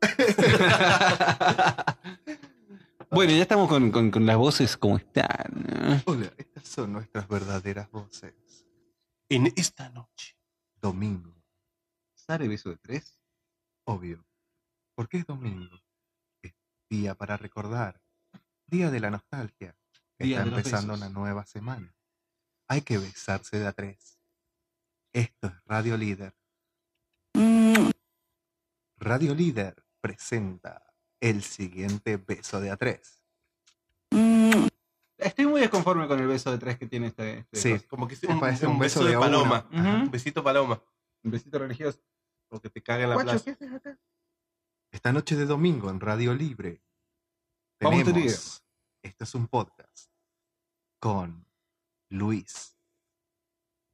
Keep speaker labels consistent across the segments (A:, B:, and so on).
A: bueno, ya estamos con, con- con las voces como están.
B: Hola, estas son nuestras verdaderas voces.
C: En esta noche.
B: Domingo. ¿Sale beso de tres? Obvio. ¿Por qué es domingo? Es día para recordar. Día de la nostalgia.
C: Día de
B: Está
C: los
B: empezando
C: besos.
B: una nueva semana. Hay que besarse de a tres. Esto es Radio Líder. Radio Líder presenta el siguiente beso de a tres.
A: Estoy muy desconforme con el beso de tres que tiene este. este
B: Sí,
A: cosa.
C: Como que es
B: Me
C: un,
B: parece
C: un
B: un
C: beso,
B: beso
C: de,
B: de a uno.
C: paloma.
A: Ujú.
C: Un besito paloma.
A: Un besito religioso.
C: Porque te caga en la
A: Guacho,
C: plaza.
A: ¿qué haces acá?
B: Esta noche de domingo en Radio Libre
A: Vamos,
B: tenemos,
A: Tigre.
B: esto es un podcast con Luis,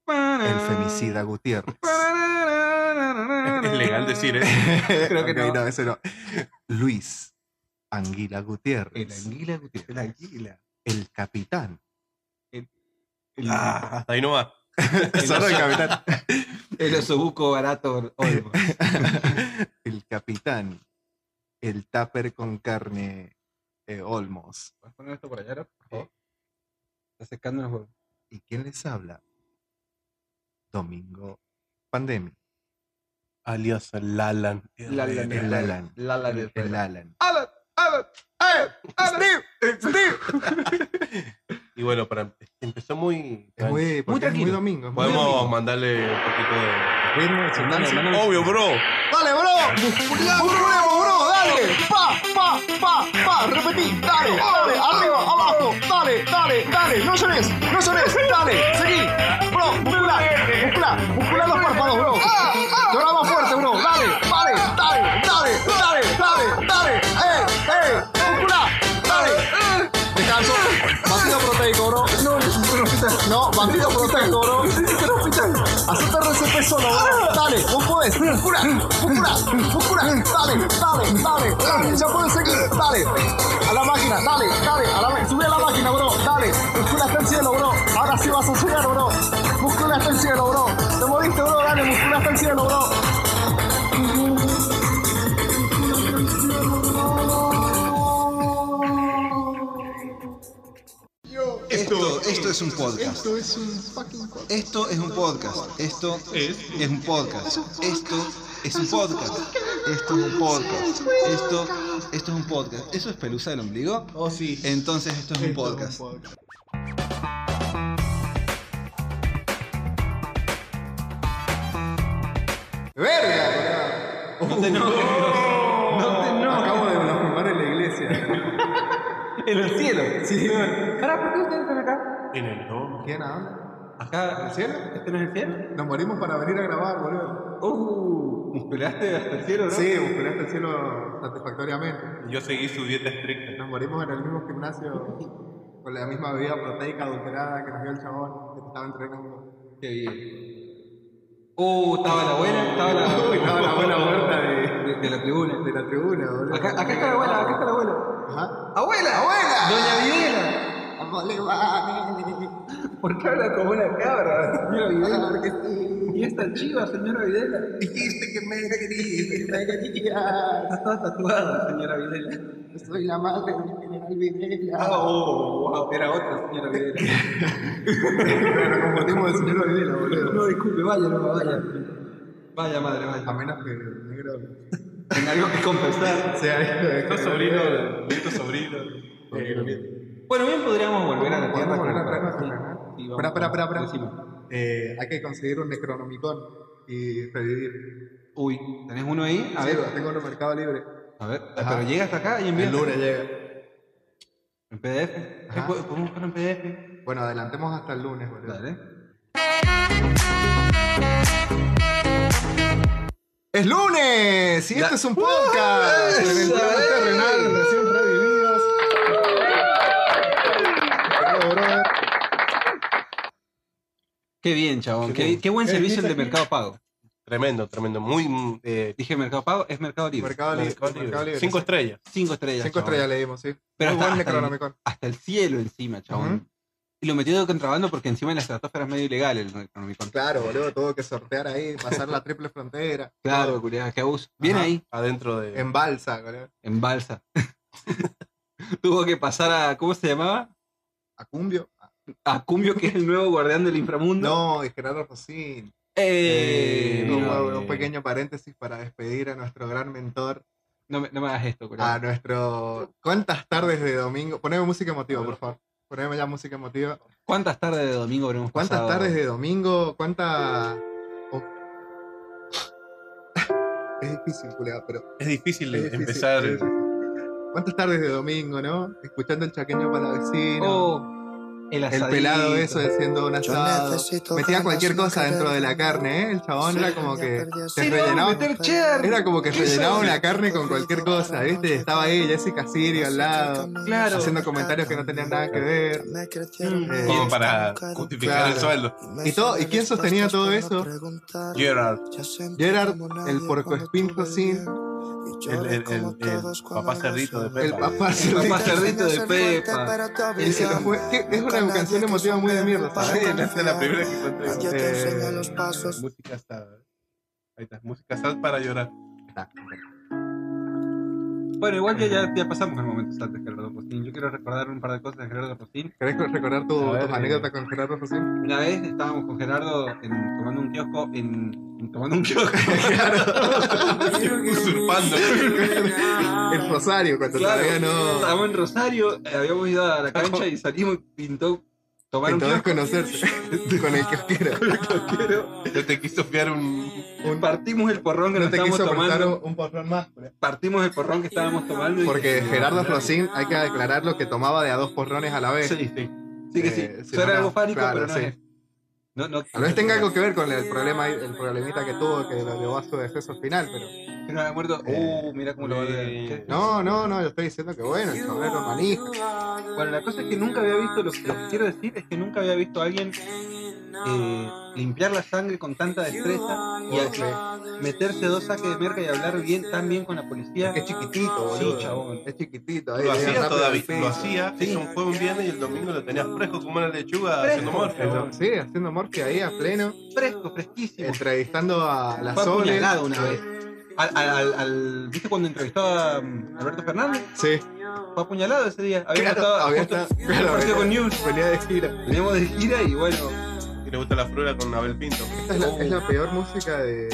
A: Ah.
B: el femicida Gutiérrez.
C: Es legal decir, ¿eh?
A: Creo que
B: Ok,
A: no.
B: ese no. Luis Anguila
A: El
B: Gutiérrez, el,
A: anguila, Gutiérrez. El anguila.
B: capitán.
A: El,
C: Ah, hasta ahí no va.
B: Solo el capitán.
A: el osobuco barato. Olmo.
B: el capitán. El tupper con carne eh, Olmos.
A: ¿Puedes poner esto por allá, Aro, por favor? Está secando los huevos.
B: ¿Y quién les habla? Domingo Pandemia.
C: Alias Lalan.
A: Lalan.
B: El Lalan.
A: Lala del
B: El Alan.
A: Alan, Alan, Alan, Alan.
C: Y bueno, para, empezó muy.
B: Es muy, porque es muy
A: tranquilo.
B: domingo. es muy
C: Podemos
B: domingo.
C: mandarle un poquito de.
B: Ritmo de
A: Dale,
B: gimnasio.
A: dale.
C: Obvio, bro.
B: Dale, bro. Burlemos, bro. Dale. Pa, pa, pa, pa. Repetí. Dale, dale. Arriba, abajo. Dale, dale, dale. No llores. No llores. Dale. Seguí. Bro, muscula. Muscula. Muscula los párpados, bro. Llora más fuerte, bro. Dale, dale, dale, dale, dale, dale, dale. Eh, eh. Muscula. Dale. Descanso. Batido proteico, bro. No, no, batido proteico, bro. Hacete RCP solo, bro. Dale, vos podés. Muscula, muscula, muscula. Dale, dale, dale, dale. Ya puedes seguir. Dale. A la máquina, dale, dale. A la, ma- subí a la máquina, bro. Dale. Muscula hasta el cielo, bro. Ahora sí vas a subir, bro. Muscula hasta el cielo, bro. Te moviste, bro. Dale, muscula hasta el cielo, bro.
D: Esto, esto es un podcast. Esto es un podcast. Esto es un podcast. Esto es un podcast. Esto es un podcast. Esto es un podcast. Esto, esto es un podcast. ¿Eso es pelusa del ombligo?
C: Oh, sí.
D: Entonces esto es un podcast.
B: Acabo de blasfemar en la iglesia.
A: En el cielo. Sí. Pará, ¿por qué ustedes están acá?
C: En el nombre.
B: ¿Quién habla?
A: ¿Acá? ¿En el cielo? ¿Este no es el cielo?
B: Nos morimos para venir a grabar, boludo.
A: Uh, musculaste hasta el cielo, ¿no?
B: Sí, buscaste el cielo satisfactoriamente.
C: Yo seguí su dieta estricta.
B: Nos morimos en el mismo gimnasio con la misma bebida proteica adulterada que nos dio el chabón que te estaba entrenando.
A: Qué bien. Uh, estaba la abuela, estaba la,
B: Uy, estaba la abuela muerta de,
A: de, de la tribuna.
B: de la tribuna, boludo.
A: Acá, acá está la abuela, acá está la abuela.
B: Ajá.
A: ¡Abuela! ¡Abuela! ¡Doña Videla! ¿Por qué habla como una cabra, señora Videla? ¿Por qué? ¿Y esta chiva, señora Videla?
B: Dijiste que me querías.
A: La gatilla está toda tatuada, señora Videla.
B: Soy la madre del general Videla.
A: Ah, oh, wow, era otra señora Videla.
B: Pero nos confundimos de señor Videla,
A: No,
B: boludo.
A: disculpe, vaya, no, vaya. Vaya, madre,
B: A
A: vaya.
B: menos que el negro
A: En algo que compensar.
B: sea hijo de
C: Esto sobrino, esto sobrino. Eh,
A: Bueno, bien podríamos volver a la tierra.
B: Podemos volver a
A: con-
B: traernos
A: sí,
B: a la-
A: sí,
B: Espera,
A: vamos,
B: espera, espera, espera.
A: decime.
B: Eh, hay que conseguir un Necronomicon y revivir.
A: Uy, ¿tenés uno ahí? A
B: Sí,
A: ver,
B: lo tengo en el mercado libre.
A: a ver.
B: Ajá.
A: Pero llega hasta acá y envía.
B: El lunes llega.
A: En PDF. Eh,
B: Ajá.
A: ¿pod- ¿Podemos buscar en PDF?
B: Bueno, adelantemos hasta el lunes, boludo.
A: Dale.
B: ¡Es lunes! Y
A: Ya.
B: este es un podcast en el plano
A: ¡Eh!
B: terrenal, recién revividos. Bravo, brother.
A: Qué bien, chabón. Qué,
C: Qué bien.
A: qué buen
B: Eh,
A: servicio el de
B: dice aquí-
A: Mercado Pago.
C: Tremendo, tremendo. Muy. mm, Eh,
A: Dije Mercado Pago, es Mercado Libre.
B: Mercado Libre.
C: Mercado Libre.
B: Mercado Libre.
C: Cinco
B: sí.
C: estrellas.
A: Cinco estrellas.
B: Cinco
A: chabón.
B: estrellas le dimos, sí.
A: Pero
B: Muy
A: hasta-
B: buen
A: hasta el-
B: Necronomicon.
A: hasta el cielo encima, chabón.
B: Ujú.
A: Y lo metió de contrabando porque encima en la estratosfera es medio ilegal el Necronomicon.
E: Claro, boludo, tuvo que sortear ahí, pasar la triple frontera.
A: Claro, culiado, qué abuso. Bien
E: Ajá.
A: ahí,
C: Adentro de.
B: Em,
E: En balsa, boludo.
A: en balsa. Tuvo que pasar a, ¿cómo se llamaba?
E: A Cumbio.
A: A Cumbio, que es el nuevo guardián del inframundo.
E: No, de Gerardo Rosín.
A: Eh,
C: Eh,
A: no,
E: Como
A: no,
E: un pequeño paréntesis para despedir a nuestro gran mentor,
A: me, no me hagas esto, culiado.
E: a nuestro... ¿Cuántas tardes de domingo? Poneme música emotiva, por favor. Poneme ya música emotiva.
A: ¿Cuántas tardes de domingo habremos
E: ¿Cuántas
A: pasado?
E: tardes de domingo? ¿Cuánta...? oh. es difícil, culiao, pero...
C: Es difícil
E: es difícil,
C: empezar.
E: es difícil. ¿Cuántas tardes de domingo, no? Escuchando el chaqueño para vecino.
A: Oh, el,
E: el
A: asadito.
E: pelado eso haciendo un
D: Yo
E: asado.
D: necesito
E: Metía
D: ganas
E: cualquier
D: de
E: cosa dentro de la
D: quererte.
E: carne, ¿eh? El chabón
D: Sí,
E: era como
D: ya
E: que
D: perdió
E: se
D: ese
E: rellenaba.
D: amor.
A: meter cheddar.
E: Era como que
A: Eso.
E: rellenaba una carne con cualquier cosa, ¿viste? Y Estaba ahí Jessica Sirio al lado,
A: Claro.
E: haciendo comentarios que no tenían nada que ver.
D: Mm.
C: Como
E: Eh,
C: para justificar
E: Claro.
C: el sueldo.
E: ¿Y todo- y quién sostenía todo eso?
C: Gerard.
E: Gerard, el puerco espín Rosín,
C: El- el- el- el papá cerdito de
E: el
C: Pepa.
E: papá
A: El papá
E: cerdito.
A: cerdito de Pepa.
E: Y se lo fue. Que Es una canción emotiva muy de mierda,
C: Sí,
E: ¿sabes?
C: esta es la primera que encontré.
D: Yo te
E: Eh,
D: enseño los pasos.
C: Música sad. Ahí está, música sad para llorar.
E: Ah,
A: Bueno, igual que ya, ya pasamos el momento sad de Gerardo Postín. Yo quiero recordar un par de cosas de Gerardo Postín.
E: ¿Querés recordar tu,
C: A ver,
E: tus
C: eh.
E: anécdotas con Gerardo Rosín?
A: Una vez estábamos con Gerardo en- tomando un kiosco en... en- tomando un kiosco.
C: Usurpando.
E: El Rosario, cuando todavía no.
A: Estábamos en Rosario, eh, habíamos ido a la cancha y salimos y pintó tomar un
E: Intentó
A: kiosco.
E: desconocerse con el que quiero.
A: Pero
C: Yo te quiso fiar un.
A: Partimos el porrón que
E: No
A: nos
E: te
A: estábamos
E: quiso aportar
A: tomando.
E: un un patrón más.
A: pues. Partimos el porrón que estábamos tomando. y-
E: Porque Gerardo Rosín, hay que declarar lo que tomaba de a dos porrones a la vez.
A: Sí, sí. Sí que sí.
E: Eh, sí,
A: Suena
E: no,
A: algo fánico,
E: claro,
A: pero no
E: sí.
A: es. No, no,
E: Tal vez tenga algo que ver con el problema, ahí- el problemita que tuvo que lo llevó a su deceso final, pero.
A: Que no haya muerto.
E: Eh,
A: uh, mira cómo lo va a
C: eh,
A: ver.
E: No, no, no, yo estoy diciendo que bueno, el chaval era manija.
A: Bueno, la cosa es que nunca había visto, lo, lo que quiero decir es que nunca había visto a alguien eh, limpiar la sangre con tanta destreza y a- meterse dos saques de merca y hablar bien tan bien con la policía.
E: Es chiquitito,
A: Sí,
E: boludo.
A: chabón.
E: Es chiquitito. eh, ahí
C: Lo
E: llega
C: hacía
E: rápido
C: todavía,
E: al piso.
C: lo hacía.
A: Sí.
C: Eso fue un viernes y el domingo lo tenías fresco como una lechuga
A: Fresco.
C: haciendo morfia.
E: Pero, Sí, haciendo morfia ahí a pleno,
A: Fresco, fresquísimo.
E: entrevistando a la
A: Fue
E: Sole.
A: apuñalado una vez. Al, al- al- al- ¿Viste cuando entrevistó a mm, Alberto Fernández?
E: Sí,
A: Fue apuñalado ese día. Había
E: Claro,
A: estado
E: había
A: justo-
E: estado-
A: justo
E: claro,
A: partido
E: había-
A: con News.
E: venía de gira.
A: Veníamos de gira y bueno.
C: Y le gusta la fruta con Abel Pinto.
E: Esta es la, es la peor música de.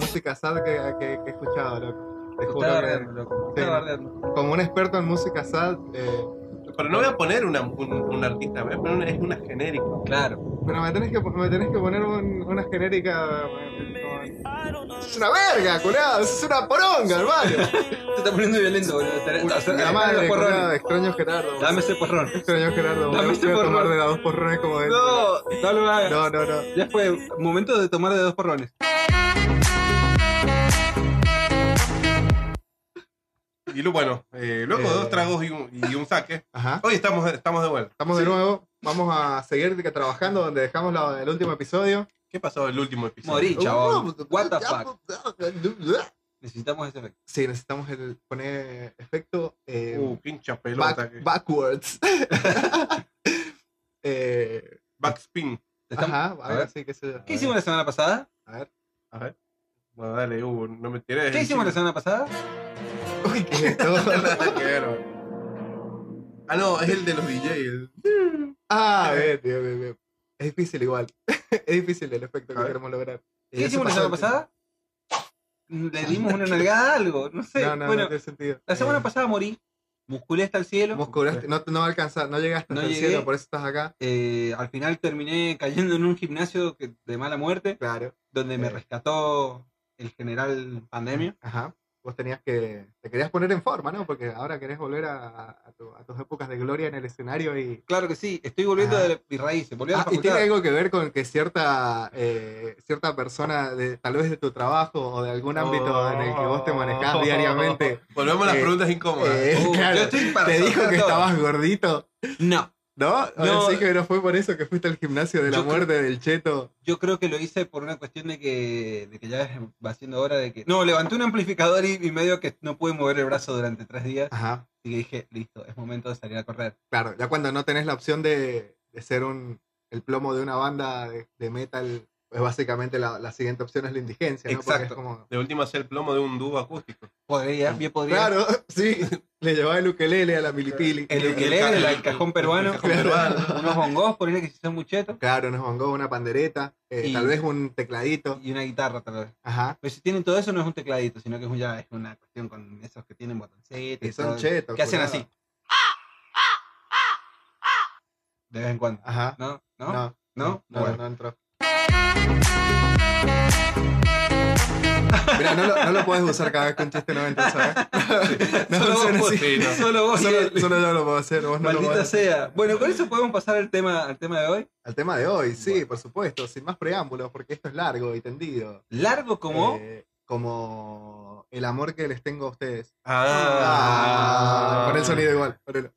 E: Música sad que, que- que he escuchado, loco. Te juro
A: Estaba
E: que.
A: bardeando, loco, estaba
E: Sí.
A: bardeando.
E: Como un experto en música sad, eh,
C: Pero no voy a poner una, un, un artista, voy a poner una, es una genérica.
A: Claro.
E: Pero me tenés que, me tenés que poner un- una genérica. eh, con- Es una verga, curado. Es una poronga, hermano.
A: Se está poniendo violento, boludo. Está- está- está-
E: La
A: está-
E: madre,
A: eh, los porrones.
E: curado. Extraño Gerardo.
A: Dame ese porrón.
E: Extraño Gerardo.
A: Dame
E: boludo,
A: este
E: Quiero
A: porrón.
E: tomar de las dos porrones como de.
A: No, no lo hagas.
E: no, no. no.
A: Ya fue momento de tomar de dos porrones.
C: Y lo- bueno, eh, luego de
E: Eh.
C: dos tragos y un, y un saque,
E: Ajá.
C: hoy estamos, estamos de vuelta.
E: Estamos de nuevo. Vamos a seguir que- trabajando donde dejamos la- el último episodio. Uh,
C: ¿Qué pasó el último episodio? Uh,
A: Morí, chabón. What the fuck. Necesitamos ese efecto.
E: Sí, necesitamos el, poner efecto. eh,
C: Uh, pincha pelota.
E: back-
C: que-
E: backwards. eh,
C: Backspin.
A: Necesitamos-
E: ajá, a
A: a
E: ver,
A: ver.
E: sí, qué sé yo.
A: ¿Qué hicimos la semana pasada?
E: A ver.
C: A ver. Bueno, dale, Hugo, no me tiré.
A: ¿Qué hicimos la semana pasada?
E: Uy, qué es esto.
C: Nada que ver, bro. Ah, no, es el de los DJs.
E: Ah,
A: Eh.
E: bien, bien, bien, bien. Es difícil igual. es difícil el efecto
C: A
E: que
C: ver.
E: queremos lograr.
A: ¿Qué hicimos la semana pasada? Le dimos una nalgada a algo, no sé.
E: No, no,
A: bueno,
E: no tiene sentido.
A: la semana
E: Eh,
A: pasada morí, musculé hasta el cielo.
E: vos cobraste- no, no alcanzaste, no llegaste
A: No
E: hasta
A: llegué.
E: el cielo, por eso estás acá.
A: Eh, al final terminé cayendo en un gimnasio que- de mala muerte,
E: Claro.
A: donde me
E: Eh.
A: rescató el general Pandemia.
E: Ajá. Vos tenías que. Te querías poner en forma, ¿no? Porque ahora querés volver a, a tu- a tus épocas de gloria en el escenario y.
A: Claro que sí, estoy volviendo
E: Ah.
A: de mis raíces, volví a la
E: Ah, y
A: facultad.
E: tiene algo que ver con que cierta eh, cierta persona, de, tal vez de tu trabajo o de algún ámbito en el que vos te manejás diariamente,
C: Volvemos a las
E: Eh,
C: preguntas incómodas.
E: eh,
A: Uh,
E: claro,
A: yo estoy para
E: te dijo
A: sortear
E: que
A: todo.
E: estabas gordito.
A: No,
E: ¿No?
A: No.
E: No. Así que no fue por eso que fuiste al gimnasio de la
A: Yo creo-
E: muerte del cheto.
A: Yo creo que lo hice por una cuestión de que, de que ya va siendo hora de que... No, levanté un amplificador y, y medio que no pude mover el brazo durante tres días.
E: Ajá,
A: Y dije, listo, es momento de salir a correr.
E: claro. Ya cuando no tenés la opción de, de ser un, el plomo de una banda de, de metal, pues básicamente la, la siguiente opción es la indigencia, ¿no? Porque es
A: Exacto.
E: como-
C: De última ser plomo de un dúo acústico.
A: Podría, bien podría.
E: Claro, sí. Le llevaba el ukelele a la milipili.
A: El ukelele, el, cajón peruano, unos bongos, por ahí que se son muchetos,
E: Claro, nos bongó una pandereta, eh,
A: Y-
E: tal vez un tecladito.
A: y una guitarra tal vez.
E: Ajá.
A: Pero si tienen todo eso no es un tecladito, sino que es, un- ya es una cuestión con esos que tienen botoncitos.
E: Que
A: y
E: son
A: todo,
E: chetos.
A: Que hacen
E: curado.
A: así. De vez en cuando.
E: Ajá.
A: ¿No? ¿No? ¿No?
E: No, no, no,
A: Bueno.
E: no entró. Mira, no lo, no lo puedes usar cada vez que un chiste no entra, ¿sabes? No
A: solo,
E: funciona
A: vos,
E: así.
C: Sí, no.
A: solo vos,
E: Solo,
A: Miguel.
E: solo yo lo puedo hacer, vos no lo
A: Maldita
E: podés.
A: sea. Bueno, con eso podemos pasar al tema, al tema de hoy.
E: Al tema de hoy, sí,
A: Bueno.
E: por supuesto, sin más preámbulos, porque esto es largo y tendido.
A: Largo como.
E: Eh, como el amor que les tengo a ustedes.
C: Ah. Eh,
E: Con el sonido igual. ponelo.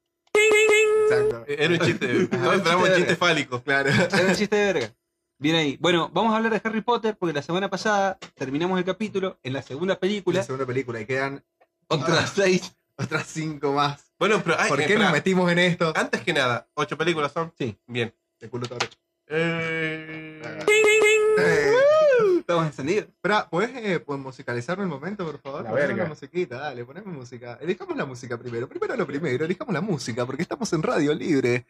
E: Exacto.
C: Era un chiste.
A: Era un
C: Todos esperamos un
A: chiste
C: chiste fálico.
E: Claro.
A: Era un chiste de verga. Bien ahí. Bueno, vamos a hablar de Harry Potter porque la semana pasada terminamos el capítulo en la segunda
E: La
A: película.
E: segunda película y quedan
A: Otras seis.
E: otras cinco más.
C: Bueno, pero. ay,
E: ¿Por
C: eh,
E: qué
C: pará. Ah.
E: nos metimos en esto?
C: Antes que nada, ocho películas son.
A: Sí.
C: Bien.
E: De culo toro.
C: Eh,
E: Eh,
A: Estamos encendidos.
E: espera, ¿puedes eh, po- musicalizarme el momento, por favor?
F: La
E: Poneme
F: verga.
E: una musiquita, dale, poneme música. Elijamos la música primero. Primero lo primero, elijamos la música, porque estamos en Radio Libre.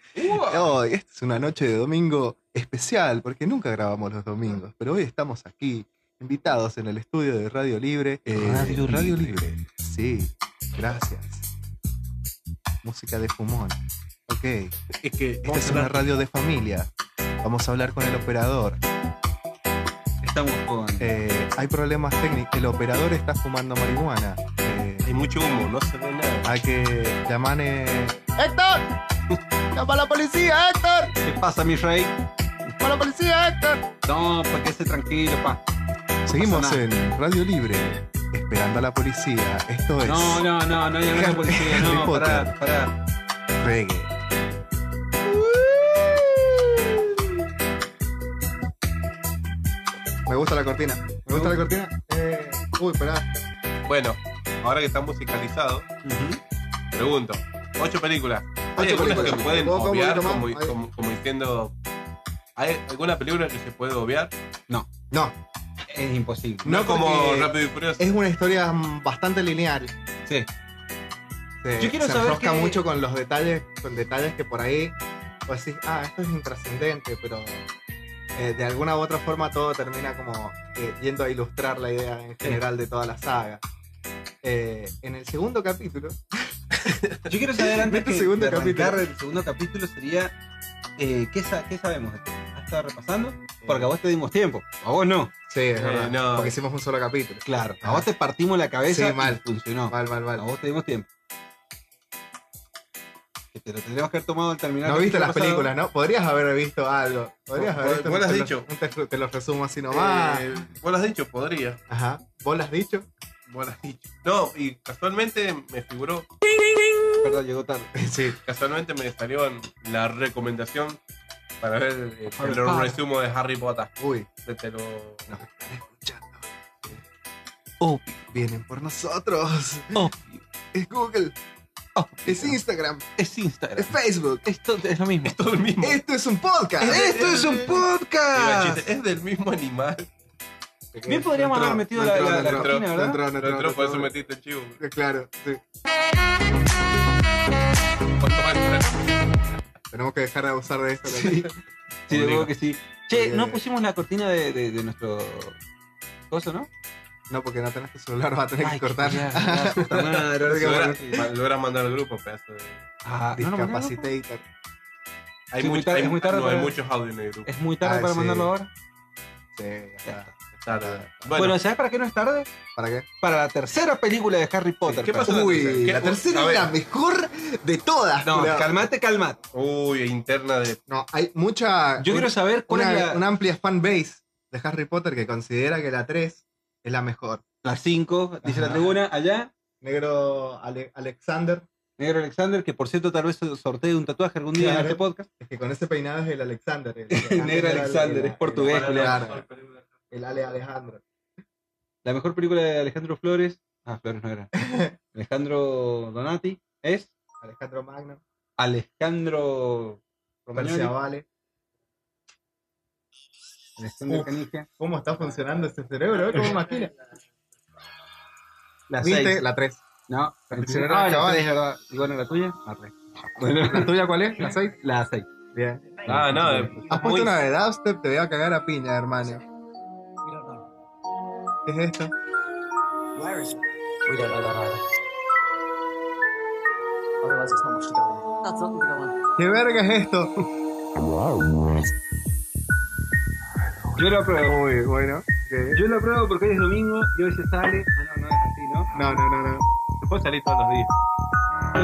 E: Hoy, esta es una noche de domingo especial, porque nunca grabamos los domingos, pero hoy estamos aquí, invitados en el estudio de Radio Libre. Eh,
A: Radio- Radio
E: Libre. Sí, gracias. Música de fumón. Ok.
C: es que.
E: Esta es una radio de familia. Vamos a hablar con el operador.
A: Estamos con.
E: Eh, hay problemas técnicos. El operador está fumando marihuana. Eh,
C: Hay mucho humo, no se ve nada.
E: hay que llamar. eh,
G: ¡Héctor! ¡Llama a la policía, Héctor!
A: ¿Qué pasa, mi rey?
G: ¡Llama a la policía, Héctor!
A: No, para que esté tranquilo, pa.
E: Seguimos
A: nada.
E: en Radio Libre, esperando a la policía. Esto es
A: No, no, no, no, yo no soy policía,
E: Pues, Harry
A: no,
E: Potter.
A: pará, pará.
E: reggae. Me gusta la cortina. Me gusta la cortina. Eh, uy, pará.
C: Bueno, ahora que está musicalizado, pregunto. Ocho películas.
E: Ocho
C: ¿Hay algunas
E: películas.
C: que pueden
E: ¿Puedo- puedo
C: obviar?
E: poquito más?
C: Como,
E: Ahí.
C: como- como diciendo. ¿Hay alguna película que se puede obviar?
E: No,
A: Es imposible.
E: No,
C: No, como
E: porque-
C: Rápido y Furioso.
E: es una historia mm, bastante lineal.
A: Sí.
E: se,
A: Yo quiero
E: se
A: saber
E: enrosca
A: qué-
E: mucho con los detalles, con detalles que por ahí pues decís, ah, esto es intrascendente, pero eh, de alguna u otra forma todo termina como eh, yendo a ilustrar la idea en general de toda la saga. Eh, en el segundo capítulo,
A: Yo quiero saber antes
E: Vete
A: que
E: segundo
A: de arrancar
E: capítulo.
A: el segundo capítulo sería eh, ¿qué, sa- ¿qué sabemos? de esto? ¿Has estado repasando? Porque a vos te dimos tiempo, a vos no.
E: eh, sí, es
C: Eh,
E: verdad,
C: no.
E: porque hicimos un solo capítulo.
A: Claro, a vos te partimos la cabeza
E: Sí, mal.
A: y funcionó.
E: Mal, mal,
A: A
E: mal.
A: vos te dimos tiempo. Que te lo tendríamos que haber tomado al terminar.
E: No
A: el
E: viste las
A: capítulo pasado.
E: películas, ¿no? Podrías haber visto algo. Podrías
C: Vos-
E: haber
C: vos-
E: visto.
C: vos lo has
E: te lo-
C: dicho.
E: un te, te lo resumo así nomás.
C: Eh, vos lo has dicho, podría.
E: Ajá. ¿Vos las has dicho?
C: Vos lo has dicho. No, y casualmente me figuró,
A: Perdón, llegó tarde.
E: Sí.
C: casualmente me salió en la recomendación para ver el,
A: Harry
C: el
A: Potter.
C: resumo de Harry Potter.
E: Uy.
C: Te- te lo-
E: Nos están escuchando. Vienen por nosotros. Es Google, es Instagram,
A: Es Instagram.
E: es Facebook.
A: Esto es lo mismo.
C: Es todo el mismo.
E: Esto es un podcast. Esto es un
C: Iba a
E: podcast.
C: decirte, es del mismo animal.
A: Bien podríamos haber metido la- la- la
E: entró,
A: cortina,
E: no
A: ¿verdad?
E: entró, no
C: Pero
E: entró, no
C: entró, por eso
E: entró.
C: metiste el chivo.
E: Claro, sí.
C: ¿Cuánto va a entrar?
E: Tenemos que dejar de abusar de esto.
A: Sí, sí,
C: Rodrigo.
A: de huevo que sí. Che,
E: Bien.
A: no pusimos la cortina de, de- de nuestro coso, ¿no?
E: No, porque no tenés tu celular, vas a tener que
A: Ay,
E: cortar.
A: qué mierda, puta madre, ahora
E: Creo
C: Lo
A: sí
E: que
A: voy a-
C: hubiera- lo hubiera mandado al grupo, pedazo de-
A: Ah, ¿no lo mandaron?
E: Discapacitator.
C: Hay,
A: Sí, muy
C: mucho-
A: tarde-
C: hay-
A: es muy tarde
C: no, hay
A: para-
C: muchos audios en el grupo.
A: Es muy tarde
E: Ah,
A: para
E: sí.
A: mandarlo ahora.
E: Sí, ya está.
C: Tarde.
A: Bueno,
C: Bueno,
A: ¿sabes para qué no es tarde?
E: ¿Para qué?
A: Para la tercera película de Harry Potter.
C: ¿Qué
A: pero-
C: pasó?
E: Uy,
C: ¿Qué-
E: la
C: a
E: tercera es
C: ver.
E: la mejor de todas.
A: No,
E: cuidado.
A: calmate, calmate.
C: uy, interna de
E: No, hay mucha.
A: Yo quiero saber cuál
E: una,
A: es la,
E: una amplia fanbase de Harry Potter que considera que la 3 es la mejor.
A: la cinco, dice la
E: Ajá.
A: tribuna, allá.
E: Negro Ale- Alexander
A: Negro Alexander, que por cierto tal vez sortee un tatuaje algún día en
E: Claro.
A: este podcast.
E: Es que con ese peinado es el Alexander. El,
A: Negro Alexander, es portugués,
E: El,
A: claro.
E: claro, el Ale Alejandro.
A: La mejor película de Alejandro Flores. Ah, Flores no era. Alejandro Donati es
E: Alejandro Magno.
A: Alejandro
E: Persia
A: Romagnoli.
E: Vale.
A: Alejandro
E: Uf.
A: Canija.
E: ¿Cómo está funcionando ese cerebro? eh? ¿Cómo imagina?
A: La
E: ¿Viste?
A: 6.
E: La 3.
A: No, la
E: prisionera de
A: la
E: Cabal.
A: tres, verdad. Y bueno, la tuya, Arre. Bueno,
E: ¿La tuya cuál es? ¿La 6?
A: la 6.
E: Bien.
C: Ah, no. es
E: Has
C: muy-
E: puesto una de dubstep, te voy a cagar a piña, hermano. ¿Qué es esto? ¿Qué verga es esto?
A: Yo lo apruebo.
E: Muy bueno. ok.
A: Yo lo apruebo porque hoy es domingo y hoy se sale. Ah, no, no es así, ¿no?
E: No, no, no, no.
C: Se puede salir todos los días.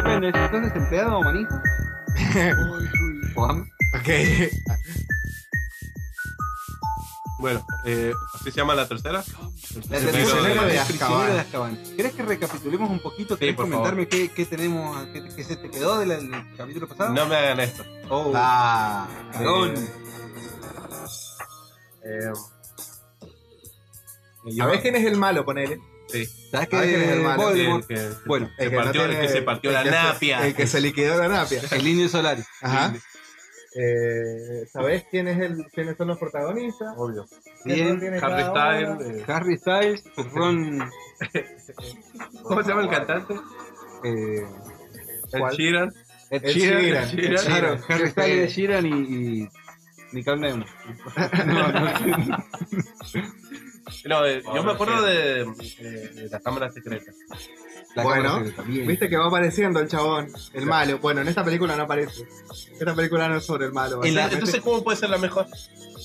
A: Depende, si estás desempleado o manito. Juan.
E: Ok.
C: Bueno, eh, ¿así se llama la tercera?
A: La
C: El
A: tercera
C: prisionero
A: era
C: de
A: de
E: Azkaban.
A: Prisionero de Azkaban. ¿Querés que recapitulemos un poquito? ¿Querés
C: por
A: comentarme qué, qué tenemos, qué, qué se te quedó del, del capítulo pasado?
C: No me hagan esto.
A: Oh,
E: Ah,
A: cagón.
C: Eh,
E: ¿Sabés quién es el malo, ponele?
A: ¿Sabes
E: Ah,
A: qué?
E: que eres el malo.
A: Voldemort.
C: El que-
A: Bueno,
C: Se
E: El que no
C: partió- el
E: tiene-
C: que se partió
E: el
C: la
E: que se-
C: napia.
E: El que se liquidó la napia.
A: el indio Solari.
E: Ajá. Eh, ¿Sabés quién es el, quiénes son los protagonistas? Obvio.
A: Bien.
C: Harry Styles. eh,
A: Harry Styles, Ron.
C: ¿Cómo se llama el cantante?
A: Eh,
C: El
E: ¿Cuál?
C: Sheeran.
A: Ed
E: El
A: Sheeran.
E: Sheeran.
C: Sheeran.
A: Claro,
E: Sheeran.
A: Harry Styles, Ed Sheeran y. y... Nicole Neumann. No, no.
C: No, eh, yo me acuerdo de, de- de la cámara secreta.
A: La
E: Bueno,
A: cámara secreta, bien.
E: Viste que va apareciendo el chabón, el malo. Bueno, en esta película no aparece. Esta película no es sobre el malo.
A: En la-
E: básicamente.
C: Entonces, ¿cómo puede ser la mejor?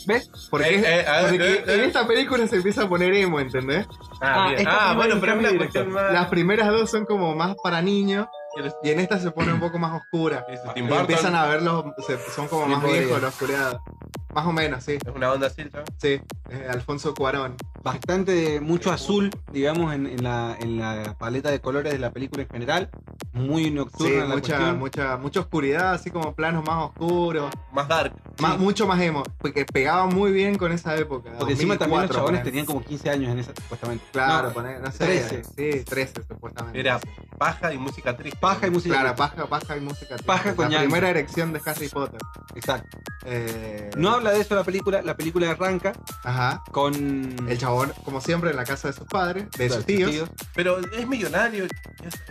E: ¿Ves? Porque,
C: Eh, eh, a ver,
E: porque
C: eh, eh.
E: en esta película se empieza a poner emo, ¿entendés?
C: Ah, bien.
A: esta
C: Ah,
A: primera
C: bueno, pero es una
A: cambio
C: cuestión
A: directo.
C: más.
E: Las primeras dos son como más para niños
C: El-
E: y en esta se pone un poco más oscura.
C: Ese
E: Y
C: Tim Burton.
E: empiezan a ver los. se- son como
A: Sí,
E: más
A: podría.
E: viejos los curiados. Más o menos, sí.
C: Es una onda así, ¿sabes?
E: Sí. Eh, Alfonso Cuarón.
A: bastante mucho azul, digamos, en, en la, en la paleta de colores de la película en general. Muy
E: Sí,
A: nocturna
E: mucha,
A: la cuestión.
E: mucha, mucha oscuridad, así como planos más oscuros.
C: Más dark.
E: Más, mucho más emo. Porque pegaba muy bien con esa época.
A: Porque encima también los
E: 2004,
A: chabones
E: ponele.
A: tenían como 15 años en esa, supuestamente.
E: Claro,
A: No, pues,
E: poner, no sé.
A: 13.
E: Sí, 13 supuestamente.
C: Era paja y música triste.
A: paja y música.
E: Claro, paja, paja y música.
A: Paja con
E: La
A: ñanga.
E: primera erección de Harry Potter.
A: Exacto.
E: Eh,
A: No habla de eso la película. La película arranca
E: Ajá.
A: con.
E: El chabón, como siempre, en la casa de sus padres, de
A: Claro,
E: sus tíos.
C: Pero es millonario.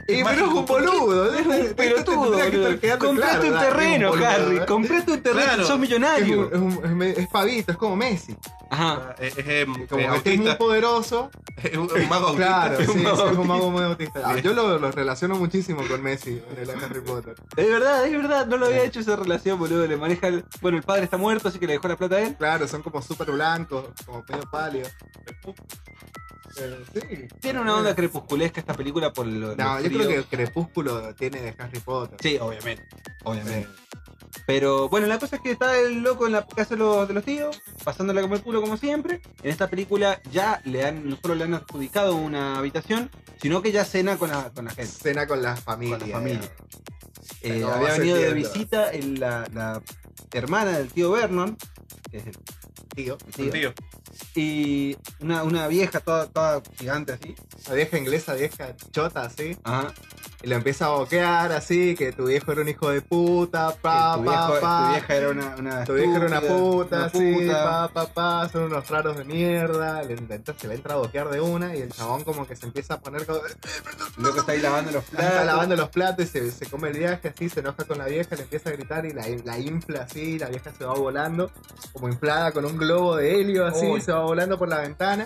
E: Y
C: Más
E: pero es un
C: tipo, ¿por qué?
E: boludo. es un-
A: Pero
E: esto
A: tú,
E: tendría que estar
A: boludo,
E: quedando
A: compraste
E: claro,
A: un
E: dale,
A: terreno,
E: un boludo,
A: Harry.
E: ¿eh?
A: Compraste un terreno,
C: Claro.
A: sos
E: Es, un-
A: millonario.
E: es, un- es me- es pavito, es como Messi.
A: Ajá.
C: Es, es, em,
E: Como
C: eh,
E: que este es muy
C: autista.
E: poderoso.
C: Es un, un mago autista.
E: Claro, sí,
C: Es
E: sí,
C: un
E: es
C: mago
E: un
C: autista.
E: mago muy autista. Ah,
C: Sí.
E: Yo lo, lo relaciono muchísimo con Messi en el Harry Potter.
A: Es verdad, es verdad. No lo
E: Eh.
A: había hecho esa relación, boludo. Le maneja. el- Bueno, el padre está muerto, así que le dejó la plata a él.
E: Claro, son como súper blancos, como medio pálidos. Eh, sí.
A: Tiene una onda crepusculesca esta película por lo. lo
E: No, yo
A: frío.
E: creo que el crepúsculo tiene de Harry Potter.
A: Sí, obviamente. Obviamente.
E: Eh,
A: Pero bueno, la cosa es que está el loco en la casa de los, de los tíos, pasándola como el culo como siempre. En esta película ya le han, no solo le han adjudicado una habitación, sino que ya cena con la, con la gente.
E: Cena con la familia.
A: Con la familia. Eh,
E: Pero
A: había
E: hace
A: venido de
E: tiempo.
A: visita el- la, la hermana del tío Vernon, que es el
E: Tío.
A: tío,
C: Tío,
A: y una, una vieja toda, toda gigante así.
E: La vieja inglesa, vieja chota, así.
A: Ajá.
E: Y lo empieza a boquear, así. Que tu viejo era un hijo de puta, pa,
A: tu,
E: pa,
A: viejo-
E: pa.
A: tu vieja era una. una
E: Tu viejo era una
A: estúpida,
E: puta,
A: una
E: sí,
A: puta.
E: pa, pa, pa, son unos raros de mierda. Le intenta, se le entra a boquear de una y el chabón como que se empieza a poner como,
A: Lo que está ahí lavando los platos.
E: está lavando los platos y se, se come el viaje así, se enoja con la vieja, le empieza a gritar y la, la infla así, la vieja se va volando, como inflada con un globo de helio así,
C: Uy.
E: se va volando por la ventana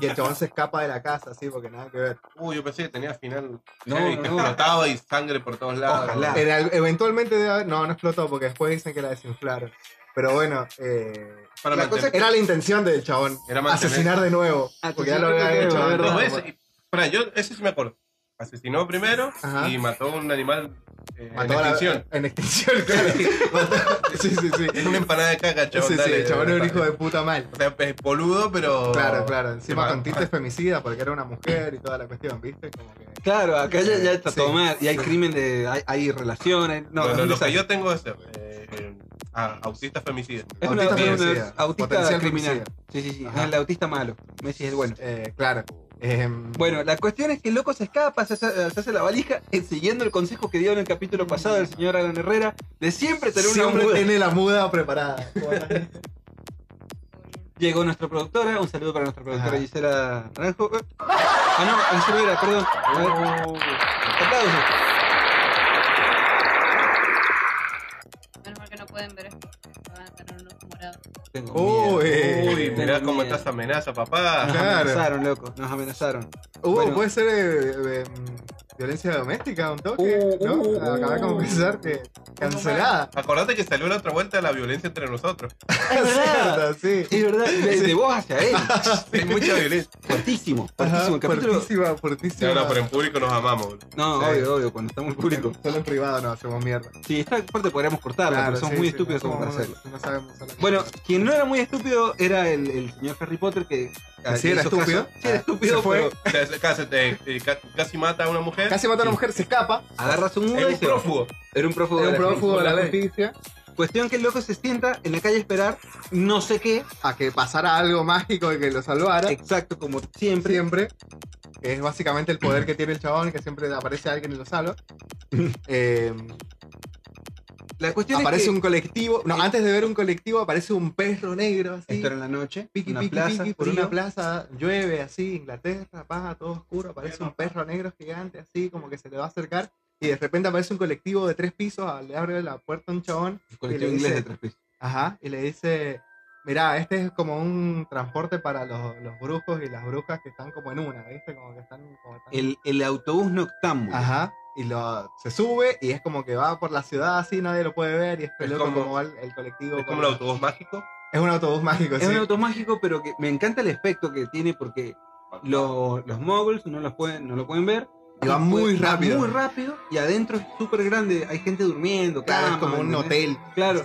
E: y el chabón se escapa de la casa así porque nada que ver.
C: Uy, yo pensé que tenía final.
A: No,
C: heavy,
A: no,
C: que
A: no.
C: explotaba y sangre por todos lados.
A: Ojalá.
E: En al- eventualmente debe haber- no, no explotó porque después dicen que la desinflaron. Pero bueno, eh,
C: Para
A: La cosa
C: mantener-
A: es
E: era la intención del chabón.
C: Era mantener-
E: asesinar de nuevo.
A: Asesinar
E: Porque ya lo
A: de
E: había
A: nuevo,
E: hecho.
A: es
C: Dos
A: verdad.
E: antes.
C: veces. Pará, yo, ese sí me acuerdo. asesinó primero
E: Ajá.
C: y mató a un animal eh,
E: Mató
C: en
E: a la-
C: extinción.
E: En extinción, claro. sí, sí, sí.
C: Es una empanada de caca,
E: Sí,
C: chabón.
E: sí,
C: dale,
E: el chabón era un
C: dale.
E: hijo de puta mal.
C: O sea, es poludo, pero.
E: Claro, claro. Encima
C: Sí,
E: con
C: va-
E: tintes femicidas porque era una mujer y toda la cuestión, ¿viste? Como que...
A: Claro, acá ya, ya está
E: Sí.
A: todo mal. Y hay crimen de. hay, hay relaciones. No,
C: No, no,
A: es un
C: lo que
A: desastre.
C: yo tengo es eh, a- autista femicida.
A: es un
E: autista
A: autista,
E: femicida,
A: autista
E: potencial
A: criminal.
E: femicida.
A: Sí, sí, sí.
E: Ajá.
A: Es el autista malo. Messi es el bueno.
E: Eh, claro. Em,
A: Bueno, la cuestión es que el loco se escapa, se hace, se hace la valija, eh, siguiendo el consejo que dio en el capítulo pasado el señor Alan Herrera, de siempre tener una
E: siempre
A: muda.
E: tiene la muda preparada.
A: Llegó nuestra productora, un saludo para nuestra productora
E: Ajá.
A: Gisela Naranjo. Eh. Ah, no, Gisela Vera, perdón. A ver.
C: Oh.
A: Aplausos.
H: Menos mal que no pueden ver esto. porque Van a tener unos morados.
A: Tengo
E: Oh,
A: miedo.
E: eh.
C: Uy, mirá
A: Tengo
C: cómo
A: miedo.
C: estás amenaza, papá.
A: Nos
E: claro.
A: amenazaron, loco, nos amenazaron.
E: Hubo-
A: Bueno.
E: puede ser eh, eh, violencia doméstica, un toque,
A: Uh,
E: ¿no?
A: uh, uh.
E: Acabé de confesar que cancelada.
C: Acordate que salió la otra vuelta de la violencia entre nosotros.
A: Es verdad.
E: Cierto, sí.
A: Es verdad, de,
E: Sí.
A: de vos hacia él.
C: Hay mucha violencia.
A: Fuertísimo,
E: Ajá,
A: fuertísimo. el capítulo.
E: fuertísima, fuertísima.
C: No, no, pero en público nos amamos. boludo.
A: No,
E: Sí.
A: obvio, obvio, cuando estamos en público.
E: Solo en privado no hacemos mierda.
A: Si esta parte podríamos cortarla,
E: Claro,
A: porque somos
E: sí,
A: muy
E: sí,
A: estúpidos
E: no
A: como para
E: somos-
A: hacerlo.
E: No sabemos hacer las
A: Bueno,
E: cosas.
A: quien no era muy estúpido era el, el señor Harry Potter que.
E: Ah, ¿sí
A: que
E: era
A: hizo
E: estúpido?
A: caso. Sí, era
E: Ah,
A: estúpido,
E: se fue.
A: pero
C: O sea, Casi, eh, eh, ca- casi mata a una mujer.
E: casi mató a una mujer, se escapa.
A: agarra su muda
C: Es
A: y
C: un
A: se.
C: prófugo.
A: Era un prófugo.
E: Era un
A: de la
E: prófugo de la
A: ley.
E: justicia.
A: Cuestión que el loco se sienta en la calle a esperar, no sé qué,
E: A que pasara algo mágico y que lo salvara.
A: exacto, como siempre.
E: siempre. que es básicamente el poder que tiene el chabón, que siempre aparece alguien y lo salva. Eh,
A: La cuestión
E: aparece
A: es que
E: un colectivo. No, antes de ver un colectivo aparece un perro negro así.
A: esto era en la noche,
E: Piqui,
A: una
E: piqui,
A: plaza,
E: piqui, por
A: frío.
E: una plaza, llueve así, Inglaterra, paja, todo oscuro, aparece un perro negro gigante así, como que se le va a acercar, y de repente aparece un colectivo de tres pisos, a- le abre la puerta a un chabón,
A: Un colectivo
E: y le
A: inglés
E: dice-
A: de tres pisos.
E: ajá, y le dice, mirá, este es como un transporte para los, los brujos y las brujas que están como en una, ¿viste? Como que están... Como están-
A: El, el autobús noctámbulo.
E: Ajá. Y lo, se sube y es como que va por la ciudad así, nadie lo puede ver y es,
C: Es
E: loco como,
C: como-
E: va el, el colectivo.
C: Es como
E: por
C: el
E: la-
C: autobús mágico.
E: Es un autobús mágico,
A: Es
E: sí.
A: un auto mágico, pero que me encanta el aspecto que tiene porque lo- los moguls no los pueden, no lo pueden ver.
E: Y va muy
A: Pues, va
E: rápido.
A: muy rápido y adentro es súper grande. Hay gente durmiendo,
E: Claro, es
A: cama,
E: como un
A: ¿entendés?
E: hotel.
A: Claro.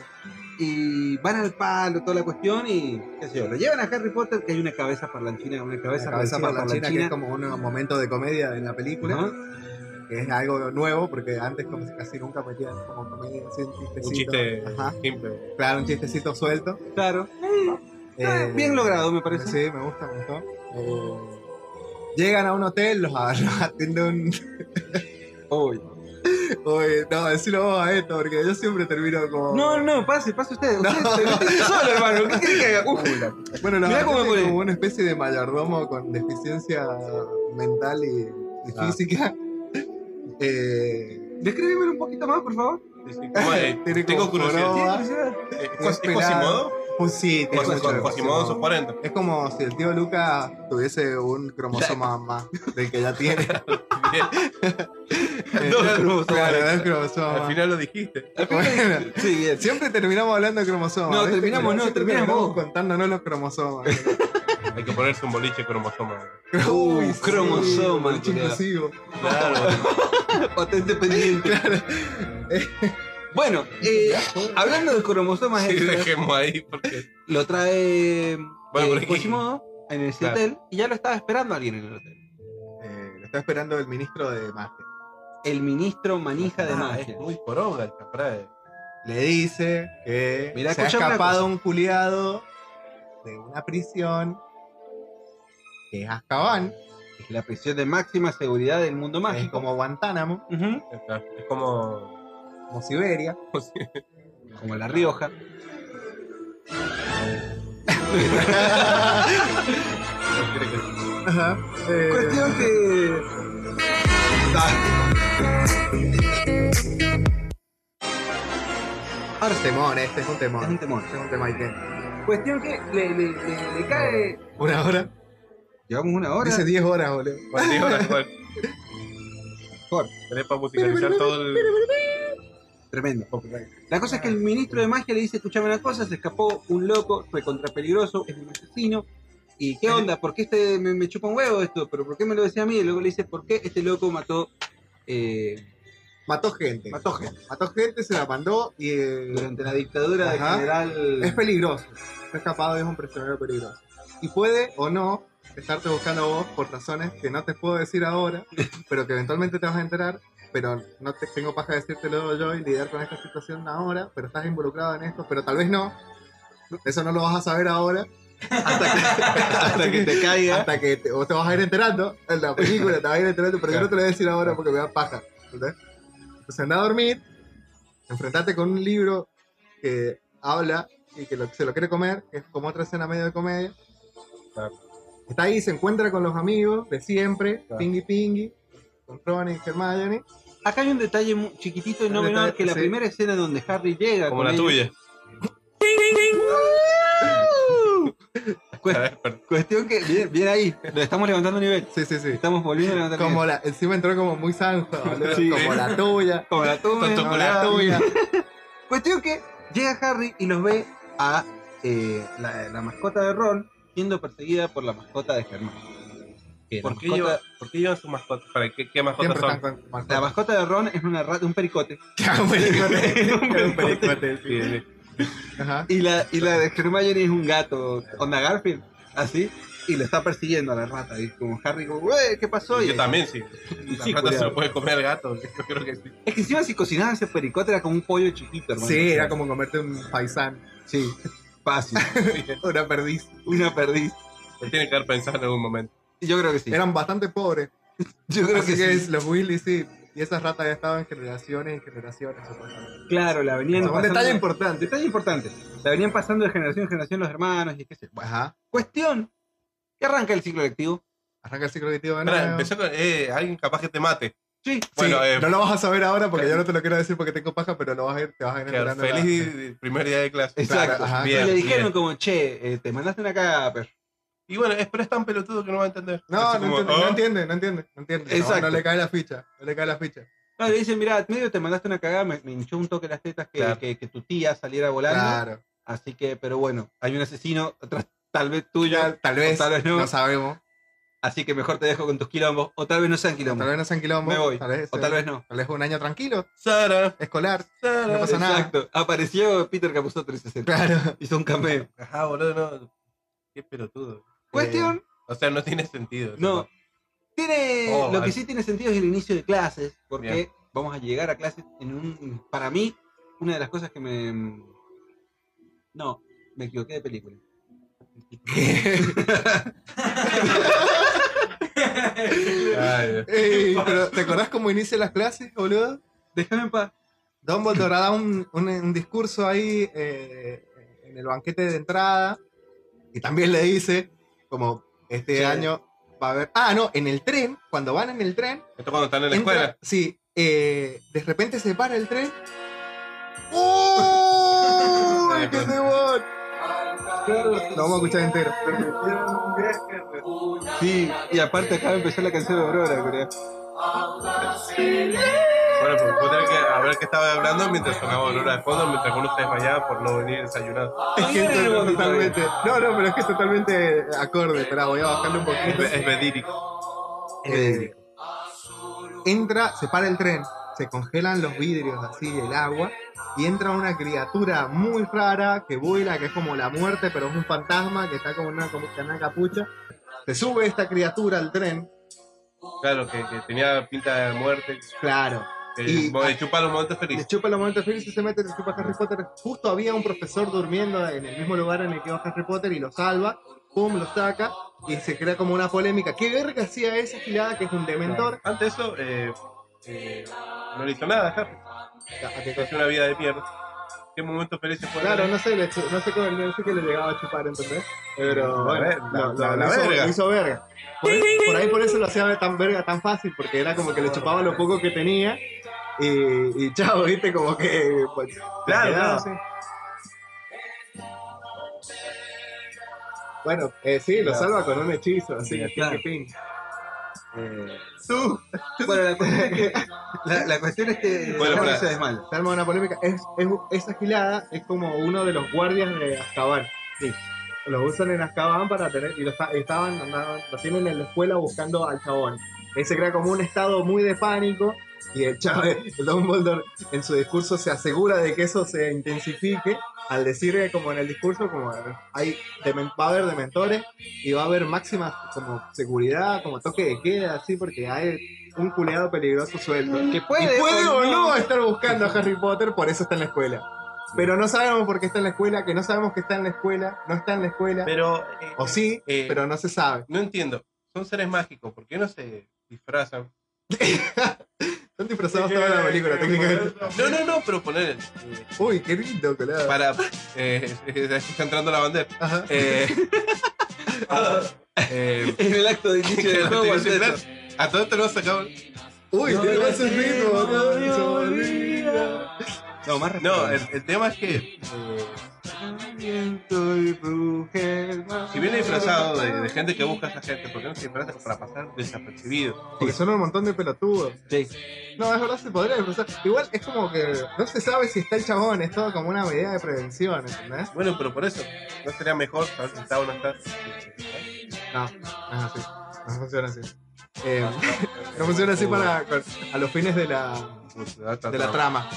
A: Y van al palo, toda la cuestión y qué sé yo, lo llevan a Harry Potter que hay una cabeza parlanchina, una cabeza,
E: La cabeza
A: parlanchina,
E: parlanchina, que es como un momento de comedia en la película,
A: parlanchina,
E: que es algo nuevo, porque antes como que casi nunca metían como comedia, así, un chistecito.
C: Un chiste
E: Ajá,
C: simple.
E: claro, un chistecito suelto.
A: ¿no? Claro. Ah,
E: Eh,
A: bien logrado, me parece.
E: Sí, me gusta, me gustó. Eh, llegan a un hotel, los, los atiende un,
A: Uy.
E: Oye, no, decilo vos a esto, porque yo siempre termino como.
A: No, no, pase, pase usted. Usted se mete solo, hermano. ¿Qué quiere que haga? Uf.
E: Bueno, la
A: Mirá
E: verdad
A: cómo me
E: es
A: pone.
E: como una especie de mayordomo con deficiencia mental y, y
C: Ah.
E: física. Eh,
A: Descríbemelo un poquito más, por favor.
C: ¿Cómo es?
E: Tiene
C: Tengo
E: como
C: curiosidad.
E: joroba.
A: Tiene
E: Ah.
A: curiosidad.
C: ¿Es
E: es
C: Cos- es
E: pelado.
C: Quasimodo?
E: pues sí, tiene
C: Cos-
E: mucho de
C: Cos- Quasimodo en sus
E: Quasimodo.
C: 40.
E: Es como si el tío Lucas tuviese un cromosoma más del que ya tiene. Eh,
C: Dos
E: claro,
C: cromosomas.
E: dos
C: Al
E: cromosomas.
C: final lo dijiste.
E: Bueno,
A: Sí, bien.
E: siempre terminamos hablando de cromosomas.
A: No,
E: ¿viste?
A: terminamos, no,
E: Siempre
A: terminás
E: terminamos
A: vos.
E: contándonos los cromosomas.
C: Hay que ponerse un boliche cromosoma.
A: Uy,
E: sí,
A: cromosoma,
E: boliche
A: culiao.
E: inclusivo.
C: Claro.
A: Patente pendiente. Bueno, eh, hablando de cromosomas,
C: Sí,
A: eh,
C: dejemos ahí porque.
A: lo trae
C: Bueno,
A: eh,
C: por aquí.
A: Quasimodo en ese
C: Claro.
A: hotel y ya lo estaba esperando alguien en el hotel.
E: Eh, lo está esperando el ministro de magia.
A: El ministro manija de
C: Ah,
A: magia.
C: Es muy poronga el Chafrae.
E: Le dice que
A: Mirá,
E: se ha
A: escuchame una
E: escapado un culiado de una prisión que es Azkaban,
A: Es la prisión de máxima seguridad del mundo
E: que es
A: mágico.
E: como Guantánamo,
A: Ujú.
C: Es como.
E: como Siberia.
A: Como La Rioja.
E: Ajá. Eh,
A: Cuestión que.
E: ahora es temón, este es un temón.
A: Es un temón.
E: Este es un tema Iken.
A: Cuestión que le, le- le- le cae.
E: Una hora.
A: Llevamos una hora.
E: Dice 10 horas, boludo.
C: ¿Cuántas horas, Juan?
A: Juan.
C: Tenés para musicalizar todo el.
A: Tremendo. La cosa es que el
E: Ah,
A: ministro de magia le dice, escuchame una cosa, se escapó un loco, fue contra peligroso, es un asesino, ¿Y qué onda? ¿Por qué este me, me chupa un huevo esto? ¿Pero por qué me lo decía a mí? Y luego le dice, ¿por qué este loco mató eh,
E: Mató gente.
A: Mató gente.
E: Mató gente, se la mandó y. eh,
A: durante la
E: Ajá.
A: dictadura del general?
E: Es peligroso. Está escapado es un prisionero peligroso. Y puede o no estarte buscando a vos por razones que no te puedo decir ahora, pero que eventualmente te vas a enterar. Pero no te tengo paja de decírtelo yo y lidiar con esta situación ahora, pero estás involucrado en esto, pero tal vez no. Eso no lo vas a saber ahora. Hasta que,
I: Hasta que te caiga.
E: hasta que te, o te vas a ir enterando en la película, te vas a ir enterando, pero yo no te lo voy a decir ahora porque me da paja. ¿entendés? Entonces anda a dormir, enfrentate con un libro que habla y que lo- se lo quiere comer, que es como otra escena medio de comedia. Está ahí, se encuentra con los amigos de siempre, Pingui Pingui, con Ronnie y Hermione.
A: Acá hay un detalle mu- chiquitito y no
E: Un
A: menor
E: detalle,
A: que la
E: sí.
A: primera escena donde Harry llega
C: Como
A: con
C: la
A: ellos,
C: tuya.
A: cuest- cuestión que bien, bien ahí, le estamos levantando nivel.
E: Sí, sí, sí.
A: Estamos volviendo a levantar
E: Como
A: nivel.
E: la, encima entró como muy zanja, boludo,
A: Sí.
E: como la tuya,
A: Como la tuya.
C: Tanto
E: como la tuya.
A: Cuestión que llega Harry y los ve a eh, la, la mascota de Ron siendo perseguida por la mascota de Germán. Que la
C: ¿Por qué,
A: mascota-
C: lleva, ¿Por qué lleva su mascota? ¿Para qué, qué mascotas
E: Siempre están
C: son?
E: con
A: La mascota de Ron es una rata, un pericote.
C: Un pericote, sí, sí.
E: Ajá.
A: Y la, y la de Hermione es un gato, onda Garfield, así. Y lo está persiguiendo a la rata. Y como Harry, como, "Güey, ¿qué pasó?
C: Yo
A: Y-
C: también, sí.
A: La
C: La
A: rata
C: plata se lo puede comer gato. Yo creo que sí.
A: Es que encima si cocinaban ese pericote era como un pollo chiquito, hermano.
E: Sí, era como comerte un paisán,
A: Sí, fácil.
E: una perdiz.
A: Una perdiz.
C: Lo tiene que haber pensado en algún momento.
A: Yo creo que sí.
E: Eran bastante pobres.
A: Yo creo
E: Así
A: que,
E: que,
A: sí.
E: es- los Willy sí. Y esas ratas ya estaban generaciones y generaciones. supuestamente.
A: Claro, la venían
E: Un
A: pasando-
E: detalle importante.
A: Detalle importante. La venían pasando de generación en generación los hermanos y qué sé yo. Bueno,
E: Ajá.
A: cuestión. Que arranca el ciclo lectivo.
E: Arranca el ciclo auditivo de
C: Espera,
E: nuevo.
C: empezó con. Eh, alguien capaz que te mate.
A: Sí.
C: Bueno,
E: Sí,
C: eh,
E: no lo vas a saber ahora porque yo no te lo quiero decir porque tengo paja, pero lo vas a ir, te vas a ir
C: que
E: enterando. la-
C: feliz primer día de clase.
A: Exacto.
E: Claro, ajá.
A: Y le
C: Bien,
A: dijeron
C: bien.
A: como, che, eh, te mandaste una cagada, pero.
C: Y bueno, es- pero es tan pelotudo que no va a entender.
E: No,
C: Así
E: no,
C: como,
E: entiende, no
C: ah,
E: entiende, no entiende, no entiende. No,
A: Exacto.
E: No, le cae la ficha, no le cae la ficha.
A: No, le dicen, mira, medio te mandaste una cagada, me, me hinchó un toque las tetas que,
C: Claro.
A: que- que tu tía saliera volando.
E: Claro.
A: Así que, pero bueno, hay un asesino atrás, tal vez tuyo.
E: Ya, tal vez,
A: tal vez no.
E: no. sabemos.
A: Así que mejor te dejo con tus quilombos. O tal vez no sean
E: Tal
A: quilombos.
E: vez no sean quilombos.
A: Me voy.
E: Tal vez,
A: o
E: eh,
A: tal vez no.
E: tal vez un año tranquilo,
C: Sara,
E: escolar.
C: Sara.
E: No pasa nada.
A: Exacto. Apareció Peter Capuzotto 360.
E: Claro.
A: Hizo un cameo.
C: Ajá, boludo, no. Qué pelotudo.
A: Cuestión.
C: O sea, no tiene sentido.
A: No. Tiene.
C: Oh,
A: lo que
C: vale.
A: sí tiene sentido es el inicio de clases. Porque
C: Bien.
A: vamos a llegar a clases en un. Para mí, una de las cosas que me. mm, No, me equivoqué de película.
C: Ay, Dios.
E: Ey, pero ¿te acordás cómo inician las clases, boludo?
A: Déjame en paz.
E: Dumbledore da un, un- un discurso ahí eh, en el banquete de entrada y también le dice como este
A: Sí.
E: año va a haber ah no en el tren cuando van en el tren
C: Esto cuando están en la
E: entra-
C: escuela.
E: sí eh, de repente se para el tren ¡Uy, qué temor! Lo vamos a escuchar entero
A: Sí, y aparte acaba de empezar la canción de Aurora, creo.
C: Bueno, pues voy a tener que a ver qué estaba hablando mientras sonaba Aurora de fondo, mientras uno se desmayaba por no venir desayunado.
E: es que esto
A: Ay,
E: es totalmente no no pero es que es totalmente acorde pero voy a bajarle un
C: Es,
E: poquito
C: be- es bedírico.
E: Eh, entra, se para el tren, se congelan los vidrios así del agua y entra una criatura muy rara que vuela, que es como la muerte, pero es un fantasma que está como en una, como en una capucha. Se sube esta criatura al tren,
C: Claro, que, que tenía pinta de muerte.
E: claro.
C: Que
E: Y-
C: como de chupar los momentos
E: Le
C: felices.
E: chupa los momentos felices y se mete, le chupa a Harry Potter. Justo había un profesor durmiendo en el mismo lugar en el que va Harry Potter y lo salva. Pum, lo saca y se crea como una polémica. ¿Qué verga hacía esa gilada que es un dementor?
C: Antes de eso, eh, eh, no le hizo nada a Harry.
E: ¿A qué
C: Le hizo una vida de mierda. ¿Qué momentos felices fue?
E: Claro, no sé, le- no sé cómo no sé que le llegaba a chupar, ¿entendés? Pero
C: La
E: bueno,
C: ver- la-
E: lo- lo-
C: la-
E: lo
C: la
E: hizo,
C: verga.
E: lo hizo verga. Por, por ahí por eso lo hacía tan verga, tan fácil, porque era como que le chupaba lo poco que tenía y, y chao, viste, como que... pues,
C: Claro,
E: se quedaba.
C: claro, sí.
E: Bueno, eh, sí, lo salva con un hechizo, así,
A: Sí,
E: ping,
A: claro.
E: ping.
C: Eh,
A: Bueno, la cuestión es que. La, la cuestión es que.
C: Bueno,
A: Harry
C: para-
A: se desmaya.
E: Se arma una polémica. Es, es, esa gilada es como uno de los guardias de Azkaban. lo usan en Azkaban para tener, y lo, está- estaban, andaban- lo tienen en la escuela buscando al chabón. Él se crea como un estado muy de pánico y el Chávez, el Dumbledore, en su discurso se asegura de que eso se intensifique al decir que como en el discurso como hay demen- va a haber dementores y va a haber máxima como seguridad, como toque de queda, así porque hay un culeado peligroso suelto.
A: Que
E: Y
A: puede, pues,
E: puede o no estar buscando a Harry Potter, por eso está en la escuela. Pero no sabemos por qué está en la escuela, que no sabemos que está en la escuela, no está en la escuela,
C: Pero. eh,
E: o sí,
C: eh,
E: pero no se sabe.
C: No entiendo. Son seres mágicos. ¿Por qué no se disfrazan?
E: Están disfrazados toda la película, técnicamente.
C: No, no, no, pero poner.
E: Uy, qué lindo, colado.
C: Para. Eh, está entrando la bandera.
E: Ajá.
C: Eh, eh,
A: En el acto de inicio del juego.
C: Tenés que hablar. a todo esto no sacamos.
E: Uy, tiene más el ritmo. no, no,
A: No, más respeto.
C: No, el, el tema es que. eh, si viene disfrazado de, de gente que busca a esa gente, ¿por qué no se disfraza para pasar desapercibido?
E: Porque son un montón de pelotudos.
A: Sí.
E: No, es verdad, se podría disfrazar. Igual es como que no se sabe si está el chabón, es todo como una medida de prevención, ¿entendés?
C: Bueno, pero por eso, ¿no sería mejor saber si está o no está?
E: No, no es así. Ah, No funciona así. Eh, no funciona así para con- a los fines de la, de la trama.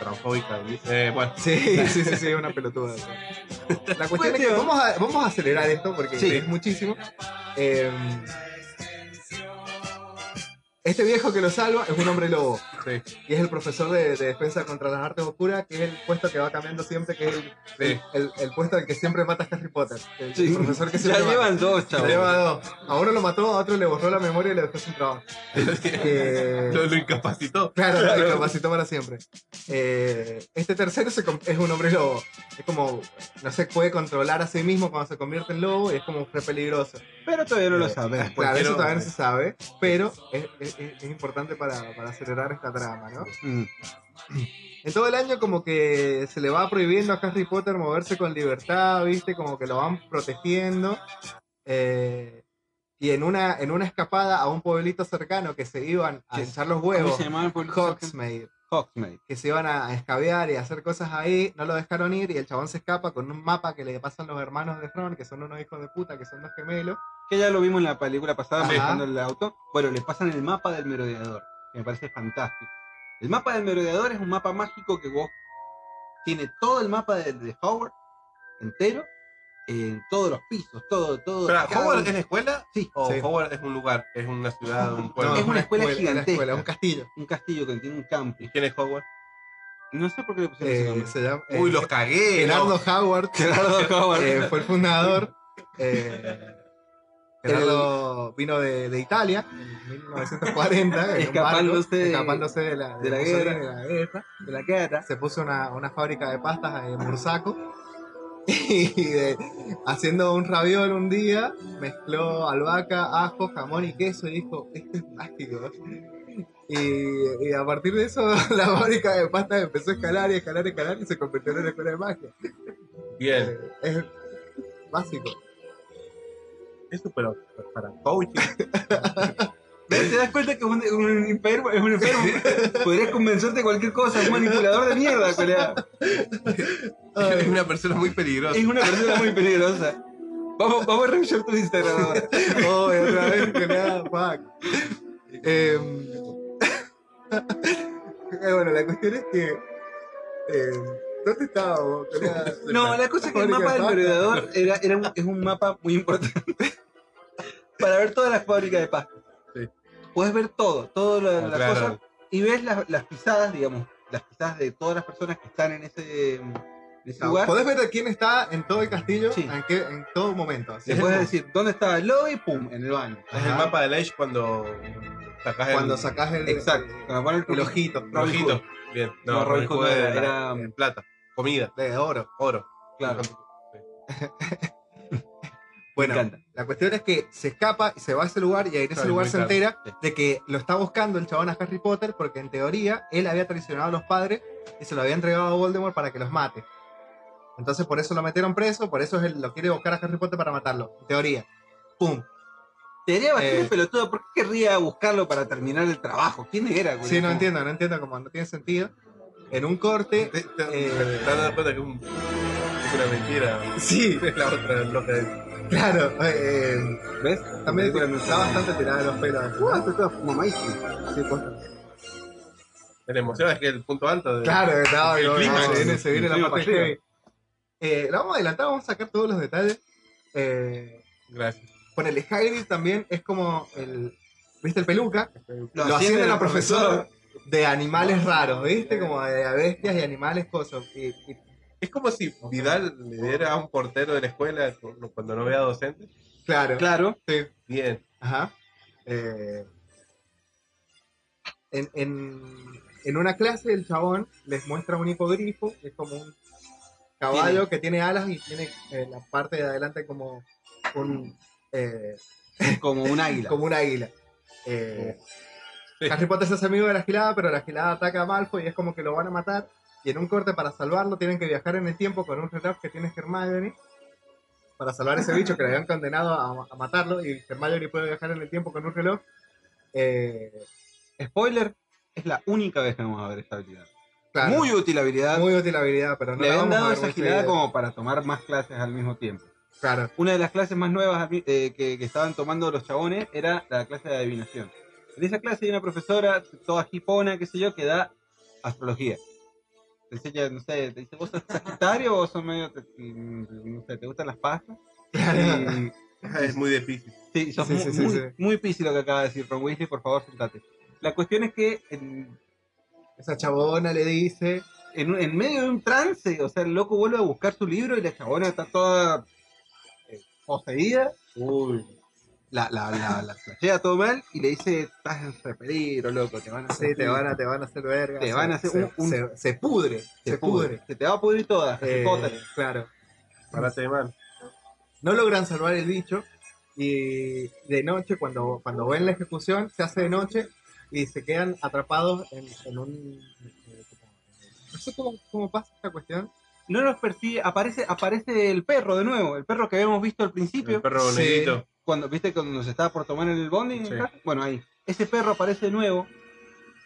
C: Transfóbica. Eh, bueno,
E: Sí, sí, sí, sí, es una pelotuda. La cuestión es que vamos a, vamos a acelerar esto porque
A: Sí.
E: es muchísimo. Eh, este viejo que lo salva es un hombre lobo. Y es el profesor de, de defensa contra las artes oscuras, que es el puesto que va cambiando siempre, que es el,
C: sí.
E: el- el puesto al que siempre mata Harry Potter. El
A: Sí.
E: profesor que
A: Ya
E: siempre mata.
A: llevan dos,
E: Le
A: chavos.
E: Lleva dos. A uno lo mató, a otro le borró la memoria y le dejó sin trabajo. Eh,
C: Lo, lo incapacitó.
E: Claro, lo incapacitó para siempre. Eh, este tercero se com- es un hombre lobo. Es como, no se puede controlar a sí mismo cuando se convierte en lobo y es como re peligroso.
A: Pero todavía no lo pues. sabemos.
E: Claro,
C: Pero-
E: eso todavía no se sabe, pero es, es- es- es importante para, para acelerar esta trama, ¿no?
A: Mm.
E: En todo el año como que se le va prohibiendo a Harry Potter moverse con libertad, ¿viste? Como que lo van protegiendo. Eh, y en una, en una escapada a un pueblito cercano que se iban a
A: Sí.
E: echar los
A: ¿Cómo
E: huevos,
A: se llamaba el pueblo?
E: Hogsmeade
A: Hogsmeade.
E: que se iban a escabear y a hacer cosas ahí, no lo dejaron ir y el chabón se escapa con un mapa que le pasan los hermanos de Ron, que son unos hijos de puta, que son dos gemelos.
A: Que ya lo vimos en la película pasada,
E: Ajá.
A: manejando el auto. Bueno, le pasan el mapa del merodeador, que me parece fantástico. El mapa del merodeador es un mapa mágico que vos tiene todo el mapa de, de Howard entero, en todos los pisos, todo, todo.
C: Espera,
A: cada
C: ¿Howard
A: uno.
C: es la escuela?
A: Sí.
C: ¿O
E: Sí.
C: Howard es un lugar? ¿Es una ciudad? Ah, ¿Un
E: No,
C: pueblo?
A: es una escuela gigantesca.
E: un castillo.
A: un castillo que tiene un campo.
C: ¿Y quién es Howard?
A: No sé por qué le pusieron ese
E: Eh,
A: nombre.
E: se llama, eh,
C: Uy, los cagué.
E: Gerardo
C: ¿no?
E: Howard
A: Gerardo Howard.
E: eh, fue el fundador. eh, Gerardo vino de, de Italia en 1940, en un barco,
A: Escapándose de-
E: escapándose de la,
A: de la
E: Mussolini,
A: guerra.
E: de la guerra.
A: de la guerra.
E: se puso una, una fábrica de pastas en Bursaco y de- haciendo un raviol un día mezcló albahaca, ajo, jamón y queso y dijo, esto es mágico. Y, y a partir de eso la fábrica de pastas empezó a escalar y escalar y escalar y se convirtió en una escuela de magia.
C: Bien.
E: Eh, Es básico.
C: Eso, pero para coaching.
A: ¿Ves? ¿Te das cuenta que un, un enfermo es un enfermo? Podrías convencerte de cualquier cosa, es un manipulador de mierda, colega.
C: Es una persona muy peligrosa.
A: Es una persona muy peligrosa. Vamos, vamos a revisar tu Instagram ahora.
E: Oh, y otra vez que nada, fuck. Em, eh, bueno, la cuestión es que. em, ¿Dónde estábamos? Con la-
A: No, la cosa es que el
E: fábrica
A: mapa
E: de
A: del
E: pasta.
A: merodeador era, era un- es un mapa muy importante para ver todas las fábricas de pasta.
C: Sí.
A: Puedes ver todo, todas las
C: Ah,
A: las
C: claro.
A: cosas y ves las, las pisadas, digamos, las pisadas de todas las personas que están en ese, en ese
C: Ah,
E: No,
A: lugar.
E: Podés ver a quién está en todo el castillo
A: Sí.
E: en, qué- en todo momento. así.
A: Le puedes decir dónde estaba el lobby, pum, en el baño.
C: Es el mapa del Edge cuando sacás
E: cuando
C: el
E: sacás el,
A: em, Exacto. Cuando pones
E: el ojito
C: el ojito. Bien. No, Robin Hood era,
A: era-
C: en plata, comida,
E: de oro.
C: oro.
A: Claro.
E: Bueno,
A: Me encanta.
E: la cuestión es que se escapa y se va a ese lugar y en ese
C: Claro,
E: lugar
C: muy
E: se
C: claro.
E: entera
A: Sí.
E: de que lo está buscando el chabón a Harry Potter porque en teoría él había traicionado a los padres y se lo había entregado a Voldemort para que los mate. Entonces por eso lo metieron preso, por eso es el- lo quiere buscar a Harry Potter para matarlo. En teoría. ¡Pum!
A: Sería bastante
E: Eh.
A: pelotudo. ¿Por qué querría buscarlo para terminar el trabajo? ¿Quién era, güey?
E: Sí, no
A: Como-
E: entiendo, no entiendo cómo no tiene sentido. En un corte eh,
C: Te, te- te estás dando cuenta que es un, es película mentira.
E: Sí,
C: Es la otra loca de.
E: claro. eh, ¿Ves? También
A: película no
E: está bastante tirada de los pelos. ¿Cómo hace todo mamadísimo? Sí, posta.
C: La emoción es que el punto alto de.
E: Claro, estaba
C: El
E: no,
C: clima,
E: se
C: sí,
E: viene, se viene
A: sí,
E: la
A: para
E: parte
A: arriba.
E: heavy. Eh, la vamos a adelantar, vamos a sacar todos los detalles. Eh,
C: Gracias.
E: con el Hagrid también es como el. ¿Viste el peluca?
A: Lo
E: lo
A: ascienden
E: ascienden a
A: a
E: profesor de animales raros, ¿viste? Como de bestias y animales, cosas. Y, y-
C: Es como si Vidal le diera a un portero de la escuela cu- cuando no vea docentes.
E: claro.
A: Claro.
E: sí.
C: Bien.
E: Ajá. Eh, en, en- en una clase el chabón les muestra un hipogrifo, que es como un caballo que tiene alas y tiene eh, la parte de adelante como un, eh,
A: Como un águila.
E: como un águila. Eh,
C: Sí.
E: Harry Potter se hace amigo de la gilada, pero la gilada ataca a Malfoy y es como que lo van a matar. Y en un corte para salvarlo tienen que viajar en el tiempo con un reloj que tiene Hermione para salvar a ese bicho que le habían condenado a, a matarlo. Y Hermione puede viajar en el tiempo con un reloj. Eh,
A: Spoiler, es la única vez que vamos a ver esta habilidad.
E: claro,
A: Muy útil habilidad.
E: muy ¿ah? útil la habilidad, pero no
A: Le
E: la
A: habían
E: vamos a
A: dado
E: ver
A: esa
E: muy
A: gilada
E: seguido.
A: como para tomar más clases al mismo tiempo.
E: Claro,
A: Una de las clases más nuevas al mi- eh, que, que estaban tomando los chabones era la clase de adivinación. En esa clase hay una profesora, toda hipona, qué sé yo, que da astrología. Te enseña, no sé, te dice, vos sos sagitario o vos sos medio, te- mm, no sé, te gustan las pastas. Y-
C: Es muy difícil.
A: Sí, sos
E: Sí,
A: muy,
E: sí, sí,
A: muy,
E: sí.
A: muy pisi lo que acaba de decir Ron Weasley, por favor, sentate. La cuestión es que en,
E: esa chabona le dice.
A: en un- en medio de un trance, o sea, el loco vuelve a buscar su libro y la chabona está toda eh, poseída. La, la, la, la flashea todo mal y le dice, estás en re peligro, loco, te van a hacer...
E: Sí, te van a, te van a hacer verga.
A: Te
E: se-
A: van a hacer
E: se,
A: un- un-
E: se- se pudre, se,
A: se
E: pudre.
A: Se te va a pudrir toda,
E: Eh,
A: Potter.
E: claro.
C: Parate de mano.
E: no logran salvar el bicho y de noche cuando, cuando ven la ejecución se hace de noche y se quedan atrapados en, en un eh, como- no sé cómo, cómo pasa esta cuestión
A: No los persigue, aparece, aparece el perro de nuevo, el perro que habíamos visto al principio.
C: El perro
E: Sí.
C: negrito.
A: cuando viste cuando nos estaba por tomar el bonding
C: Sí.
A: acá? bueno ahí ese perro aparece de nuevo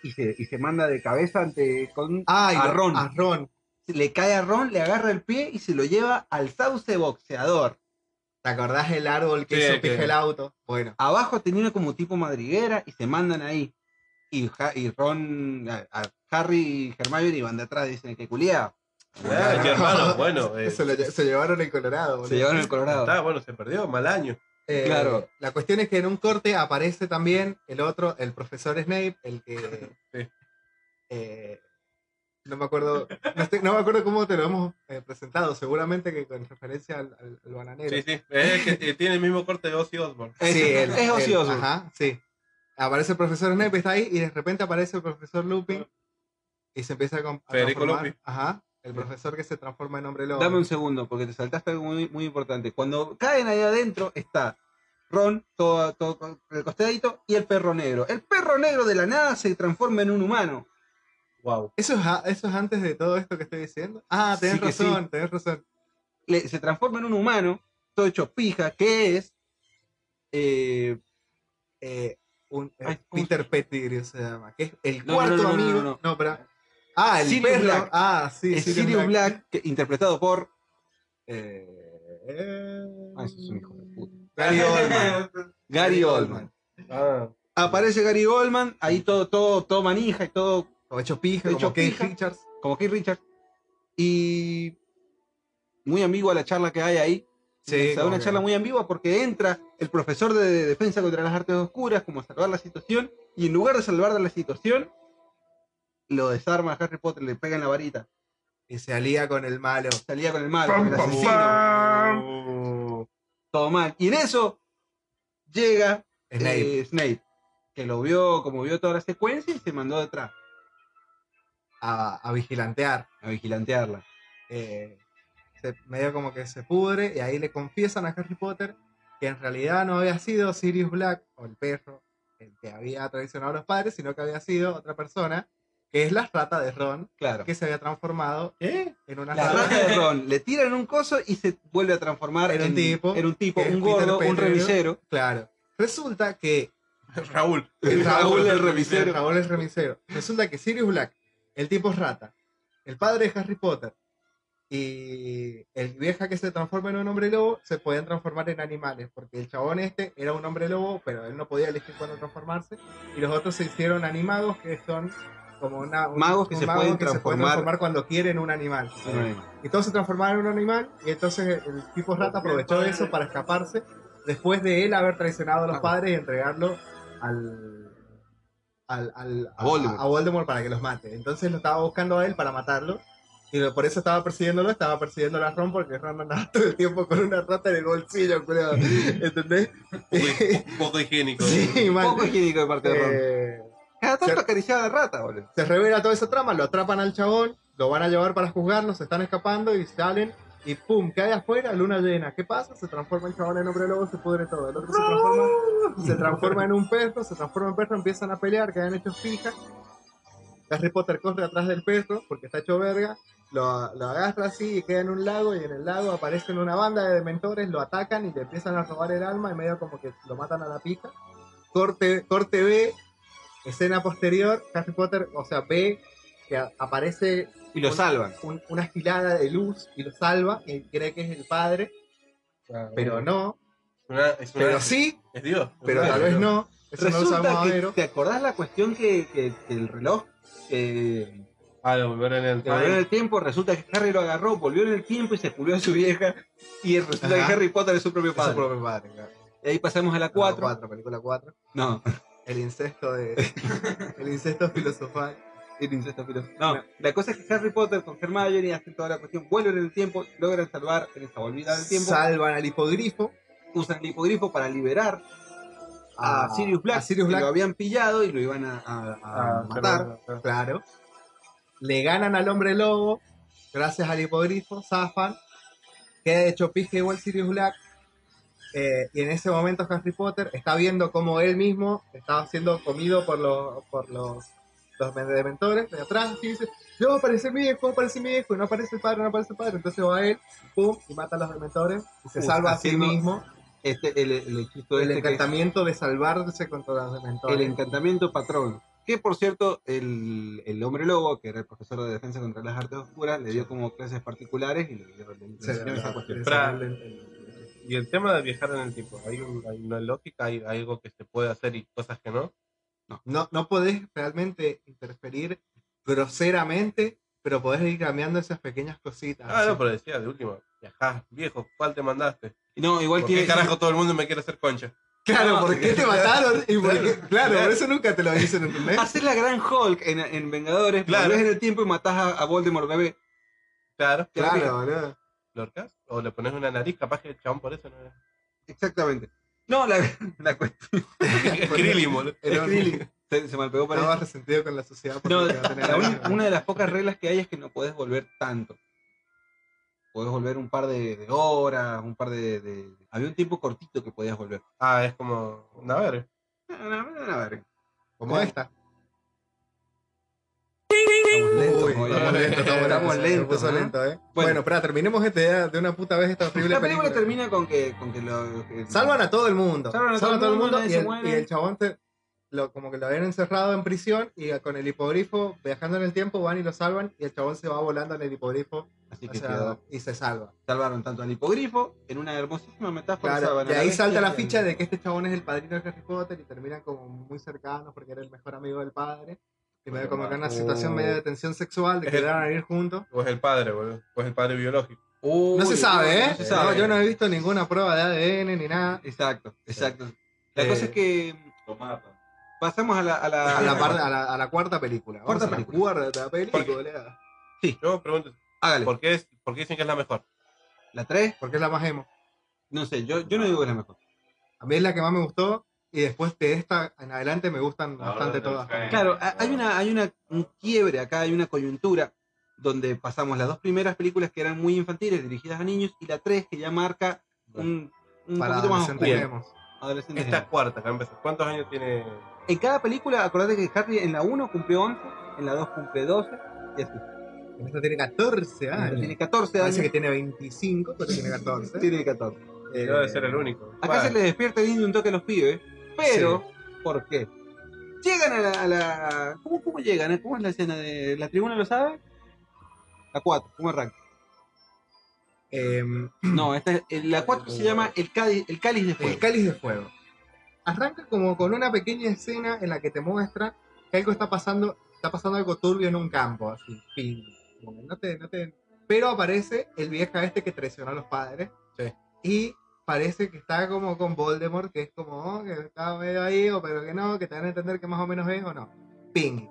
A: y se, y se manda de cabeza ante con
E: ah, y lo-
A: a Ron.
E: a Ron.
A: le cae a Ron le agarra el pie y se lo lleva al sauce boxeador
E: ¿te acordás el árbol que
C: Sí,
E: hizo
C: que-
E: pija el auto? bueno
A: abajo tenía como tipo madriguera y se mandan ahí y, Ja- y Ron a- a Harry y Hermione van detrás y dicen que culiao
C: Ah, qué hermano, bueno. eh,
E: se, lo lle- se llevaron en Colorado boludo.
A: se llevaron el Colorado
C: está, bueno, se perdió, mal año.
E: Eh,
A: Claro.
E: la cuestión es que en un corte aparece también el otro el profesor Snape el que
C: Sí.
E: eh, no me acuerdo, no, estoy- no me acuerdo cómo te lo hemos eh, presentado, seguramente que con referencia al, al- al bananero. Eh,
C: Sí, sí. Es que eh, tiene el mismo corte de Ozzy Osbourne.
A: Es-
E: el-
A: es
E: el-
A: ocioso
E: Ajá, sí. Aparece el profesor Snape, está ahí, y de repente aparece el profesor Lupin y se empieza a com- a
C: Federico
E: transformar.
C: Lupin.
E: Ajá, el profesor que se transforma en hombre lobo.
A: Dame un segundo, porque te saltaste algo muy, muy importante. Cuando caen ahí adentro, está Ron, todo, todo con el costadito, y el perro negro. El perro negro de la nada se transforma en un humano.
C: Wow.
E: ¿Eso, es a- eso es antes de todo esto que estoy diciendo. Ah, tenés
A: Sí que sí.
E: razón, tenés razón.
A: Le- se transforma en un humano, todo hecho pija, que es. eh,
E: Eh, un, eh,
A: Ay, ¿cómo
E: Peter Pettigrew se llama, que es el
A: No,
E: cuarto
A: no, no, no,
E: amigo.
A: no, no.
E: pero- Ah, el
A: Sirius
E: perro.
A: Black.
E: Ah, sí,
A: es
E: Sirius
A: Sirius Black, que- interpretado por.
E: Eh,
A: Ah, eso es un hijo de puta.
E: Gary Oldman.
A: Gary Oldman.
E: Ah.
A: Aparece Gary Oldman, ahí todo, todo, todo manija y todo
E: O hecho pija,
A: Hecho
E: como Keith
A: pija.
E: Richards.
A: como Keith Richards. Y muy amigo a la charla que hay ahí.
E: Sí,
A: se da
E: como
A: una
E: que-
A: charla muy ambigua porque entra el profesor de defensa contra las artes oscuras como a salvar la situación y en lugar de salvar la situación lo desarma a Harry Potter, le pega en la varita,
E: Y se alía con el malo.
A: salía con el malo, con el asesino, todo mal. Y en eso llega
E: Snape.
A: eh, Snape, que lo vio como vio toda la secuencia y se mandó detrás
E: a, a vigilantear.
A: a vigilantearla.
E: eh, se- medio como que se pudre. Y ahí le confiesan a Harry Potter que en realidad no había sido Sirius Black o el perro el que había traicionado a los padres, sino que había sido otra persona, que es la rata de Ron,
A: Claro.
E: que se había transformado en una
A: La
E: rata.
A: rata de Ron le tiran un coso y se vuelve a transformar
E: Era un tipo,
A: en un tipo,
E: que es
A: un
E: Peter
A: gordo, un
E: Pettigrew.
A: revisero.
E: Claro. Resulta que
C: Raúl.
E: El
A: Raúl el
E: El
A: revisero.
E: Raúl es remisero. Resulta que Sirius Black, el tipo es rata, el padre de Harry Potter, y el vieja que se transforma en un hombre lobo se podían transformar en animales, porque el chabón este era un hombre lobo, pero él no podía elegir cuándo transformarse, y los otros se hicieron animados que son como una, un-
A: Magos que
E: un
A: se pueden transformar-
E: transformar cuando quieren un animal. Y todos se transformaron en un animal y entonces el tipo rata aprovechó eso para escaparse después de él haber traicionado a los padres y entregarlo al, al, al-
C: A Voldemort.
E: a Voldemort para que los mate. Entonces lo estaba buscando a él para matarlo y lo- por eso estaba persiguiéndolo, estaba persiguiendo a Ron porque Ron andaba todo el tiempo con una rata en el bolsillo, culiao. ¿entendés?
C: Un poco, un poco higiénico.
E: sí, mal.
A: Poco higiénico de parte de Ron.
E: Eh,
A: Cada tanto
E: se-
A: acariciaba a la rata, boludo.
E: se revela toda esa trama, lo atrapan al chabón, lo van a llevar para juzgarlo, se están escapando y salen y pum, cae afuera, luna llena. ¿Qué pasa? Se transforma el chabón en hombre lobo, se pudre todo. El otro se transforma, se transforma en un perro, se transforma en perro, empiezan a pelear, quedan hechos fijas. Harry Potter corre atrás del perro porque está hecho verga. Lo, lo agarra así y queda en un lago y en el lago aparecen una banda de dementores, lo atacan y le empiezan a robar el alma y medio como que lo matan a la pica. Corte, corte B, escena posterior, Harry Potter, o sea, ve que a- aparece
A: Y lo
E: Un-
A: salvan.
E: un- una gilada de luz y lo salva, y cree que es el padre, pero no,
C: Una- es una-
E: pero sí,
C: Es Dios.
E: pero
C: Es
E: tal
C: Dios.
E: vez no, eso no lo sabemos
A: Resulta que,
E: ahora.
A: ¿te acordás la cuestión que, que, que el reloj eh,
C: Ah, de volver en el
A: que volvió en
C: time.
A: el tiempo? Resulta que Harry lo agarró, volvió en el tiempo y se culió a su vieja. Y resulta
E: Ajá.
A: que Harry Potter es su propio
E: Es su
A: padre.
E: propio padre, claro.
A: Y ahí pasamos a la 4.
E: Cuatro, película 4.
A: No,
E: El incesto de el incesto filosofal.
A: el incesto filosofal. No, la cosa es que Harry Potter con Hermione hacen toda la cuestión, vuelven en el tiempo, logran salvar en esta volvida del tiempo,
E: Salvan al hipogrifo.
A: usan el hipogrifo para liberar a, Sirius Black,
E: Ah, a Sirius
A: que
E: Black. Ah.
A: lo habían pillado y lo iban a, a- a
C: Ah,
E: a
A: matar.
E: matar, claro. Le ganan al hombre lobo, gracias al hipogrifo, zafan. Queda hecho pija igual Sirius Black. Eh, y en ese momento Harry Potter está viendo como él mismo estaba siendo comido por los, por los, los dementores de atrás. Y dice, yo aparece mi hijo, aparece mi hijo. Y no aparece el padre, no aparece el padre. Entonces va él, pum, y mata a los dementores. Y se
A: Uh,
E: salva a sí
A: haciendo
E: mismo.
A: Este, el, el hechizo
E: El
A: este que es
E: encantamiento de salvarse contra los dementores.
A: el encantamiento patrón. Que por cierto, el, el hombre lobo, que era el profesor de defensa contra las artes oscuras, le dio como clases particulares y le, dio- le
E: Se-
A: enseñó esa cuestión.
E: se-
C: Fra-
E: el- el-
C: Y el tema de viajar en el tiempo, ¿hay, un- hay una lógica? ¿Hay algo que se puede hacer y cosas que no?
E: No, no podés realmente interferir groseramente, pero podés ir cambiando esas pequeñas cositas.
C: Ah,
E: así.
C: no, pero decía, de última, viajás, viejo, ¿cuál te mandaste?
A: No, igual
C: ¿Por qué
A: tiene.
C: carajo todo el mundo me quiere hacer concha?
E: Claro,
A: No,
E: ¿por qué te mataron? Y por qué- claro, por
C: claro.
E: eso nunca te lo dicen, ¿entendés?
A: Hacer la gran Hulk en, en Vengadores,
C: Claro.
A: volvés en el tiempo y matás a, a Voldemort bebé.
C: Claro,
E: Claro, boludo.
C: ¿Lo horcás? ¿O le pones una nariz? Capaz que el chabón por eso no es.
A: Exactamente. No, la, la cuestión.
C: Es Krillin, boludo.
E: Era un-
A: Se, se malpegó para
E: Estaba resentido con la sociedad. por
A: No,
E: lo que va a tener
A: La
E: ahora,
A: uni- una de las pocas reglas que hay es que no podés volver tanto. Podés volver un par de, de horas, un par de, de- Había un tiempo cortito que podías volver.
C: Ah, es como. A ver.
A: Ah, No, no, no, no, a ver.
E: Como esta.
A: Estamos lentos,
E: Uy,
A: hoy,
E: estamos
A: ¿eh?
E: lentos, estamos lentos,
A: Estamos
E: se
A: lentos,
E: puso
A: ¿ah?
E: lento, ¿eh? Bueno,
A: Bueno.
E: espera, terminemos este ya de una puta vez esta horrible
A: La película termina con que, con que lo. que-
E: Salvan a todo el mundo. Salvan a todo, el mundo,
A: nadie
E: y,
A: se
E: el,
A: muere.
E: y el chabón te- lo, como que lo habían encerrado en prisión y con el hipogrifo viajando en el tiempo van y lo salvan y el chabón se va volando en el hipogrifo
A: Así
E: o
A: que
E: sea,
A: quedó.
E: y se salva.
A: salvaron tanto al hipogrifo en una hermosísima metáfora.
E: Claro,
A: salvan a
E: de ahí
A: bestia
E: salta la
A: y al-
E: ficha de que este chabón es el padrino de Harry Potter y terminan como muy cercanos porque era el mejor amigo del padre. Y medio como que una situación medio de tensión sexual, de
C: Es
E: que
C: el-
E: llegaron a ir juntos.
C: O es el padre, boludo. O es el padre biológico.
A: Uy,
E: No se sabe, ¿eh?
A: No se sabe.
E: No, yo no he visto ninguna prueba de ADN ni nada.
A: Exacto, exacto. La
E: Eh,
A: cosa es que. Pasamos a la. A la,
E: A la, par- a la- a la cuarta película.
A: Cuarta
E: Vamos a la
A: película.
E: cuarta película.
C: Yo me pregunto,
A: Hágale.
C: ¿por qué, es, ¿por qué dicen que es la mejor?
A: La 3,
E: Porque es la más emo.
A: no sé, yo, yo no digo que es la mejor.
E: A mí es la que más me gustó. Y después de esta en adelante me gustan bastante todas.
A: Claro, ha- Ah, hay una, hay una un quiebre acá, hay una coyuntura donde pasamos las dos primeras películas que eran muy infantiles, dirigidas a niños, y la 3 que ya marca un, un
E: Para
A: poquito más
E: adolescentes
A: oscuro.
E: emo.
A: Adolescentes
C: Esta es
A: emo.
C: cuarta, acá empezó. ¿Cuántos años tiene?
A: En cada película, acordate que Harry en la 1 cumplió 11, en la 2 cumple 12, y así.
E: En esta tiene 14 años.
A: Tiene 14 años,
E: Parece que tiene 25, pero tiene 14.
A: tiene 14.
E: Eh,
C: No debe ser el único.
A: Acá se le despierta lindo un toque a los pibes, pero ¿por qué? Llegan a la, a la- ¿cómo, cómo llegan? ¿Cómo es la escena de la tribuna lo sabe? La 4, ¿cómo arranca?
E: Em,
A: No, esta es- la 4 se llama El Cáliz, el cáliz de Fuego.
E: El cáliz de fuego. Arranca como con una pequeña escena en la que te muestra que algo está pasando, está pasando algo turbio en un campo, así, fin. Como que no te- no te- Pero aparece el vieja este que traicionó a los padres. Y parece que está como con Voldemort, que es como, oh, que está medio ahí, o pero que no, que te van a entender que más o menos es o no. Ping.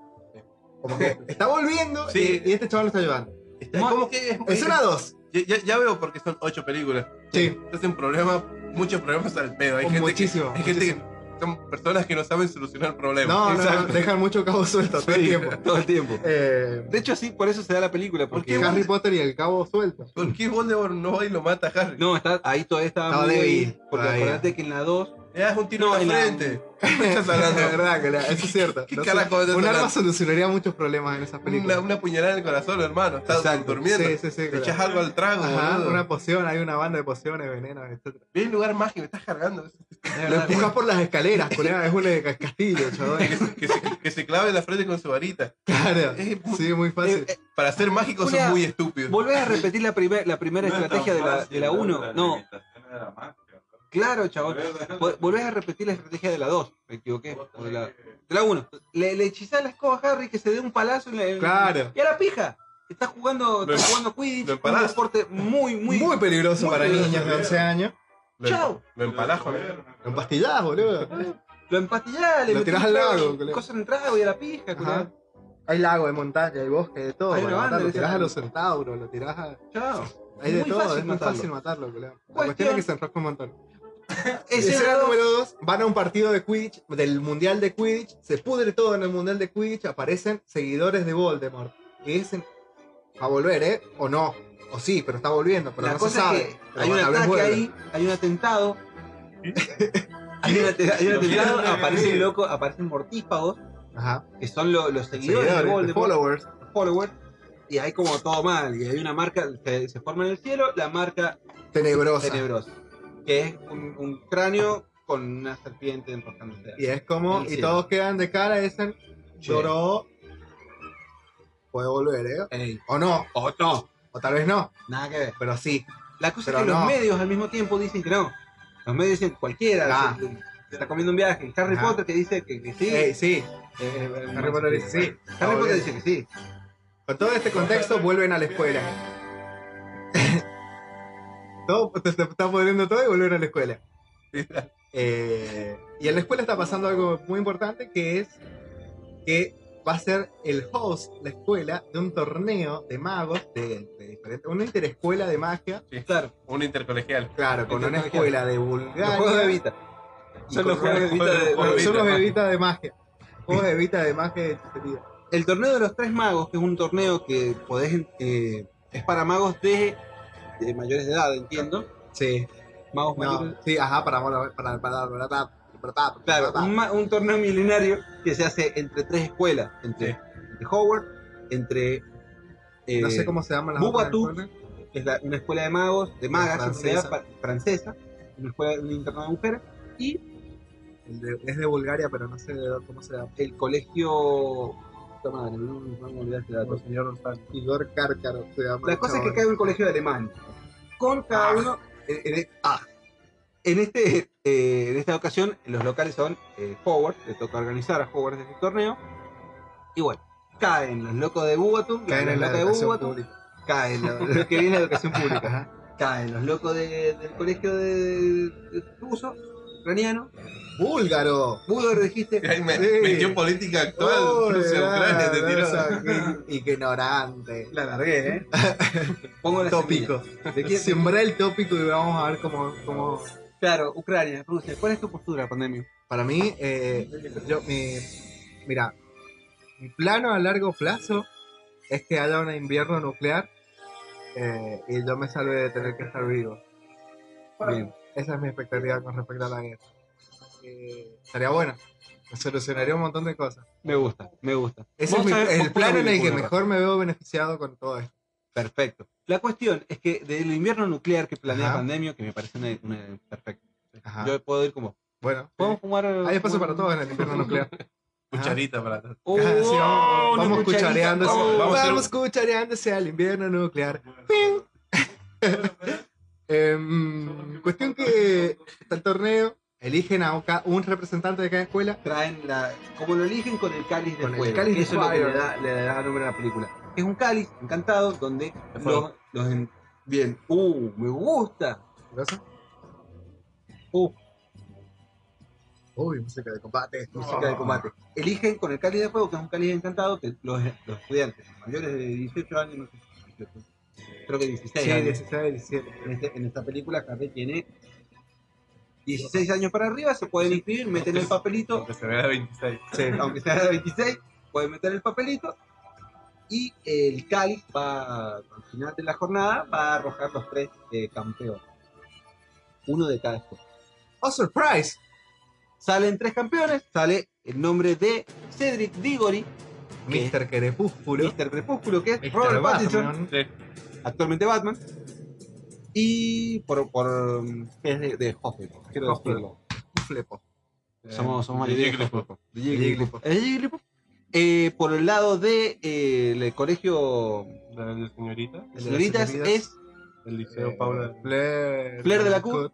E: Como que está volviendo
C: Sí.
E: y, y este chaval lo está ayudando.
C: Es como que es-
E: Escena 2.
C: ya, ya- ya veo porque son ocho películas.
E: Sí,
C: Entonces un problema, muchos problemas al pedo. Hay gente que,
E: muchísimo.
C: hay gente
E: muchísimo.
C: que son personas que no saben solucionar problemas.
E: No, no, no,
A: Exacto.
E: dejan mucho cabo suelto todo el tiempo.
A: Todo el tiempo.
E: Eh,
A: De hecho, sí, por eso se da la película. Porque
E: porque Harry Potter y el cabo suelto.
C: ¿Por qué Voldemort no va y lo mata a Harry?
A: No, está, ahí todavía estaba
E: Estaba
A: muy
E: débil,
A: débil. Porque
E: todavía.
A: acuérdate que en la 2.
C: Le das un tiro
A: No,
C: en la
A: en la-
C: frente. ¿Qué estás hablando?
E: La verdad, que la- eso es cierto.
C: ¿Qué
E: No sé,
C: carajo estás
E: un arma
C: hablando?
E: solucionaría muchos problemas en esas películas.
C: Una, una puñalada en el corazón, hermano. Estás
E: Exacto.
C: durmiendo.
E: Sí, sí, sí.
C: Te
E: claro.
C: echas algo al trago,
E: Ajá,
C: boludo.
E: una poción, hay una banda de pociones, veneno, etc.
C: Ve el lugar mágico, estás cargando.
E: Lo empujas por las escaleras, culera, es un ca- castillo,
C: Que
E: chaval.
C: se, que se- que se clave en la frente con su varita.
E: Claro.
C: Es-
E: Sí, muy fácil.
A: Eh, eh,
C: para ser mágico
A: Julia,
C: son muy estúpidos.
A: volvés a repetir la, primer- la primera estrategia de la, de la 1. No, claro, chaval. Vol- Volvés a repetir la estrategia de la 2. Me equivoqué. o de la, de la 1. Le, le hechizás la escoba a Harry que se dé un palazo en la. en-
E: Claro.
A: Y a la pija. Está jugando,
C: Lo-
A: está jugando Quidditch.
C: lo
A: un
C: empalás.
A: deporte muy, muy.
E: Muy peligroso
A: muy
E: para
A: peligroso.
E: niños de 11 años.
C: Lo-
A: Chao.
C: Lo empalajo, ¿eh?
E: Lo empastillás, boludo.
A: Lo empastillás, le
E: Lo
A: metís
E: tirás
A: un
E: al
A: trago,
E: lago, culero.
A: Cosas en el trago y a la pija,
E: Ajá.
A: culero.
E: Hay lago, hay montaña, hay bosque, de todo.
A: Hay
E: para
A: una banda
E: matarlo.
A: de
E: tirás
A: esas.
E: a los centauros, lo tirás a.
A: Chao.
E: Hay de
A: Muy
E: todo,
A: fácil
E: es muy
A: matarlo.
E: fácil matarlo, culero. La
A: Cuestión-
E: cuestión es que se enrosca un montón.
A: Escena
E: Escena
A: dos.
E: número 2, van a un partido de Quidditch, del Mundial de Quidditch, se pudre todo en el Mundial de Quidditch, aparecen seguidores de Voldemort. Y dicen, va a volver, ¿eh? O no. O sí, pero está volviendo, pero
A: la
E: no se
A: cosa
E: sabe.
A: es que
E: Pero
A: hay un
E: tal vez
A: ataque
E: vuelva.
A: ahí, hay un atentado. hay un, ate- hay un atentado,
E: eh,
A: aparece el loco, aparecen mortífagos,
E: Ajá.
A: que son lo- los seguidores,
E: Seguidores,
A: de
E: de
A: Voldemort,
E: followers.
A: los followers, y hay como todo mal, y hay una marca que se forma en el cielo, la marca
E: Tenebrosa.
A: tenebrosa, que es un, un cráneo con una serpiente enroscándose.
E: Y es como,
A: El
E: y
A: cielo.
E: todos quedan de cara y dicen,
A: Che.
E: lloró. Puede volver, ¿eh?
A: Ey,
E: O no.
A: o no,
E: O tal vez no,
A: nada que ver.
E: pero sí.
A: La cosa
E: Pero
A: es que
E: no.
A: los medios al mismo tiempo dicen que no. Los medios dicen cualquiera.
E: Ah.
A: se- se está comiendo un viaje. Harry
E: Ajá.
A: Potter que dice que, que sí.
E: Ey, sí.
A: Eh,
E: Harry Potter dice sí.
A: Harry Potter dice que sí.
E: Con todo este contexto vuelven a la escuela. todo se te está pudriendo todo y vuelven a la escuela. Eh, y en la escuela está pasando algo muy importante que es que va a ser el host, la escuela, de un torneo de magos, de, de diferente- una interescuela de magia,
A: Claro.
C: Un intercolegial.
E: claro, con una escuela de
A: Los juegos de
E: Bulgaria.
A: Evita.
E: y
A: Son
E: con
A: los juegos de
E: una-
A: Evita de-
C: juegos de
E: Son los
C: Evita.
E: Evita de magia. Juegos de Evita de magia de hechicería.
A: El torneo de los tres magos, que es un torneo que podés. eh, es para magos de, de mayores de edad, entiendo.
E: Sí,
A: Magos
E: no,
A: mayores.
E: sí, ajá, para para para para para para
A: Claro, un, ma- un torneo milenario que se hace entre tres escuelas: entre,
C: Sí.
A: entre Howard, entre. eh,
E: no sé cómo se llaman las
A: Bubatu,
E: otras escuelas.
A: que es la- una escuela de magos, de magas, en
E: Francesa.
A: realidad, pa- francesa, una escuela, un internado de mujeres, y
E: El de- es de Bulgaria, pero no sé de dónde- cómo se llama.
A: el colegio. puta madre, no, no me olvidé este dato, señor González.
E: Igor Cárcaro se llama.
A: La
E: el
A: cosa es que
E: chabón.
A: cae un colegio de Alemania, con cada
E: Ah.
A: uno. En, en- ah. En este, eh, en esta ocasión, los locales son eh, Howard, le toca organizar a Howard este torneo, y bueno, caen los locos de Bugatum,
E: Caen en la
A: locos de
E: educación
A: Bugatum,
E: pública.
A: caen los, los que viene de educación pública.
E: Ajá.
A: caen los locos de- del colegio de, de ruso, ucraniano.
E: ¡Búlgaro!
A: Búlgaro dijiste.
C: Ahí me,
E: Sí.
C: Metió política actual.
E: Oh,
C: Rusia,
E: la-
C: Ucrania, te
E: la-
C: tiró.
E: esa- qué- Y qué ignorante.
A: La largué, ¿eh? Pongo la
E: Tópico.
A: semilla. ¿De quién?
E: Sembré el tópico y vamos a ver cómo. cómo...
A: Claro, Ucrania, Rusia. ¿Cuál es tu postura, pandemia?
E: Para mí, eh, yo, mi, mira, mi plano a largo plazo es que haya un invierno nuclear eh, y yo me salve de tener que estar vivo.
A: Bien.
E: Esa es mi expectativa con respecto a la guerra. Eh, estaría bueno. Me solucionaría un montón de cosas.
A: Me gusta, me gusta.
E: Ese es
A: Vos
E: mi-
A: sabés, vos
E: el plano en el que
A: pura vida,
E: mejor me veo beneficiado con todo esto.
A: Perfecto. La cuestión es que del invierno nuclear que planea
E: Ajá.
A: Pandemio, que me parece una, una- perfecto.
E: Ajá.
A: Yo puedo ir como.
E: Bueno, eh,
A: ¿Podemos fumar?
E: hay espacio
A: un-
E: para todos en el invierno nuclear.
C: Cucharita para atrás.
A: Oh,
E: Ajá, sí, vamos,
A: una
E: vamos
A: cucharita.
E: cuchareándose,
A: Oh,
E: vamos,
C: vamos a hacer un-
E: cuchareándose al invierno nuclear. ¡Ping! Em, cuestión que está el torneo, eligen a oca- un representante de cada escuela.
A: Traen la. Como lo eligen con el cáliz de
J: Con el
A: fuego,
J: cáliz
A: que
J: de
A: eso es lo que
J: fuego.
A: le da, le da nombre a la película. Es un cáliz encantado donde los, los en- Bien. Uh, me gusta. Uh,
E: ¿Qué pasa?
J: Uy, música de combate.
A: Música de combate. Eligen con el cáliz de fuego, que es un cáliz encantado, que los, los estudiantes mayores de 18 años, no sé, 18, creo que 16
J: Sí,
A: años.
J: 16, 17.
A: en, este- en esta película Carré tiene 16 años para arriba, se pueden inscribir, meten el papelito,
C: Que se vea de 26.
A: aunque sea de 26, pueden meter el papelito y el cáliz va, al final de la jornada, va a arrojar los tres eh, campeones. Uno de cada escuela.
E: ¡Oh, surprise!
A: Salen tres campeones, sale el nombre de Cedric Diggory,
E: Mr. Crepúsculo.
A: Mr. Crepúsculo, que es
E: Mr.
A: Robert Pattinson,
E: Batman.
A: actualmente Batman, y por, por que es de, de Hufflepuff, quiero
E: Hufflepuff.
A: decirlo.
E: Un flepo.
A: Somos, somos
C: Eh, de
A: alegres.
C: Jigglypuff.
A: De Jigglypuff. Eh, Jigglypuff. Eh, por el lado de eh, el colegio
C: La señorita.
A: de señoritas
E: señoritas.
A: es
C: El liceo Paula.
E: Flair,
A: Eh, Flair de la Q,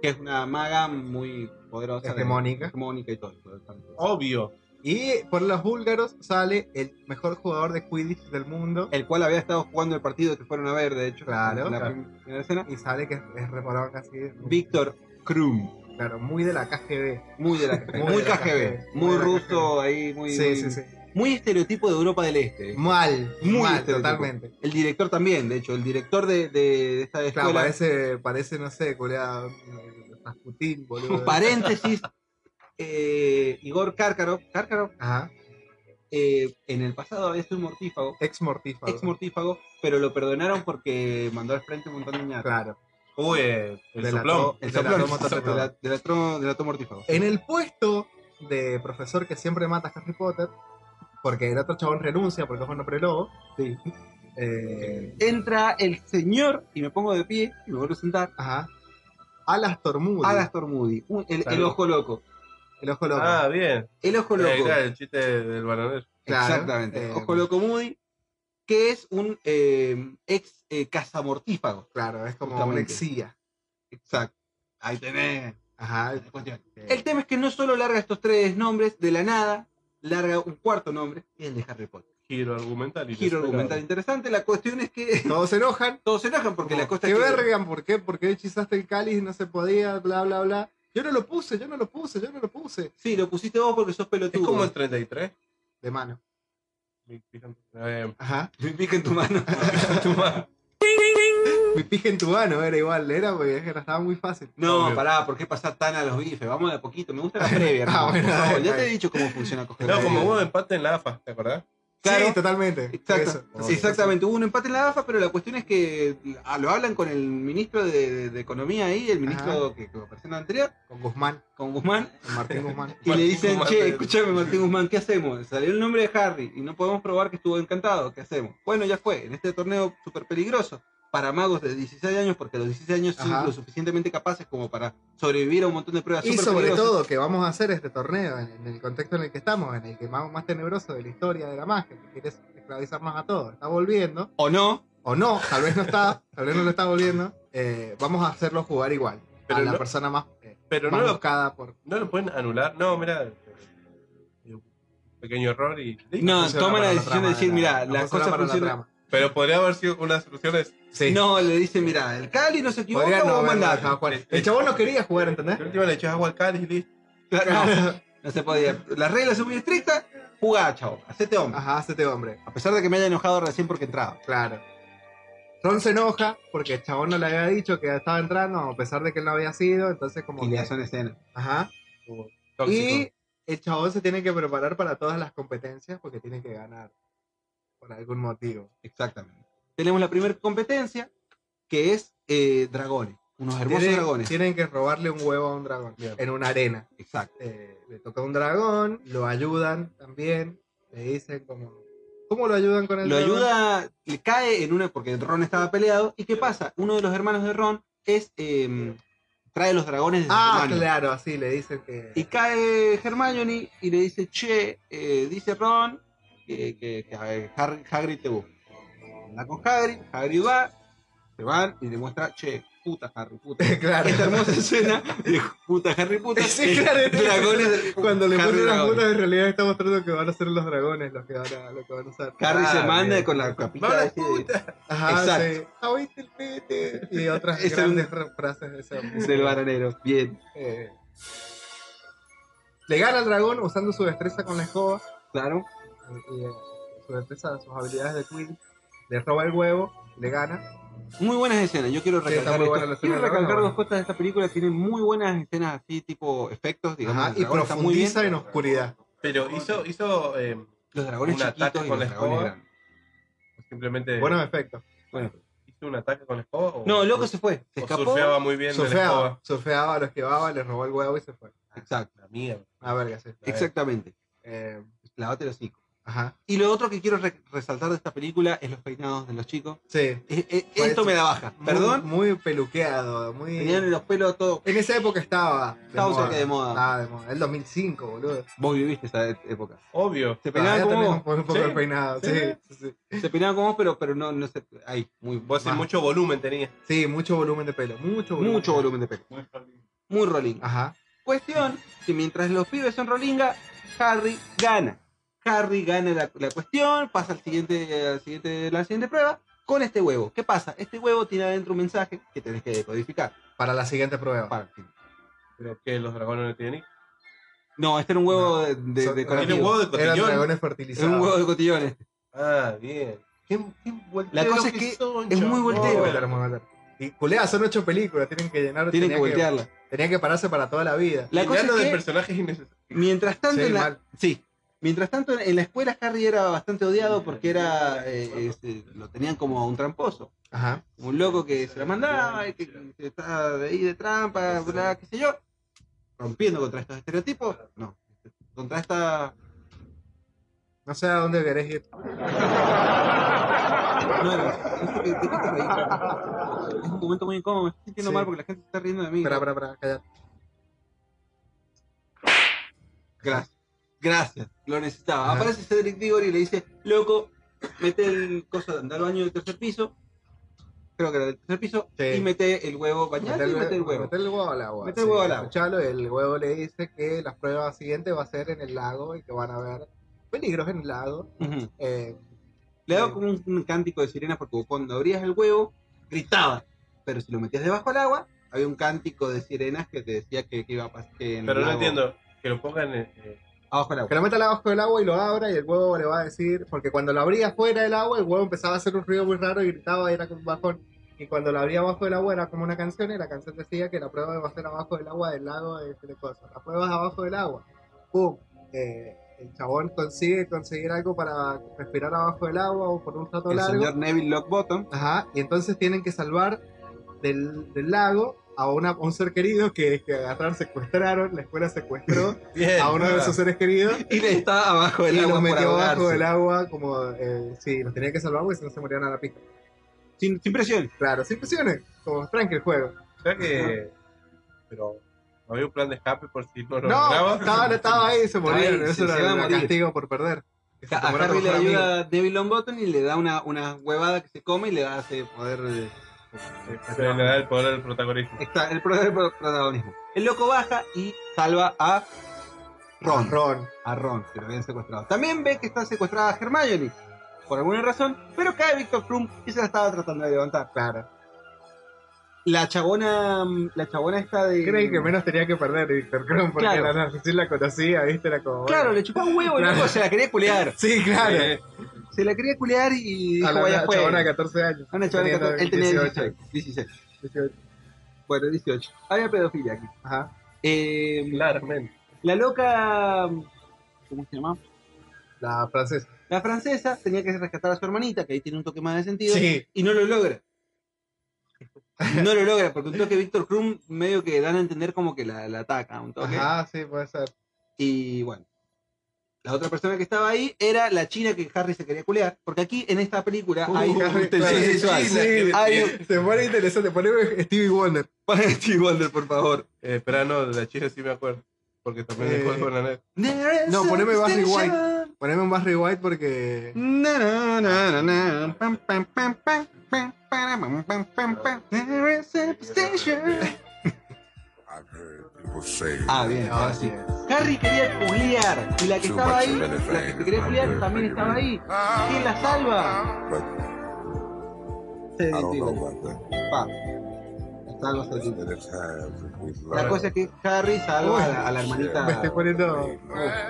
A: que es una maga muy poderosa, de-
E: Hegemónica.
A: hegemónica y todo. todo, todo.
C: Obvio.
E: Y por los búlgaros sale el mejor jugador de Quidditch del mundo.
A: El cual había estado jugando el partido que fueron a ver, de hecho,
E: Claro,
A: en la
E: claro.
A: primera escena.
E: Y sale que es, es reparado casi. eh,
A: Víctor Krum,
E: Claro, muy de la KGB.
A: muy de la
E: Muy
A: muy
E: de la
A: KGB,
E: KGB, muy
A: muy
E: de la
A: ruso ahí, muy,
E: Sí,
A: muy,
E: sí, sí.
A: muy estereotipo de Europa del Este.
E: Mal,
A: Muy este
E: mal,
A: estereotipo.
E: totalmente.
A: El director también, de hecho, el director de, de, de esta
E: Claro,
A: escuela.
E: parece, parece, no sé, coleado Rasputin, boludo.
A: Paréntesis. eh, Igor Karkarov, Karkarov
E: Ajá,
A: eh, en el pasado es un mortífago,
E: ex mortífago.
A: ex mortífago, pero lo perdonaron porque mandó al frente un montón de ñatas. Oh,
E: Claro.
C: Uy, el, el
E: De la
C: soplón.
E: to-
A: El
E: de la
A: soplón,
E: tomo
A: el soplón,
E: total.
A: de la- de la tro- de la tomo mortífago.
E: En el puesto de profesor que siempre mata a Harry Potter, porque el otro chabón renuncia porque es bueno pero lobo.
A: Sí.
E: Eh,
A: Entra el señor, y me pongo de pie, y me vuelvo a sentar,
E: ajá. Alastor Moody.
A: Agastor Moody, un- el, el
C: Claro.
A: ojo loco.
E: El ojo loco.
C: Ah, bien.
A: El ojo
C: Eh,
A: loco.
C: era el chiste del bananero.
E: claro,
A: Exactamente.
E: eh,
A: ojo loco Moody, que es un eh, ex eh, cazamortífago.
E: Claro, es como
A: Justamente.
E: una exilla.
A: Exacto. Ahí tenés.
E: Ajá. Eh,
A: El tema es que no solo larga estos tres nombres de la nada, larga un cuarto nombre, que es el de Harry Potter.
C: Giro argumental.
A: Giro argumental interesante, la cuestión es que
E: Todos se enojan.
A: todos se enojan porque la costa
E: que
A: es que-
E: vergan, ¿por qué? Porque hechizaste el cáliz y no se podía, bla, bla, bla. Yo no lo puse, yo no lo puse, yo no lo puse.
A: Sí, lo pusiste vos porque sos
C: Es
A: pelotudo.
C: como el 33.
E: De mano.
C: Mi- fíjate, eh,
E: Ajá.
A: Me pica en tu mano.
C: tu mano.
E: Mi pija en tu mano era igual, era porque era- estaba muy fácil.
A: No,
C: Obvio.
A: pará, ¿por qué pasar tan a los bifes? Vamos de a poquito, me gusta la previa.
E: Ah,
A: hermano,
E: bueno,
A: por favor. ya
E: bueno.
A: te he dicho cómo funciona coger
C: No,
A: previa.
C: como hubo empate en la AFA, ¿te acordás?
A: Claro.
E: Sí, totalmente.
A: Exacto,
E: Eso.
A: Sí, exactamente, hubo un empate en la AFA, pero la cuestión es que ah, lo hablan con el ministro de, de- de Economía ahí, el ministro que, que apareció en la anterior,
E: Con Guzmán,
A: con Guzmán,
E: con Martín Guzmán.
A: Y le
C: Martín
A: dicen,
C: Guzmán eh".
A: che,
C: de-
A: escúchame Martín Guzmán, ¿qué hacemos? Salió el nombre de Harry y no podemos probar que estuvo encantado, ¿qué hacemos? Bueno, ya fue, en este torneo súper peligroso para magos de 16 años, porque a los 16 años son
E: Ajá.
A: lo suficientemente capaces como para sobrevivir a un montón de pruebas
E: Y
A: súper
E: sobre
A: peligrosas.
E: todo que vamos a hacer este torneo en, en el contexto en el que estamos, en el que más, más tenebroso de la historia de la magia, que quieres esclavizarnos a todos, está volviendo,
A: O no,
E: o no, tal vez no está, tal vez no lo está volviendo, eh, vamos a hacerlo jugar igual.
C: Pero
E: a la
C: no-
E: persona más, eh,
C: Pero
E: más
C: no lo,
E: buscada por...
C: no lo pueden anular. No, mira. eh, Pequeño error y.
A: No,
E: funciona
A: toman la
E: para
A: decisión de
E: trama
A: decir, "Mirá,
E: no
A: la
E: funciona
A: cosa
E: para
A: funciona".
E: trama.
C: Pero podría haber sido una solución es.
E: Sí.
A: no, le dicen, mira, el Cali no se equivoca,
E: Podría no
A: vos
E: haberlo
A: mandás".
E: dejado jugar. El chabón no quería jugar, ¿entendés?
C: La última le echas agua al cáliz y listo.
A: Claro, no, no se podía. Las reglas son muy estrictas, jugá, chavo, hacete hombre.
E: Ajá, hacete hombre,
A: A pesar de que me haya enojado recién porque entraba.
E: claro. Ron se enoja porque el chabón no le había dicho que estaba entrando, a pesar de que él no había sido, entonces como
A: Y
E: que-
A: le hacen escena.
E: Ajá.
C: Tóxico.
E: Y el chabón se tiene que preparar para todas las competencias porque tiene que ganar. Por algún motivo.
A: Exactamente. Tenemos la primera competencia, que es eh, dragones. Unos hermosos
E: Tienen-
A: dragones.
E: Tienen que robarle un huevo a un dragón
C: Bien.
E: en una arena.
A: Exacto.
E: Eh, le toca un dragón, lo ayudan también. Le dicen como. ¿Cómo lo ayudan con el
A: Lo
E: dragón?
A: ayuda, le cae en una, porque Ron estaba peleado. ¿Y qué pasa? Uno de los hermanos de Ron es eh, trae los dragones de
E: Ah,
A: Hermione.
E: claro, así le dicen que.
A: Y cae Hermione y le dice, che, eh, dice Ron que, que, que a ver, Har- Hagrid te busca. Anda con Hagrid, Hagrid va, Se van y le muestra, che, puta Harry, puta.
E: Claro.
A: Esta hermosa escena de puta Harry, puta.
E: Sí,
A: es
E: claro.
A: Dragones.
E: Cuando le
A: Harry
E: ponen las
A: dragón.
E: putas, en realidad está mostrando que van a ser los dragones los que van a, los que van a usar.
A: Harry se
E: Ah,
A: manda
E: bien.
A: con la capita.
E: Vamos a las
A: así de-
E: Ajá,
A: Exacto.
E: sí. Ah, oíste el pete. Y otras
A: Es
E: grandes ra- frases de esa música.
A: del bananero. Bien.
E: Eh, le gana al dragón usando su destreza con la escoba.
A: Claro.
E: Y, eh, su destreza, sus habilidades de Quidditch. Le roba el huevo, le gana.
A: Muy buenas escenas, yo quiero
E: Sí,
A: recalcar,
E: está muy
A: esto.
E: buena la escena
A: quiero
E: del
A: recalcar
E: dragón.
A: dos cosas de esta película, tiene muy buenas escenas así, tipo efectos, digamos,
E: Ajá,
A: el
E: y
A: dragón está muy bien.
E: profundiza en oscuridad.
C: Pero hizo, hizo eh,
A: los dragones
C: un
A: chiquitos
C: ataque
A: y
C: con
A: los
C: la
A: dragones
C: escoba.
A: grandes.
C: Simplemente
E: Buenos efectos.
C: hizo un ataque con la escoba. O,
A: No, loco se fue, se
C: o
A: escapó.
C: surfeaba muy bien de la
E: Surfeaba,
C: escoba.
E: surfeaba, lo esquivaba, le robó el huevo y se fue.
A: Exacto,
C: La mierda.
E: A verga, sí.
A: exactamente.
E: Eh,
A: Lavate los hocico.
E: ajá.
A: Y lo otro que quiero re- resaltar de esta película es los peinados de los chicos.
E: Sí.
A: Eh, eh,
E: Pues,
A: esto me da baja,
C: Mm.
E: Muy-
A: perdón.
E: Muy peluqueado, muy.
A: Tenían los pelos todos.
E: En esa época estaba. de
A: Estaba un
E: moda.
A: toque de moda.
E: Estaba de moda. El 2005, boludo.
A: Vos viviste esa e- época.
C: Obvio.
A: Se
E: Todavía
A: peinaban como
E: tenés
A: vos,
E: un, un poco
C: Sí,
E: el peinado. Sí,
C: sí.
E: sí, sí.
A: se peinaban como vos, pero, pero no, no se. Ahí, muy
C: Vos haces
A: baja.
C: mucho volumen tenías.
E: Sí, mucho volumen de pelo. Mucho volumen.
A: mucho volumen de pelo. Muy rolling.
E: Ajá.
A: Cuestión que mientras los pibes son rolinga, Harry gana. Harry gana la, la cuestión, pasa al siguiente, al siguiente, la siguiente prueba con este huevo. ¿Qué pasa? Este huevo tiene adentro un mensaje que tenés que decodificar.
E: Para la siguiente prueba.
A: Para-
C: Pero que los dragones no tienen.
A: No, este era un huevo de, de-
E: Son-
A: de
E: era
C: Tiene
A: cotillón.
C: un huevo de
E: Eran
C: cotillón.
E: dragones
A: Era un
E: fertilizados.
A: huevo de cotillones.
C: Ah, bien. Qué, qué volteo
A: La cosa es que
C: son,
A: es muy
C: chabón.
E: Muy
A: volteo.
E: bueno, muy bueno. Y culea, son ocho películas. Tienen que llenar.
A: Tienen que
E: tenía
A: voltearla.
E: Tenían que pararse para toda la vida.
A: La
C: Y
A: cosa
C: ya lo
A: es
C: de
A: que,
C: personajes innecesarios.
A: mientras tanto,
E: Sí,
A: en la,
E: mal.
A: sí, mientras tanto en la escuela Harry era bastante odiado porque era eh, este, lo tenían como un tramposo.
E: Ajá.
A: un loco que se la mandaba, y que, que está de ahí de trampa, bla, qué sé yo, rompiendo contra estos estereotipos, no, contra esta...
E: No sé a dónde querés ir.
A: No, no, no, ¿de qué te reís? Es un momento muy incómodo, me estoy sintiendo
E: Sí.
A: mal porque la gente se está riendo de mí.
E: Espera, espera, espera. Callate.
A: Gracias, gracias, lo necesitaba. Aparece Cedric Diggory y le dice, loco, mete el coso, anda al baño del tercer piso, creo que era del tercer piso,
E: Sí.
A: y mete el huevo, bañate y mete el huevo.
E: Meter el huevo al agua.
A: Meter el huevo al agua.
E: Escuchalo, el huevo le dice que la prueba siguiente va a ser en el lago y que van a ver peligros en el lago.
A: Ujú.
E: Eh,
A: Le daba como un, un cántico de sirena porque vos cuando abrías el huevo, gritabas. Pero si lo metías debajo del agua, había un cántico de sirenas que te decía que, que iba a pasar.
C: Pero no entiendo. Que lo pongan en. eh,
A: Abajo del agua.
E: que lo meta abajo del agua y lo abra y el huevo le va a decir, porque cuando lo abría fuera del agua, el huevo empezaba a hacer un ruido muy raro y gritaba y era como un bajón. Y cuando lo abría abajo del agua era como una canción y la canción decía que la prueba va a ser abajo del agua del lago de, de cosas. La prueba es abajo del agua. ¡Pum! Eh, el chabón consigue conseguir algo para respirar abajo del agua o por un rato
A: El
E: largo.
A: señor Neville Lockbottom.
E: Ajá, y entonces tienen que salvar del, del lago a, una- a un ser querido que, que agarraron, secuestraron, la escuela secuestró
C: bien,
E: a uno de
C: nada.
E: sus seres queridos
A: Y le está abajo del
E: y
A: agua.
E: los
A: por
E: metió abajo
A: ahogarse.
E: del agua como, eh, sí, los tenía que salvar porque si no se morían a la pista.
A: Sin, sin presión.
E: Claro, sin presiones, como tranqui el juego.
C: O sea que. Pero. No había un plan de escape por si no
E: No,
C: lo lograba.
E: estaba, estaba ahí, se
A: Ahí,
E: murieron,
A: se-
E: eso
A: se iba
E: era
A: a
E: el
A: morir.
E: castigo por perder. Que se
A: A
E: te muera tu
A: Harry le
E: mejor amigo.
A: ayuda a Neville Longbottom y le da una, una huevada que se come y le hace poder. eh,
C: Se le da el poder al protagonista.
A: Está el pro- el pro- protagonismo. El loco baja y salva a Ron.
E: Ron.
A: a Ron, que lo habían secuestrado. También ve que está secuestrada a Hermione, por alguna razón, pero cae Victor Krum y se la estaba tratando de levantar. Claro. La chabona, la chabona está de...
E: Creí que menos tenía que perder Víctor Krum porque
A: Claro.
E: la, la, sí la conocía, viste, era como...
A: Claro,
E: bueno.
A: le chupaba un huevo y
E: Claro.
A: luego se la quería culear.
E: Sí, claro.
C: Eh,
A: Se la quería culear y dijo,
E: a la,
A: vaya
E: la
A: juego".
E: chabona de 14 años.
A: A una chabona de
E: Teniendo
A: 14, él tenía 16, 16.
E: 18.
A: Bueno, 18. Había pedofilia aquí.
E: Ajá.
A: Eh,
C: Claramente.
A: la loca... ¿Cómo se llama?
E: La francesa.
A: La francesa tenía que rescatar a su hermanita, que ahí tiene un toque más de sentido.
E: Sí.
A: y no lo logra. No lo logra, porque un toque Víctor Krum medio que dan a entender como que la, la ataca un toque.
E: Ajá, sí, puede ser.
A: Y bueno. La otra persona que estaba ahí era la china que Harry se quería culear. Porque aquí en esta película hay
E: Harry,
A: tensión
E: claro,
A: sexual.
E: sí, sí.
A: Hay
E: Se pone interesante. Poneme Stevie Wonder.
A: Para Steve Wonder, por favor.
C: Eh, pero no, de la china sí me acuerdo. Porque también
E: Eh,
C: dejó el bananero.
A: There is
E: No,
A: a
E: poneme Barry
A: distinction.
E: Poneme un más rewind porque.
A: Na, na, na, na, na, pam, pam, pam, pam, pam, pam, pam, pam, pam. There is a station. Ah, bien, ahora sí. Harry quería culiar y la que estaba ahí, la que se quería culiar también estaba ahí. ¿Quién la salva? Se detiene. Pa. Salva, se
D: este,
A: detiene. La cosa es que Harry salva a la, a la hermanita.
D: Me estoy poniendo.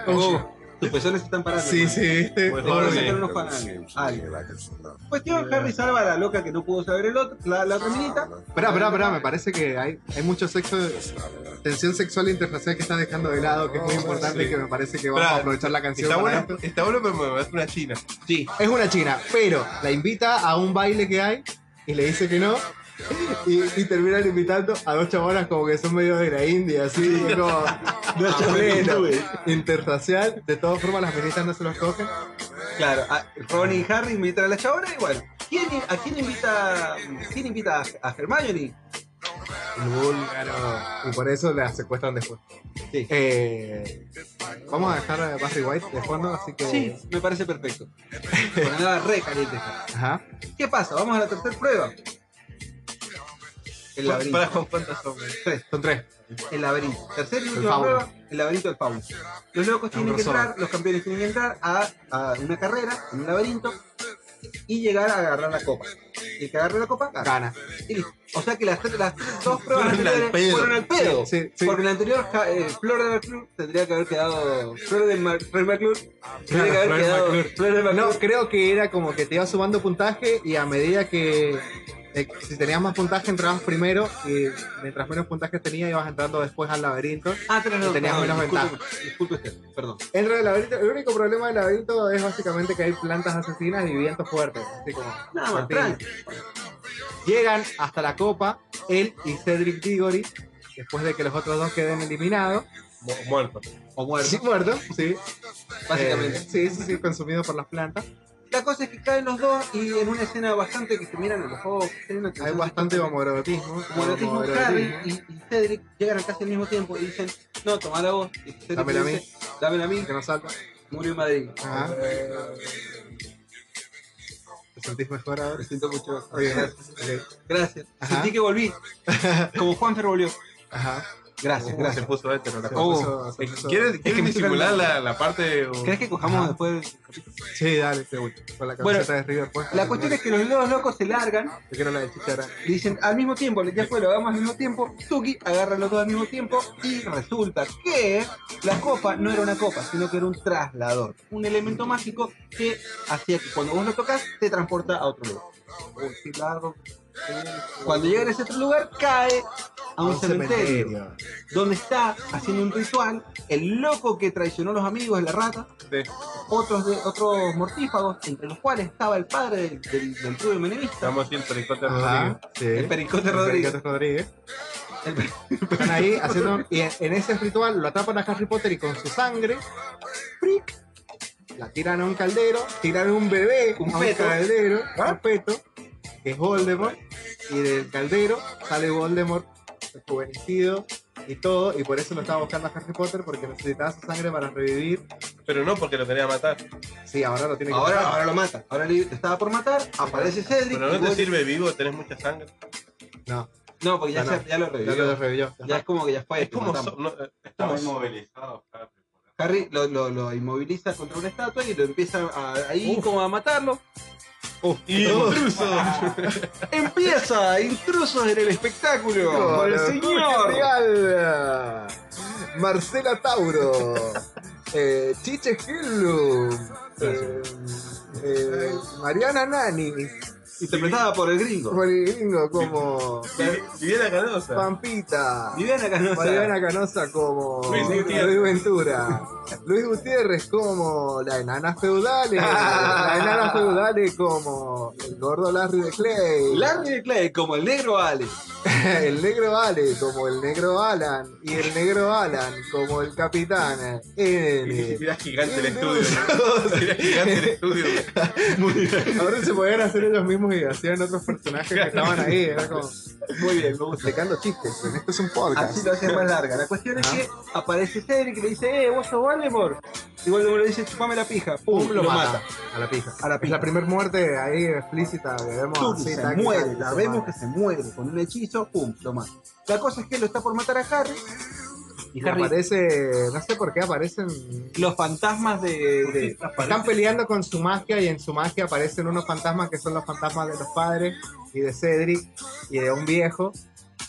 A: Oh, tus pezones se están parando.
D: Sí, sí, viste.
C: Pues,
A: Vamos a
C: sí.
A: sacar unos panes. Dale. Cuestión, Harry salva a la loca que no pudo saber el otro, la, la otra
D: Ah,
A: minita.
E: Esperá, esperá, esperá, me parece que hay, hay mucho sexo, tensión sexual e interracial que estás dejando de lado, que es muy importante y que me parece que vamos
C: Esperá,
E: a aprovechar la canción.
C: Está
E: para
C: bueno,
E: esto.
C: está bueno, pero me parece una china.
E: Sí, es una china, pero la invita a un baile que hay y le dice que no. Y, y terminan invitando a dos chabonas como que son medio de la India, así como dos interracial. De todas formas, las feministas no se los cogen.
A: Claro, a- Ron y Harry invitan a la chabona y bueno. ¿Quién, ¿A quién invita, quién invita a, a Hermione?
E: El búlgaro. Y por eso la secuestran después.
A: Sí.
E: Eh, vamos a dejar a Barry White de fondo, así que.
A: Sí, Oh, me parece perfecto. Porque andaba re caliente. Harry.
E: Ajá.
A: ¿Qué pasa? Vamos a la tercera prueba. El laberinto.
C: Para con cuántas son.
A: Tres.
E: Son tres.
A: El laberinto. Tercera y última
E: fauno.
A: prueba, el laberinto del Fauno. Los locos tienen que
E: crossover.
A: entrar, los campeones tienen que entrar a, a una carrera, en un laberinto, y llegar a agarrar la copa. Y el que agarre la copa, gana.
E: Gana.
A: Y listo. O sea que las, tres- las tres- dos pruebas
C: Fueron al
A: anteriores
C: pedo.
A: fueron al pedo.
E: Sí, sí.
A: Porque en la anterior, ja- eh, Flor de Merclur tendría que haber quedado. Flor de Mar- Flor McClure tendría que haber
E: Flor
A: quedado.
E: McClure.
A: Flor de
E: No,
A: McClure.
E: creo que era como que te iba sumando puntaje y a medida que. eh, si tenías más puntaje entrabas primero y mientras menos puntaje tenías ibas entrando después al laberinto.
A: Ah, tenés razón,
E: Tenías
A: perdón,
E: menos
A: disculpe, Disculpe usted, perdón.
E: Entra del laberinto. El único problema del laberinto es básicamente que hay plantas asesinas y vientos fuertes. Así como.
A: Nada más,
E: Martín.
A: tranqui.
E: Llegan hasta la copa, él y Cedric Diggory, después de que los otros dos queden eliminados.
C: Mu- Muertos.
E: O muertos. Sí, muertos, sí.
A: Básicamente.
E: Eh, sí, sí, sí, consumidos por las plantas.
A: La cosa es que caen los dos y en una escena bastante que se miran a los ojos.
E: Hay bastante homoerotismo.
A: Como lo mismo Harry y, y Cedric llegan casi al mismo tiempo y dicen: No, toma la voz. Y Cedric
E: Dámela a mí.
A: dice, Dámela a mí.
E: Que no salta.
A: Murió en Madrid.
E: Ajá. ¿Te sentís mejor ahora?
A: Me siento mucho.
E: Oye,
A: Gracias.
E: ok.
A: Gracias.
E: Ajá.
A: Sentí que volví. Como Juanfer volvió.
E: Ajá. Oh.
A: Gracias,
C: Se
A: gracias.
C: puso hétero la
E: Se
C: cosa.
E: puso- se
C: Eh,
E: puso-
C: ¿Quieren, quieren
A: me estoy
C: disimular
A: calmando.
C: la, la parte? o-
A: ¿Crees que cojamos
E: Ajá.
A: después?
E: Sí, dale, te voy. Con la camiseta
A: Bueno,
E: de River puesta.
A: La cuestión es que los dos locos se largan
E: Yo quiero la de Chichara.
A: y dicen al mismo tiempo, ya fue, lo hagamos al mismo tiempo. Tuki agarra los dos al mismo tiempo y resulta que la copa no era una copa, sino que era un traslador. Un elemento mágico que hacía que cuando vos lo tocas te transporta a otro lugar. Uy, qué largo. Cuando llegan a ese otro lugar, cae a un, cementerio. donde está haciendo un ritual el loco que traicionó a los amigos de la rata,
C: Sí.
A: otros de otros mortífagos, entre los cuales estaba el padre del, del, del club menemista,
C: Estamos haciendo el helicóptero
E: Ajá,
C: Rodríguez.
E: sí.
A: el pericote
E: El
A: Rodríguez.
E: Pericote Rodríguez.
A: El
E: Están ahí haciendo. Y en, en ese ritual lo atrapan a Harry Potter y con su sangre. ¡pric! La tiran a un caldero. Tiran un bebé.
A: Un
E: a
A: feto. ¿Ah?
E: Un caldero. Un feto. Que es Voldemort. Y del caldero sale Voldemort rejuvenecido y todo. Y por eso lo estaba buscando a Harry Potter porque necesitaba su sangre para revivir.
C: Pero no porque lo quería matar.
E: Sí, ahora lo tiene que
A: ahora,
E: matar.
A: ahora lo mata, ahora le- lo estaba por matar, aparece Cedric.
C: Pero no
A: y
C: te
A: vos-
C: sirve vivo, tenés mucha sangre.
E: No,
A: No, porque ya,
E: No,
A: se-
E: no.
A: ya lo
E: ya lo
A: revivió.
E: revivió.
A: Ya, es como que ya fue.
C: Es
A: lo
C: como.
A: matamos.
C: so- no, eh, es como
K: Estaba
C: so-
K: inmovilizado, Harry.
A: Harry lo, lo, lo inmoviliza contra una estatua y lo empieza a, ahí como a matarlo.
C: Intruso.
A: ¡Empieza! ¡Intrusos en el espectáculo! ¡Por el señor!
E: Real. Marcela Tauro. eh, Chiche Hillum. eh, eh, Mariana Nani.
A: Interpretada por el gringo.
E: Por el gringo como
C: Vivi- Viviana Canosa.
E: Pampita.
A: Viviana Canosa.
E: Mariana Canosa como
C: Luis Gutiérrez.
E: Luis Ventura. Luis Gutiérrez como la enana feudales. la enana feudales como el gordo Larry de Clay.
A: Larry de Clay, como el negro Ale.
E: El negro Ale, como el negro Alan, y el negro Alan, como el capitán. Eh, N.
C: Era gigante el estudio. Era gigante el estudio.
E: Ahora se podían hacer ellos mismos y hacían otros personajes que estaban ahí. Era como, muy bien, me gusta. Explicando chistes, en esto es un podcast.
A: Así lo hacía más larga. La cuestión es que aparece Cedric y le dice, eh, vos sos Voldemort. Y Voldemort le dice, chupame la pija. Pum, lo, mata.
E: A la pija. A la pija. Es la primer muerte ahí explícita que vemos.
A: Pum,
E: así,
A: se
E: tac,
A: muere.
E: tac,
A: La
E: se
A: vemos
E: mata.
A: que se muere con un hechizo. Pum, lo mata. La cosa es que lo está por matar a Harry. Y
E: Y
A: Harry,
E: aparece, no sé por qué aparecen.
A: los fantasmas de... de-
E: Están peleando con su magia y en su magia aparecen unos fantasmas que son los fantasmas de los padres y de Cedric y de un viejo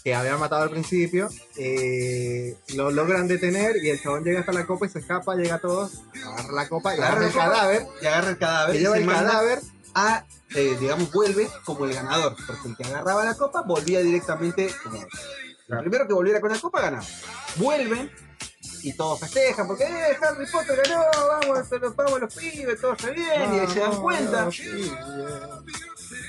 E: que habían matado al principio. eh, lo logran detener y el chabón llega hasta la copa y se escapa, llega a todos, agarra la copa y agarra
A: Agarra
E: el
A: la copa,
E: cadáver.
A: y agarra el cadáver.
E: Que
A: y
E: lleva
A: se
E: el
A: manda
E: cadáver
A: a, eh, digamos, vuelve como el ganador. Porque el que agarraba la copa volvía directamente como. El primero que volviera con la copa ganaba. Vuelven y todos festejan porque ¡eh, Harry Potter ganó! ¡Vamos, se los, vamos los pibes! ¡Todo está bien! y ahí se dan
E: Ah,
A: cuenta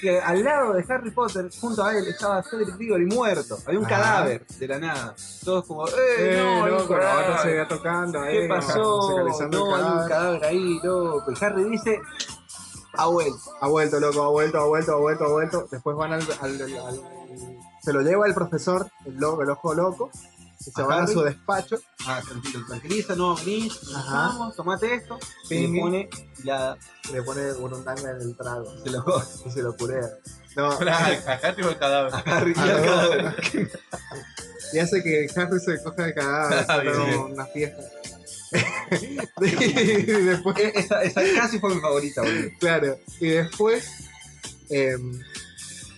A: que al lado de Harry Potter, junto a él, estaba Cedric Diggory muerto. Había un
E: Ah.
A: cadáver de la nada. Todos como ¡eh,
E: Eh,
A: no! hay un
E: loco, la
A: cadáver.
E: otra se veía tocando ahí,
A: ¿Qué pasó?
E: musicalizando el
A: No, hay un
E: cadáver.
A: cadáver ahí, loco. Y Harry dice, "Ah, ha vuelto.
E: Ha vuelto, loco, ha vuelto, ha vuelto, ha vuelto, ha vuelto. Después van al. al- al- al- se lo lleva el profesor, el, loco, el ojo loco. y se
A: ¿A
E: van a
A: Harry?
E: su despacho.
A: Ah, tranquilo, tranquiliza, no, venís, nos
E: Ajá.
A: vamos, tomate esto. Se
E: Pingui.
A: le pone la,
E: y Le pone un tanga en el trago
A: se lo
E: y se lo purea. No,
C: Acá tengo el cadáver.
A: Harry
E: Ah,
A: y
E: no.
A: el cadáver.
E: y hace que Harry se coja el cadáver.
C: Ah, bien,
E: pero
C: bien.
E: una fiesta. y después.
A: Eh, Esa, esa casi fue mi favorita, boludo.
E: Claro, y después eh,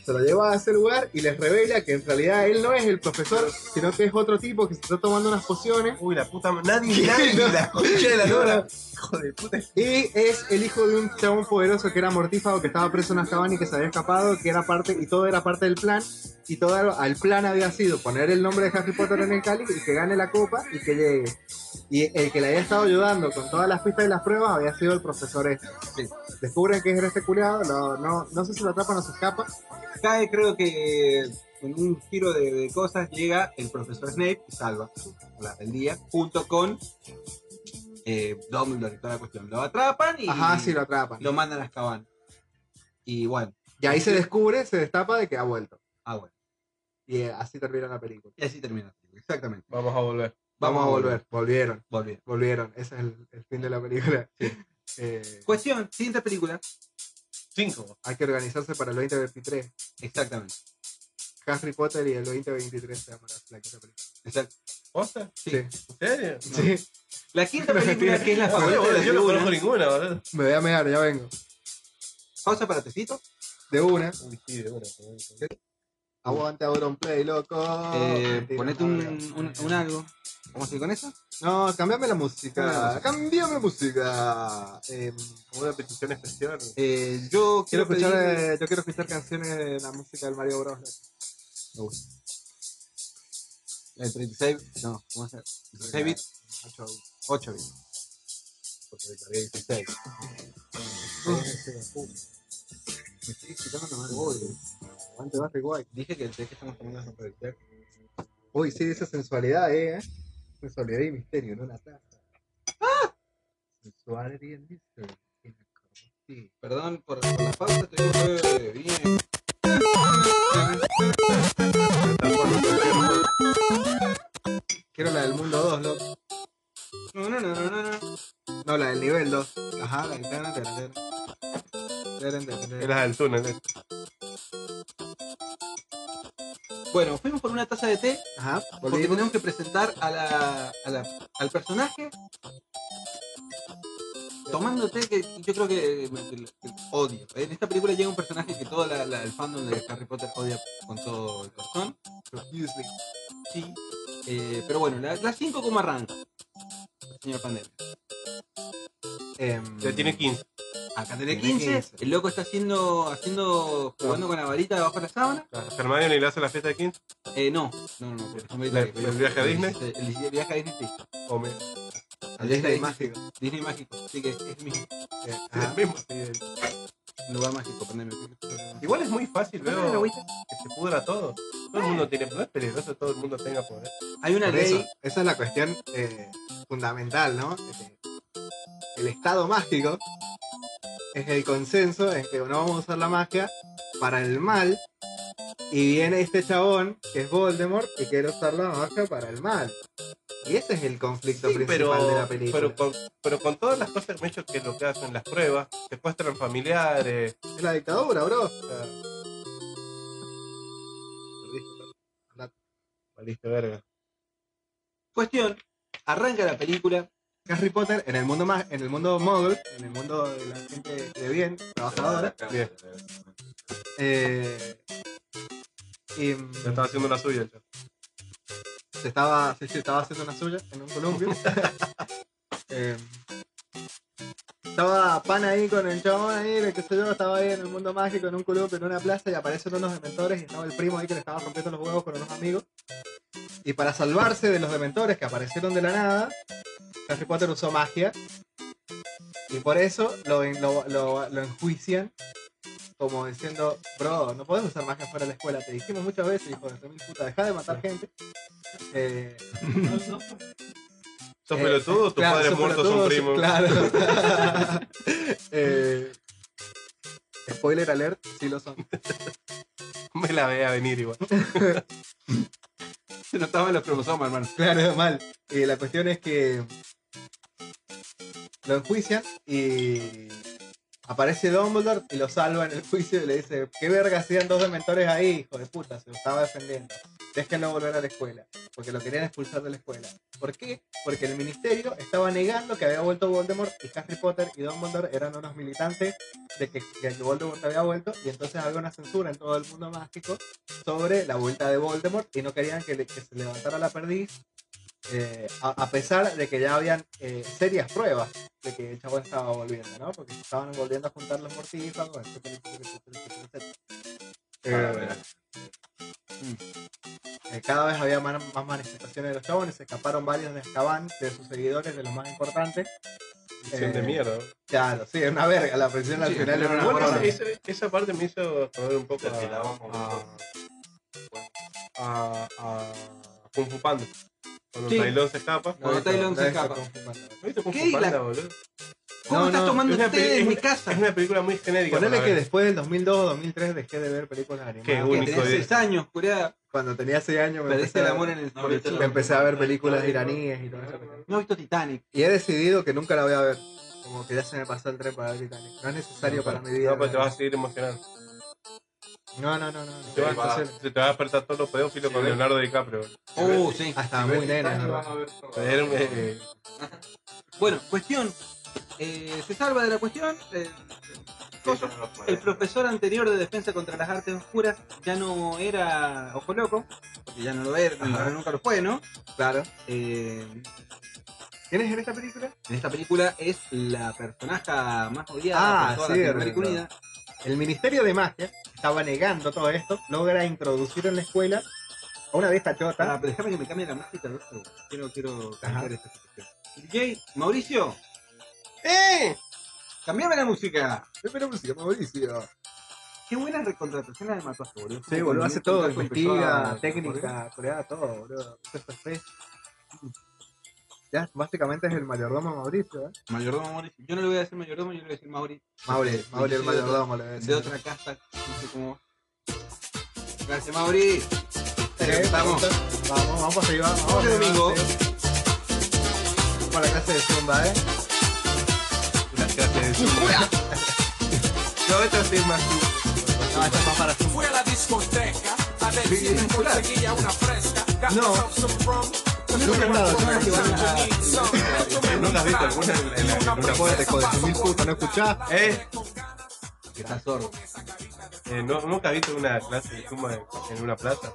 E: se lo lleva a ese lugar y les revela que en realidad él no es el profesor, sino que es otro tipo que se está tomando unas pociones
C: Uy, la puta madre. Nadie, nadie, la concha de la lora. Hijo de puta.
E: y es el hijo de un chabón poderoso que era mortífago, que estaba preso en una cabana y que se había escapado, que era parte, y todo era parte del plan, y todo era- el plan había sido poner el nombre de Harry Potter en el cáliz y que gane la copa y que llegue. Y el que le había estado ayudando con todas las pistas y las pruebas había sido el profesor este. Descubren que es este culiado, lo- no, no sé si lo atrapan o se escapa,
A: Cae, creo que en un giro de, de cosas llega el profesor Snape y salva a la día junto con eh, Dumbledore y toda la cuestión. Lo atrapan y
E: Ajá, sí, lo atrapan.
A: lo mandan a las cabanas. Y bueno,
E: Y ahí se descubre, se destapa de que ha vuelto.
A: ah, bueno.
E: Y eh, así termina la película.
A: Y así termina. Exactamente.
C: Vamos a volver.
E: Vamos a volver. Volvieron,
A: Volver.
E: volvieron. Ese es el, el fin de la película. Eh,
A: Cuestión, siguiente película.
C: Cinco.
E: hay que organizarse para el 2023.
A: Exactamente.
E: Harry Potter y el 2023 se llama la, la quinta película.
A: Exacto.
C: ¿Posta?
A: Sí.
C: ¿En serio?
E: Sí,
A: La quinta película que es la
C: Ah, boludo,
A: favorita de la
C: yo no
A: tribuna.
C: conozco ninguna, boludo.
E: me voy a mear, ya vengo.
A: Pausa para tecito.
E: De una.
C: Uy, sí, de una.
E: Aguante Auron Play, loco.
A: Eh,
E: Mentira,
A: ponete
E: no,
A: un,
E: no.
A: un, un algo. Vamos a ir con eso.
E: No, cambiame la música. Cambiame música. Eh,
C: Una petición especial.
A: Eh, yo
E: quiero
A: quiero,
E: escuchar,
A: pedir-
E: eh, yo quiero escuchar canciones de la música del Mario Bros.
A: el 36. No, ¿cómo se llama? 16 bits. 8 bits. Porque me cargué 16.
E: este
A: Me estoy excitando la madre.
E: Aguante Barry White.
A: Dije que el té que estamos tomando es un proyector.
E: Uy, sí, esa sensualidad, eh. ¿eh? Sensualidad y misterio, no la taza. ¡Ah! Sensualidad y misterio.
A: Perdón por, por la pausa, estoy eh, bien.
E: Quiero la del mundo 2, loco.
A: No, no, no, no, no.
E: No, la del nivel 2. Ajá, la del tana, tana, tana. Tana, tana, tana.
C: Era del túnel. eh.
A: Bueno, fuimos por una taza de té
E: Ajá,
A: porque
E: volvimos.
A: tenemos que presentar a la, a la- al personaje tomando té que yo creo que, que- que odio. En esta película llega un personaje que todo la- la- el fandom de Harry Potter odia con todo el corazón.
E: Usually.
A: Sí. Eh, pero bueno, la, la 5 como arranca. Señor Pandemia.
E: Em,
C: Ya tiene 15.
A: Acá tiene
E: Tiene
A: 15,
E: 15.
A: el loco está haciendo, haciendo jugando con la varita debajo de la sábana.
C: ¿A Hermione le hace la fiesta de 15?
A: Eh, no, no, no, porque es un
C: ¿El- el viaje a Disney?
A: El, el viaje a Disney, sí.
C: O me...
E: El
A: Disney
E: Disney
A: Disney.
E: mágico.
A: Disney mágico, así que es mi
E: Eh, ajá.
C: el mismo. sí, el-
A: lugar mágico, pandemia.
E: Y
C: Igual es muy fácil,
A: ¿No tiene la
C: veo, que
A: Ouija?
C: se pudra todo. Todo el mundo tiene poder, es peligroso que todo el mundo tenga poder.
A: Hay una
E: Por
A: ley.
E: eso, esa es la cuestión eh, fundamental, ¿no? Este, El estado mágico es el consenso en que no vamos a usar la magia para el mal. Y viene este chabón, que es Voldemort, que quiere usar la magia para el mal. Y ese es el conflicto
C: Sí,
E: principal
C: pero,
E: de la película.
C: pero con, pero con todas las cosas que me he hecho que es lo que hacen las pruebas, secuestran familiares.
E: Es la dictadura, bro.
C: Valiste verga.
A: Cuestión. Arranca la película.
E: Harry Potter en el mundo más, en el mundo mogul, en el mundo de la gente de bien, trabajadora.
C: Bien,
E: eh, y, mm,
C: ya estaba haciendo la suya. yo.
E: se estaba, se, se estaba haciendo una suya en un columpio. Eh, estaba pan ahí con el chabón ahí, el que sé yo, estaba ahí en el mundo mágico, en un columpio, en una plaza, y aparecen unos dementores y estaba el primo ahí que le estaba rompiendo los huevos con unos amigos. Y para salvarse de los dementores que aparecieron de la nada, Harry Potter usó magia. Y por eso lo, en- lo, lo- lo enjuician como diciendo, bro, no podés usar magia fuera de la escuela, te dijimos muchas veces, hijo de mil puta, deja de matar gente. Eh,
C: ¿Sos
E: Eh,
C: pelotudo o tus
E: claro,
C: padres
E: son
C: muertos
E: pelotudos,
C: son primos?
E: Claro. Eh, spoiler alert, sí lo son.
C: Me la veía venir igual.
A: Se notaban los cromosomas, hermano.
E: Claro, mal. Eh, la cuestión es que lo enjuician y aparece Dumbledore y lo salva en el juicio y le dice, qué verga hacían dos dementores ahí, hijo de puta, se lo estaba defendiendo. Déjenlo volver a la escuela, porque lo querían expulsar de la escuela. ¿Por qué? Porque el ministerio estaba negando que había vuelto Voldemort y Harry Potter y Dumbledore eran unos militantes de que, de que Voldemort había vuelto y entonces había una censura en todo el mundo mágico sobre la vuelta de Voldemort y no querían que, le- que se levantara la perdiz eh, a, a pesar de que ya habían eh, serias pruebas de que el chabón estaba volviendo, ¿no? Porque se estaban volviendo a juntar los mortífagos, etcétera, etcétera, etcétera, etcétera.
C: Ah,
E: Eh, eh, cada vez había man- más manifestaciones de los chabones, se escaparon varios de Azkaban, de sus seguidores, de los más importantes.
C: Dicen de
E: Eh,
C: mierda.
E: Claro, sí, es una verga, la presión al final era una
C: Igual
E: verga.
C: esa, esa- esa parte me hizo joder un poco a, a, a, a Kung Fu Panda. Cuando
A: Sí.
C: Tailón se escapa.
A: Cuando
E: No,
A: Tylon
E: no,
A: se
E: no,
A: escapa.
E: no, no, no.
C: ¿No viste Kung
A: ¿Qué?
C: Fu Panda,
A: La-
C: boludo?
A: ¿Cómo
E: No,
A: estás
E: no,
A: tomando
C: es una
A: ustedes
C: peli-
A: en mi
C: una-
A: casa?
C: Es una película muy genérica.
E: Ponele
C: para
E: que
C: ver.
E: después del 2002 o 2003 dejé de ver películas animadas.
C: único
A: Tenés
C: de-
A: 6 años, culiá.
E: Cuando tenía 6 años me
A: Perdiste
E: empecé,
A: el
E: a-
A: amor en el. por el
E: me
A: chico.
E: empecé a ver películas iraníes y todo eso.
A: No he visto Titanic.
E: Y he decidido que nunca la voy a ver. Como que ya se me pasó el tren para ver Titanic. No es necesario
C: No,
E: para
C: pero-
E: mi vida.
C: No, pero te
E: verla.
C: vas a seguir emocionando.
E: no, no, no, no, no.
C: Te vas a- Se te va a despertar todos los pedófilos con Leonardo DiCaprio.
A: Oh, sí.
E: Hasta muy nena. ¿no?
C: Era un- eh,
A: Bueno, cuestión. Eh, se salva de la cuestión. eh, coso. el profesor anterior de defensa contra las artes oscuras ya no era ojo loco, porque ya no lo era, nunca lo fue, ¿no?
E: Claro.
A: Eh,
E: ¿Quién es en esta película?
A: en esta película es la personaja más
E: Ah,
A: odiada por toda
E: cierto.
A: Latinoamérica Unida.
E: El Ministerio de Magia estaba negando todo esto. Logra introducir en la escuela a una vieja chota.
A: Ah, pero déjame que me cambie la música, ¿no? quiero, quiero
E: Ajá.
A: cambiar esta cuestión. DJ, Mauricio,
E: ¡Eh!
A: cambiame la música.
E: Primera música, Mauricio.
A: Qué buenas recontrataciones de Matoso, boludo.
E: Sí, boludo, hace todo,
A: Nunca empezó
E: investiga,
A: a-
E: técnica, coreada, todo, boludo. Esto es fe. Ya, básicamente es el mayordomo Mauricio, ¿eh?
A: Mayordomo Mauricio. Yo no le voy a decir mayordomo, yo le voy a decir Mauri.
E: Mauri, Mauri el
A: Sí,
E: mayordomo, le voy a decir.
A: De otra casa, no sé cómo. Gracias, Mauri.
E: Eh,
A: Estamos.
E: Vamos, vamos arriba, vamos
A: Este
E: arriba,
A: domingo.
E: sí. Para la clase de Zumba, ¿eh?
C: una clase de Zumba. No, esta sí es más
E: No, esto es más para Zumba. No. Nunca he estado en una
C: ¿Nunca has visto alguna en Eh, la- en la- en una
E: Joder,
C: puerta?
E: te jodes, mil putas, ¿no escuchás?
C: ¿Eh?
A: Que está sordo.
C: Eh, no- ¿Nunca has visto una clase de Zumba en- en una plaza?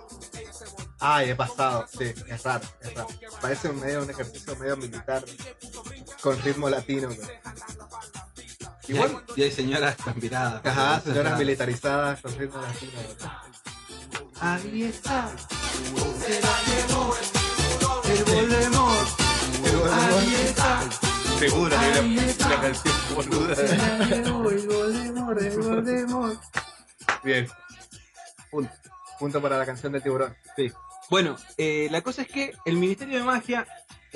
E: Ay, he pasado, sí, es raro, es raro. Parece un, medio, un ejercicio medio militar, con ritmo latino, güey.
A: Igual. Y hay señoras transpiradas.
E: Ajá, señoras
A: Transpiradas.
E: militarizadas con ritmo latino, güey.
A: Ahí está. El Voldemort.
E: El Voldemort.
A: Ahí está.
C: Seguro que era una canción boluda.
A: El Voldemort. El Voldemort.
E: Bien. Punto. Punto para la canción del tiburón. Sí.
A: Bueno, eh, la cosa es que el Ministerio de Magia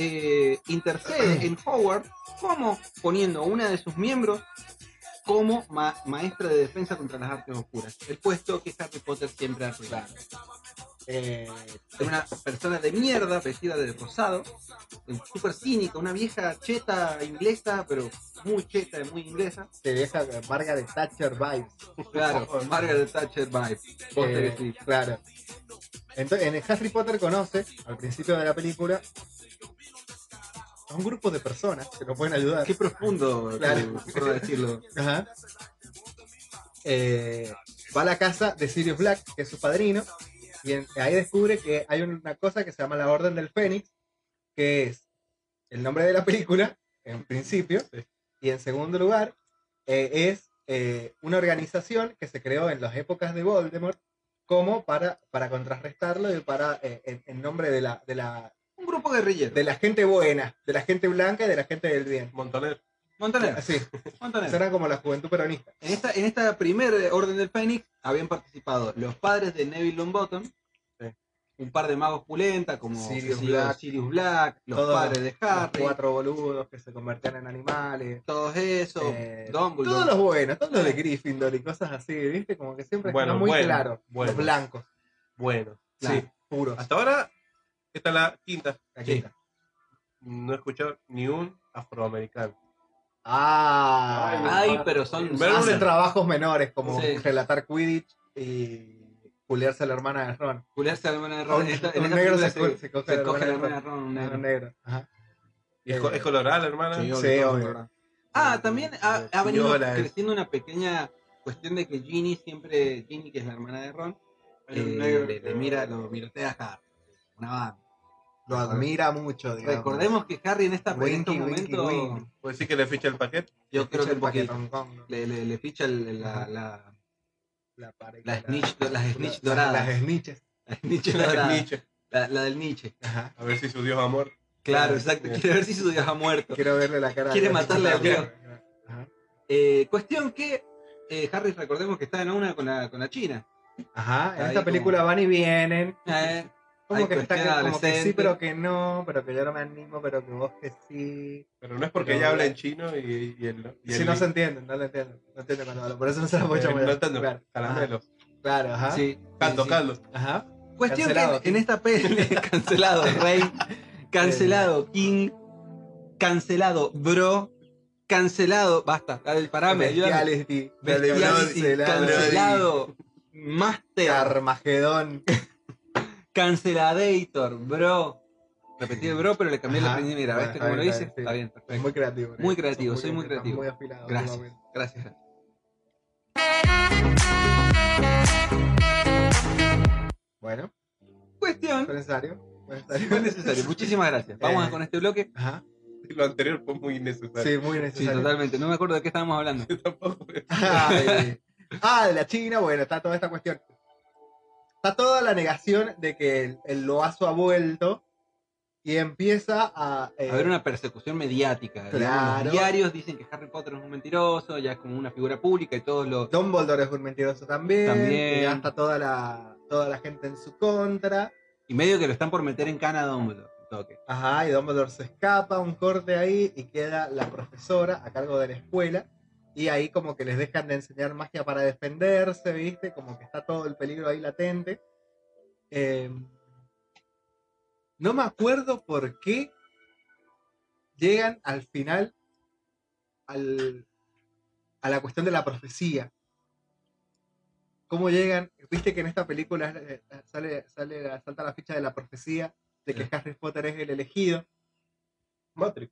A: eh, intercede en Howard como poniendo a una de sus miembros como ma- maestra de defensa contra las artes oscuras, el puesto que Harry Potter siempre ha arreglado. Eh, es una persona de mierda vestida de rosado, eh, súper cínica, una vieja cheta inglesa, pero muy cheta, muy inglesa.
E: Te deja marca de Thatcher vibes.
A: Claro, Margaret Thatcher vibe.
E: Eh, claro. Entonces, en Harry Potter conoce, al principio de la película, a un grupo de personas que lo pueden ayudar.
A: Qué profundo,
E: Claro.
A: claro, por decirlo.
E: Ajá. Eh, va a la casa de Sirius Black, que es su padrino, y en- ahí descubre que hay una cosa que se llama la Orden del Fénix, que es el nombre de la película, en principio, y en segundo lugar, eh, es eh, una organización que se creó en las épocas de Voldemort como para, para contrarrestarlo y para, eh, en, en nombre de la, de, la,
A: Un grupo guerrillero.
E: de la gente buena, de la gente blanca y de la gente del bien.
C: Montaner.
A: Montaner,
E: Así,
A: Montaner.
E: será como la juventud peronista.
A: En esta, en esta primera Orden del Fénix habían participado los padres de Neville Longbottom, un par de magos pulenta como
E: Sirius
A: qué sé yo,
E: Black.
A: Sirius Black, los
E: Todos
A: padres de
E: Los
A: Harry,
E: cuatro boludos que se convertían en animales.
A: todos esos,
E: eh,
A: Dumbledore.
E: todos los Ah. buenos, todos los de Gryffindor y cosas así, ¿viste? Como que siempre
C: Bueno,
E: está muy
C: bueno,
E: claro.
C: bueno.
E: Los blancos,
C: Bueno,
A: Claro.
C: sí.
E: puros.
A: Ah,
C: Hasta ahora, esta es la quinta.
E: Aquí está.
C: No he escuchado ni un afroamericano.
E: Ah,
A: Ay, pero son ah,
C: Pero
E: hacen
C: no-
E: trabajos menores como
A: Sí.
E: relatar Quidditch y culiarse a la hermana de Ron.
A: culiarse a la hermana de
E: Un,
A: Ron. En esta- en
E: un
A: esta
E: negro
A: película
E: se, co- se coge a
A: se
E: la
A: coge a
E: hermana
A: la
E: de
A: hermana
E: Ron.
A: de Ron, un
E: Un
A: negro.
E: negro. Ajá.
C: ¿Y es, co-
E: Eh,
C: es colorada la hermana?
E: Sí,
A: obvio,
E: obvio.
A: obvio. Ah, también ha, ha venido
C: Viola, eh.
A: creciendo una pequeña cuestión de que Ginny siempre, Ginny que es la hermana de Ron,
C: Hay un
A: eh,
C: negro.
A: le, le mira, lo mirotea a Harry. Una banda.
E: Lo admira mucho, digamos.
A: Recordemos que Harry en esta en estos
E: Winky, winky,
A: momentos,
E: wink.
C: ¿Puedes decir que le ficha el paquete?
A: yo creo que un
E: el paquete
A: poquito
E: roncón, ¿no?
A: le, le, le ficha el- la, la,
E: La pared-
A: la snitch, las snitch
E: Las-
A: doradas,
E: Las snitches.
A: la snitch
C: La
A: dorada,
C: Nietzsche.
A: la, la del Nietzsche.
E: Ajá.
C: A ver si su Dios ha muerto.
A: Claro, exacto.
C: bien.
A: Quiere ver si su dios ha muerto.
E: Quiero verle la cara.
A: Quiere
E: de-
A: matarle al tío.
E: Ajá.
A: Eh, cuestión que eh, Harry, recordemos que está en una con la, con la China.
E: Ajá, en
A: Ahí
E: esta
A: como-
E: película van y vienen.
A: Eh,
E: Como
A: Hay
E: que está
A: cuestión
E: que, como que sí,
A: adolescente.
E: pero que no, pero que yo no me animo, pero que vos que sí.
C: Pero no es porque
E: Pero-
C: ella habla en chino y, y el. Y
E: Si
C: el-
E: no se entienden, no lo entienden. No entienden cuando hablo, por eso no se la voy a
C: eh,
E: llamar.
C: no entiendo.
E: Claro,
C: Caramelos.
E: ajá, Claro, ajá.
A: sí, sí,
C: Caldo,
A: sí.
C: caldo.
E: Ajá.
A: Cuestión
E: ah, Cancelado,
A: que en- en esta peli, cancelado Rey,
E: Eh.
A: cancelado King, cancelado Bro, cancelado, basta, dale, parame, ayúdame.
E: Bestiality.
A: Bestiality,
E: Cancelado.
A: cancelado Master,
E: Armagedón.
A: canceladator, Bro. Repetí el Bro, pero le cambié la
E: Ajá.
A: primera,
E: Bueno,
A: ¿viste
E: está
A: cómo lo
E: bien,
A: hice?
E: está bien,
A: Está bien, perfecto.
E: Muy creativo. eh.
A: Muy
E: Son
A: creativo, soy muy
E: están
A: creativo.
E: Muy afilado.
A: Gracias. Gracias.
E: Bueno, fue
A: Cuestión,
E: necesario. Fue
A: fue
E: necesario.
A: necesario, muchísimas gracias. Vamos
E: Eh.
A: con este bloque.
E: Ajá.
C: Lo anterior fue muy innecesario.
E: Sí, muy
A: Sí,
E: necesario.
A: totalmente, no me acuerdo de qué estábamos hablando.
C: Tampoco.
E: Ay. ah, de la China, bueno, está toda esta cuestión. Está toda la negación de que el, el loazo ha vuelto y empieza a... eh,
A: a haber una persecución mediática. digamos,
E: Claro.
A: Los diarios dicen que Harry Potter es un mentiroso, ya es como una figura pública y todos los...
E: Dumbledore es un mentiroso también.
A: También.
E: Y gasta toda la, toda la gente en su contra.
A: Y medio que lo están por meter en Cana a Dumbledore. el toque.
E: Ajá, y Dumbledore se escapa, un corte ahí, y queda la profesora a cargo de la escuela. Y ahí como que les dejan de enseñar magia para defenderse, ¿viste? Como que está todo el peligro ahí latente. Eh, no me acuerdo por qué llegan al final al, a la cuestión de la profecía. ¿Cómo llegan? Viste que en esta película eh, sale, sale, la- salta la ficha de la profecía de que Harry Potter es el elegido.
C: Matrix.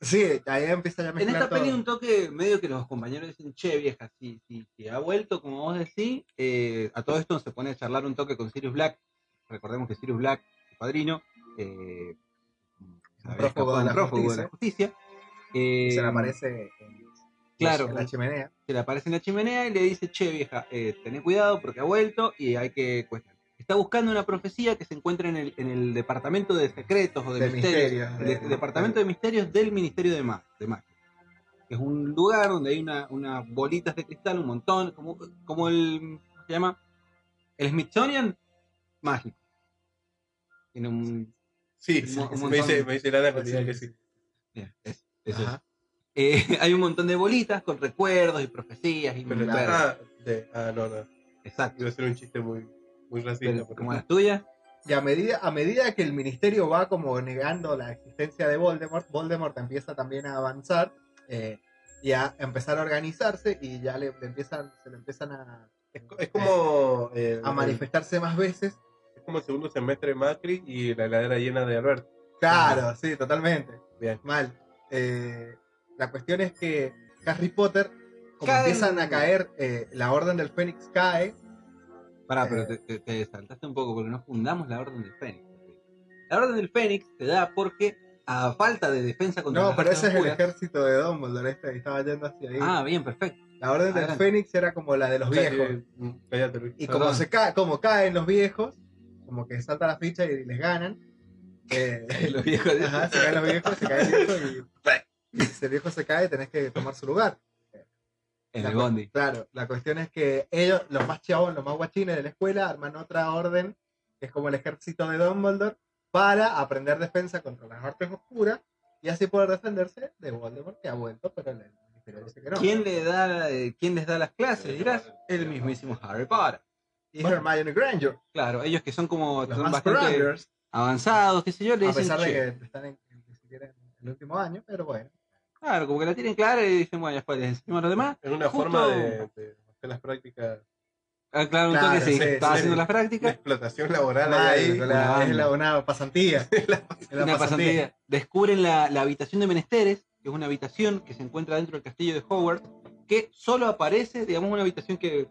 E: Sí, ahí empieza ya a
A: En
E: mezclar
A: esta
E: todo.
A: peli un toque medio que los compañeros dicen, che vieja, si, si, si ha vuelto, como vos decís, eh, a todo esto se pone a charlar un toque con Sirius Black. Recordemos que Sirius Black, su padrino, eh, se había
E: Prófugo de la
A: escapado, prófugo de
E: justicia.
A: la justicia. Eh,
E: Se le aparece en,
A: Claro.
E: en la chimenea.
A: se le aparece en la chimenea y le dice, che vieja, eh, tené cuidado porque ha vuelto y hay que cuestionar. Está buscando una profecía que se encuentra en el, en el departamento de secretos o de,
E: De
A: misterios.
E: misterios,
A: el de-
E: de-
A: departamento de misterios del Ministerio de, Ma- de Magia. que es un lugar donde hay una- unas bolitas de cristal, un montón, como, como el. ¿cómo se llama? El Smithsonian mágico. Tiene un.
C: Sí,
A: Un
C: sí,
A: mo- un
C: sí, me
A: montón.
C: dice, me dice Lana cuando dice que sí.
A: Bien, es- es eso. Eh, hay un montón de bolitas con recuerdos y profecías y
C: Pero
A: universos.
C: está. Ah, sí, ah, no, no.
A: Exacto.
C: Iba a ser un chiste muy, muy racista.
A: Pero
C: porque-
A: como las tuyas.
E: Y a medida, a medida que el ministerio va como negando la existencia de Voldemort, Voldemort empieza también a avanzar eh, y a empezar a organizarse y ya le, le empiezan, se le empiezan a,
C: Es, co- es como. eh,
E: a manifestarse más veces.
A: eh.
C: Es como el segundo semestre de Macri y la heladera llena de Alberto.
E: Claro, sí, totalmente.
C: Bien.
E: Mal. Eh, la cuestión es que Harry Potter, como
A: Cae.
E: empiezan a caer, eh, la Orden del Fénix cae.
A: Pará, pero
E: Eh.
A: te, te- te saltaste un poco porque no fundamos la Orden del Fénix. La Orden del Fénix se da porque a falta de defensa contra
E: No,
A: las
E: pero
A: artes
E: ese es el
A: oscuras-
E: ejército de Dumbledore, este, estaba yendo hacia ahí.
A: Ah, bien, perfecto.
E: la Orden del
A: adelante.
E: Fénix era como la de los viejos.
C: Cállate, mm, Cállate, Luis.
E: Y
A: Perdón.
E: como, se ca- como caen los viejos, como que salta la ficha y les ganan. eh,
A: Los viejos de-
E: ajá, se caen los viejos, se cae el viejo y, y si el viejo se cae, tenés que tomar su lugar.
A: en
E: la
A: el
E: cu-
A: Bondi.
E: Claro, la cuestión es que ellos, los más chavos, los más guachines de la escuela, arman otra orden, que es como el ejército de Dumbledore, para aprender defensa contra las artes oscuras y así poder defenderse de Voldemort, que ha vuelto, pero el ministerio dice que no.
A: ¿Quién, le da, eh, ¿Quién les da las clases? Dirás, el mismísimo Harry Potter.
E: Y Hermione Granger,
A: Claro, ellos que son como
E: los
A: son
E: más
A: bastante
E: Grangers,
A: avanzados, qué sé yo, le
E: a
A: dicen,
E: pesar
A: "Che".
E: de que están en, ni siquiera en el último año, pero bueno.
A: claro, como que la tienen clara y dicen, bueno, después les enseñamos a los demás.
C: Es una
A: Justo-
C: forma de, de hacer las prácticas.
A: Ah, claro, un
E: Claro,
A: toque sí,
E: sí,
A: estaba
E: sí.
A: haciendo las
C: La
A: prácticas.
C: explotación laboral eh,
E: Mal,
C: Ah, ahí.
E: la-
A: una banda.
E: es la- una pasantía. Es la
A: una pasantía. Descubren la, la habitación de menesteres, que es una habitación que se encuentra dentro del castillo de Hogwarts, que solo aparece, digamos, una habitación que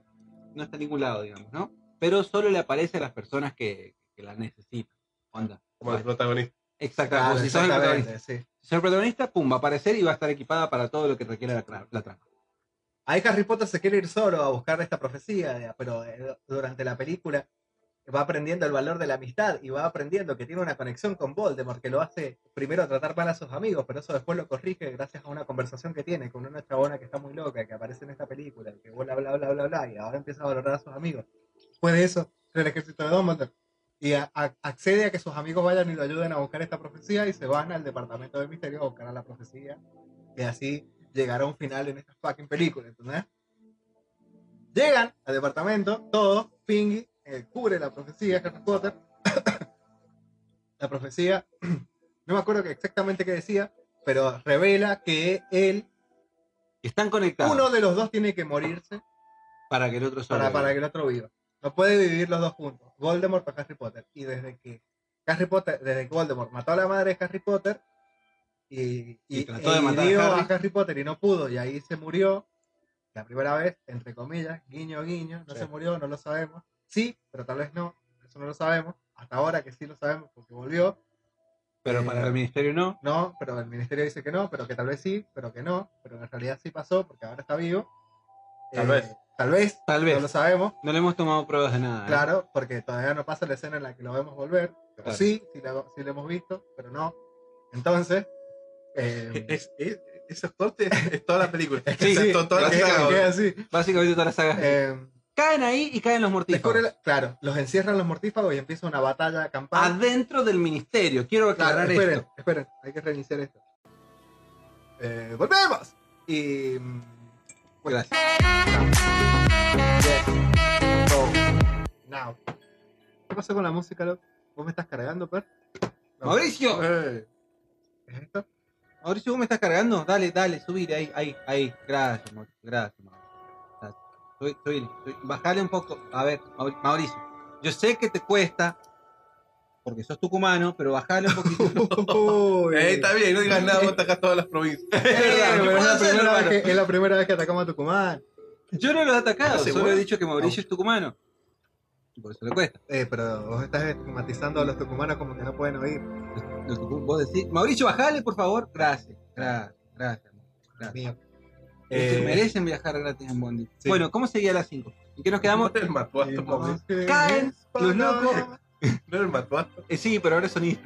A: no está en ningún lado, digamos, ¿no? Pero solo le aparece a las personas que, que la necesitan. Onda.
C: Como el protagonista.
A: Exactamente.
E: Claro,
A: Pues si sos el protagonista,
E: exactamente, sí.
A: si sos el protagonista, pum, va a aparecer y va a estar equipada para todo lo que requiera la, tra- la trama.
E: Ahí Harry Potter se quiere ir solo a buscar esta profecía, de- pero eh, durante la película va aprendiendo el valor de la amistad y va aprendiendo que tiene una conexión con Voldemort, que lo hace primero tratar mal a sus amigos, pero eso después lo corrige gracias a una conversación que tiene con una chabona que está muy loca, que aparece en esta película, y que bla bla bla bla bla, y ahora empieza a valorar a sus amigos. Después de eso, entra el ejército de Dumbledore y a- a- accede a que sus amigos vayan y lo ayuden a buscar esta profecía y se van al departamento del misterio a buscar a la profecía y así llegar a un final en esta fucking película, ¿entendés? Llegan al departamento, todos, Pingy, eh, cubre la profecía, Harry Potter. la profecía, no me acuerdo que exactamente qué decía, pero revela que él,
A: Están conectados
E: uno de los dos tiene que morirse
A: para que el otro
E: para,
A: sobreviva.
E: para que el otro viva. No puede vivir los dos juntos, Voldemort o Harry Potter. Y desde que Harry Potter, desde que Voldemort mató a la madre de Harry Potter y,
A: Y
E: y-
A: trató de
E: e
A: matar a
E: hirió
A: Harry.
E: a Harry Potter y no pudo, y ahí se murió la primera vez, entre comillas, guiño, guiño, no
C: Sí.
E: se murió, no lo sabemos. Sí, pero tal vez no, eso no lo sabemos. Hasta ahora que sí lo sabemos porque volvió,
A: Pero
E: eh,
A: para el ministerio no.
E: no, pero el ministerio dice que no, pero que tal vez sí, pero que no, pero que en realidad sí pasó porque ahora está vivo. Eh,
C: Tal vez.
E: Tal vez,
A: Tal
E: no
A: vez.
E: lo sabemos.
A: No le hemos tomado pruebas de nada. ¿eh?
E: Claro, porque todavía no pasa la escena en la que lo vemos volver. Pero
A: Claro.
E: Sí, sí la, sí la hemos visto, pero no. Entonces, eh,
C: Es, es- esos cortes es toda la película.
A: Sí,
C: Es
A: sí,
C: to- toda la
E: queda-
C: saga,
E: queda así.
A: Básicamente toda la saga.
E: Eh,
A: caen ahí y caen los
E: descubre
A: mortífagos.
E: la- claro, los encierran los mortífagos y empieza una batalla campal.
A: Adentro del ministerio. Quiero
E: Ah. Claro,
A: aclarar
E: esperen,
A: esto.
E: esperen, hay que reiniciar esto. Eh, ¡Volvemos! Y. mm, bueno,
A: Gracias.
E: yes, go, now. ¿Qué pasó con la música, loco? ¿Vos me estás cargando, Per?
A: Mauricio.
E: Eh, ¿Es esto?
A: Mauricio, vos me estás cargando. Dale, dale, subir ahí, ahí, ahí. Gracias, Mauricio. Gracias, Mauricio. Gracias. Subí, subí, subí. Bajale un poco. A ver, Mauri- Mauricio. Yo sé que te cuesta, porque sos tucumano, pero bajale un poquito.
E: Uy.
C: Eh, está bien, no digas nada, vos atacás todas las provincias.
E: Es verdad,
A: ¿Qué
E: pero es
A: puedo
E: la,
A: hacer,
E: primera vez
A: hermano?
E: que, es la primera vez que atacamos a Tucumán.
A: Yo no lo he atacado,
C: ¿Se
A: solo
C: mueve?
A: he dicho que Mauricio es tucumano. Por eso le cuesta.
E: Eh, pero vos estás estigmatizando a los tucumanos como que no pueden oír.
A: Lo que vos decís. Mauricio, bajale, por favor. Gracias, gracias, gracias.
E: Dios mío.
A: Ustedes
E: Eh,
A: merecen viajar gratis en Bondi.
E: sí.
A: Bueno, ¿cómo seguía a las 5? ¿En qué nos quedamos?
C: No era el matuasto, Mauricio.
E: eh,
A: Caen los locos.
C: No era el matuasto.
A: Eh, sí, pero ahora es sonido.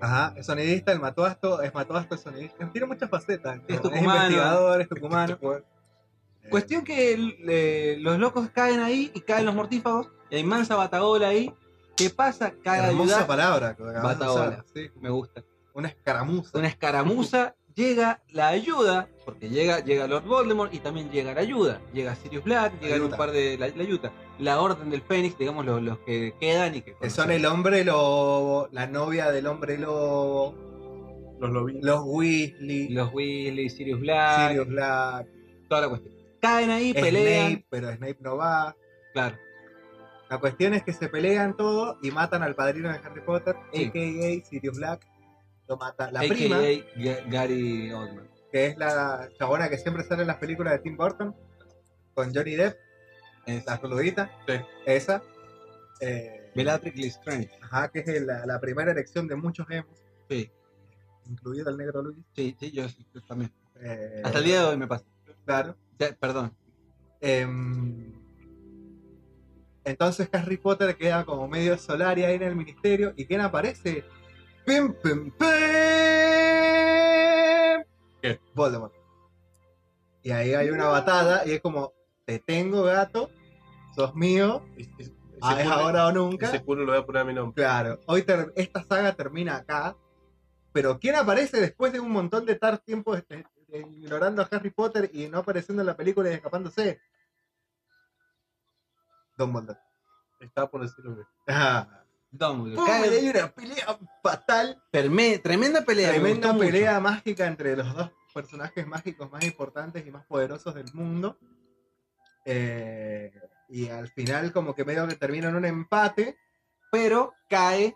E: Ajá, es sonidista, el matoasto, es matoasto, es sonidista. Tiene muchas facetas.
A: Es
E: ¿no?
A: tucumano.
E: investigador, es tucumano. Eh,
A: Cuestión que el- eh, los locos caen ahí y caen los mortífagos. Y hay mansa batagola ahí. ¿Qué pasa? Cada
E: hermosa
A: ayuda.
E: palabra. que acabas de
A: Bataola.
E: usar, sí.
A: Me gusta.
E: Una escaramuza.
A: Una escaramuza. llega la ayuda. Porque llega, llega Lord Voldemort y también llega la ayuda. Llega Sirius Black, llegan un
E: Yuta.
A: par de. La, la Yuta. La Orden del Fénix, digamos, los, los que quedan y que.
E: Que son el hombre lobo, la novia del hombre lobo,
L: Los lobby.
E: los Weasley,
A: Los Weasley, Sirius Black,
E: Sirius Black,
A: toda la cuestión. Caen ahí, pelean.
E: Snape, pero Snape no va.
A: Claro.
E: La cuestión es que se pelean todo y matan al padrino de Harry Potter,
A: Sí.
E: a.k.a. Sirius Black. Lo mata la
A: AKA
E: prima,
A: Ga- Gary Oldman.
E: que es la chabona que siempre sale en las películas de Tim Burton, con Johnny Depp, la peludita,
C: Sí.
E: esa. eh,
A: Bellatrix Lestrange.
E: ajá, que es la, la primera elección de muchos emos,
A: Sí,
E: incluido el negro Luis.
A: sí, sí, yo, yo también.
E: eh,
A: Hasta el día de hoy me pasa.
E: Claro.
A: Ya, perdón.
E: Em, entonces Harry Potter queda como medio solar y ahí en el ministerio. ¿Y quién aparece? ¡Pim, pim, pim!
C: ¿Qué?
E: Voldemort. Y ahí hay una batalla y es como, te tengo gato, sos mío, ah, es ahora o nunca.
C: Ese culo lo voy a poner a mi nombre.
E: Claro, hoy ter- esta saga termina acá, pero ¿quién aparece después de un montón de tar tiempo este, de- ignorando a Harry Potter y no apareciendo en la película y escapándose? Don Bondor.
C: Estaba por decirlo bien.
E: Ah,
A: Dumbledore.
E: ¡pum!
A: Cae-
E: Y hay una pelea fatal,
A: terme- tremenda pelea. me
E: tremenda
A: gustó mucho.
E: pelea mágica entre los dos personajes mágicos más importantes y más poderosos del mundo. Eh, y al final como que medio que termina en un empate.
A: Pero cae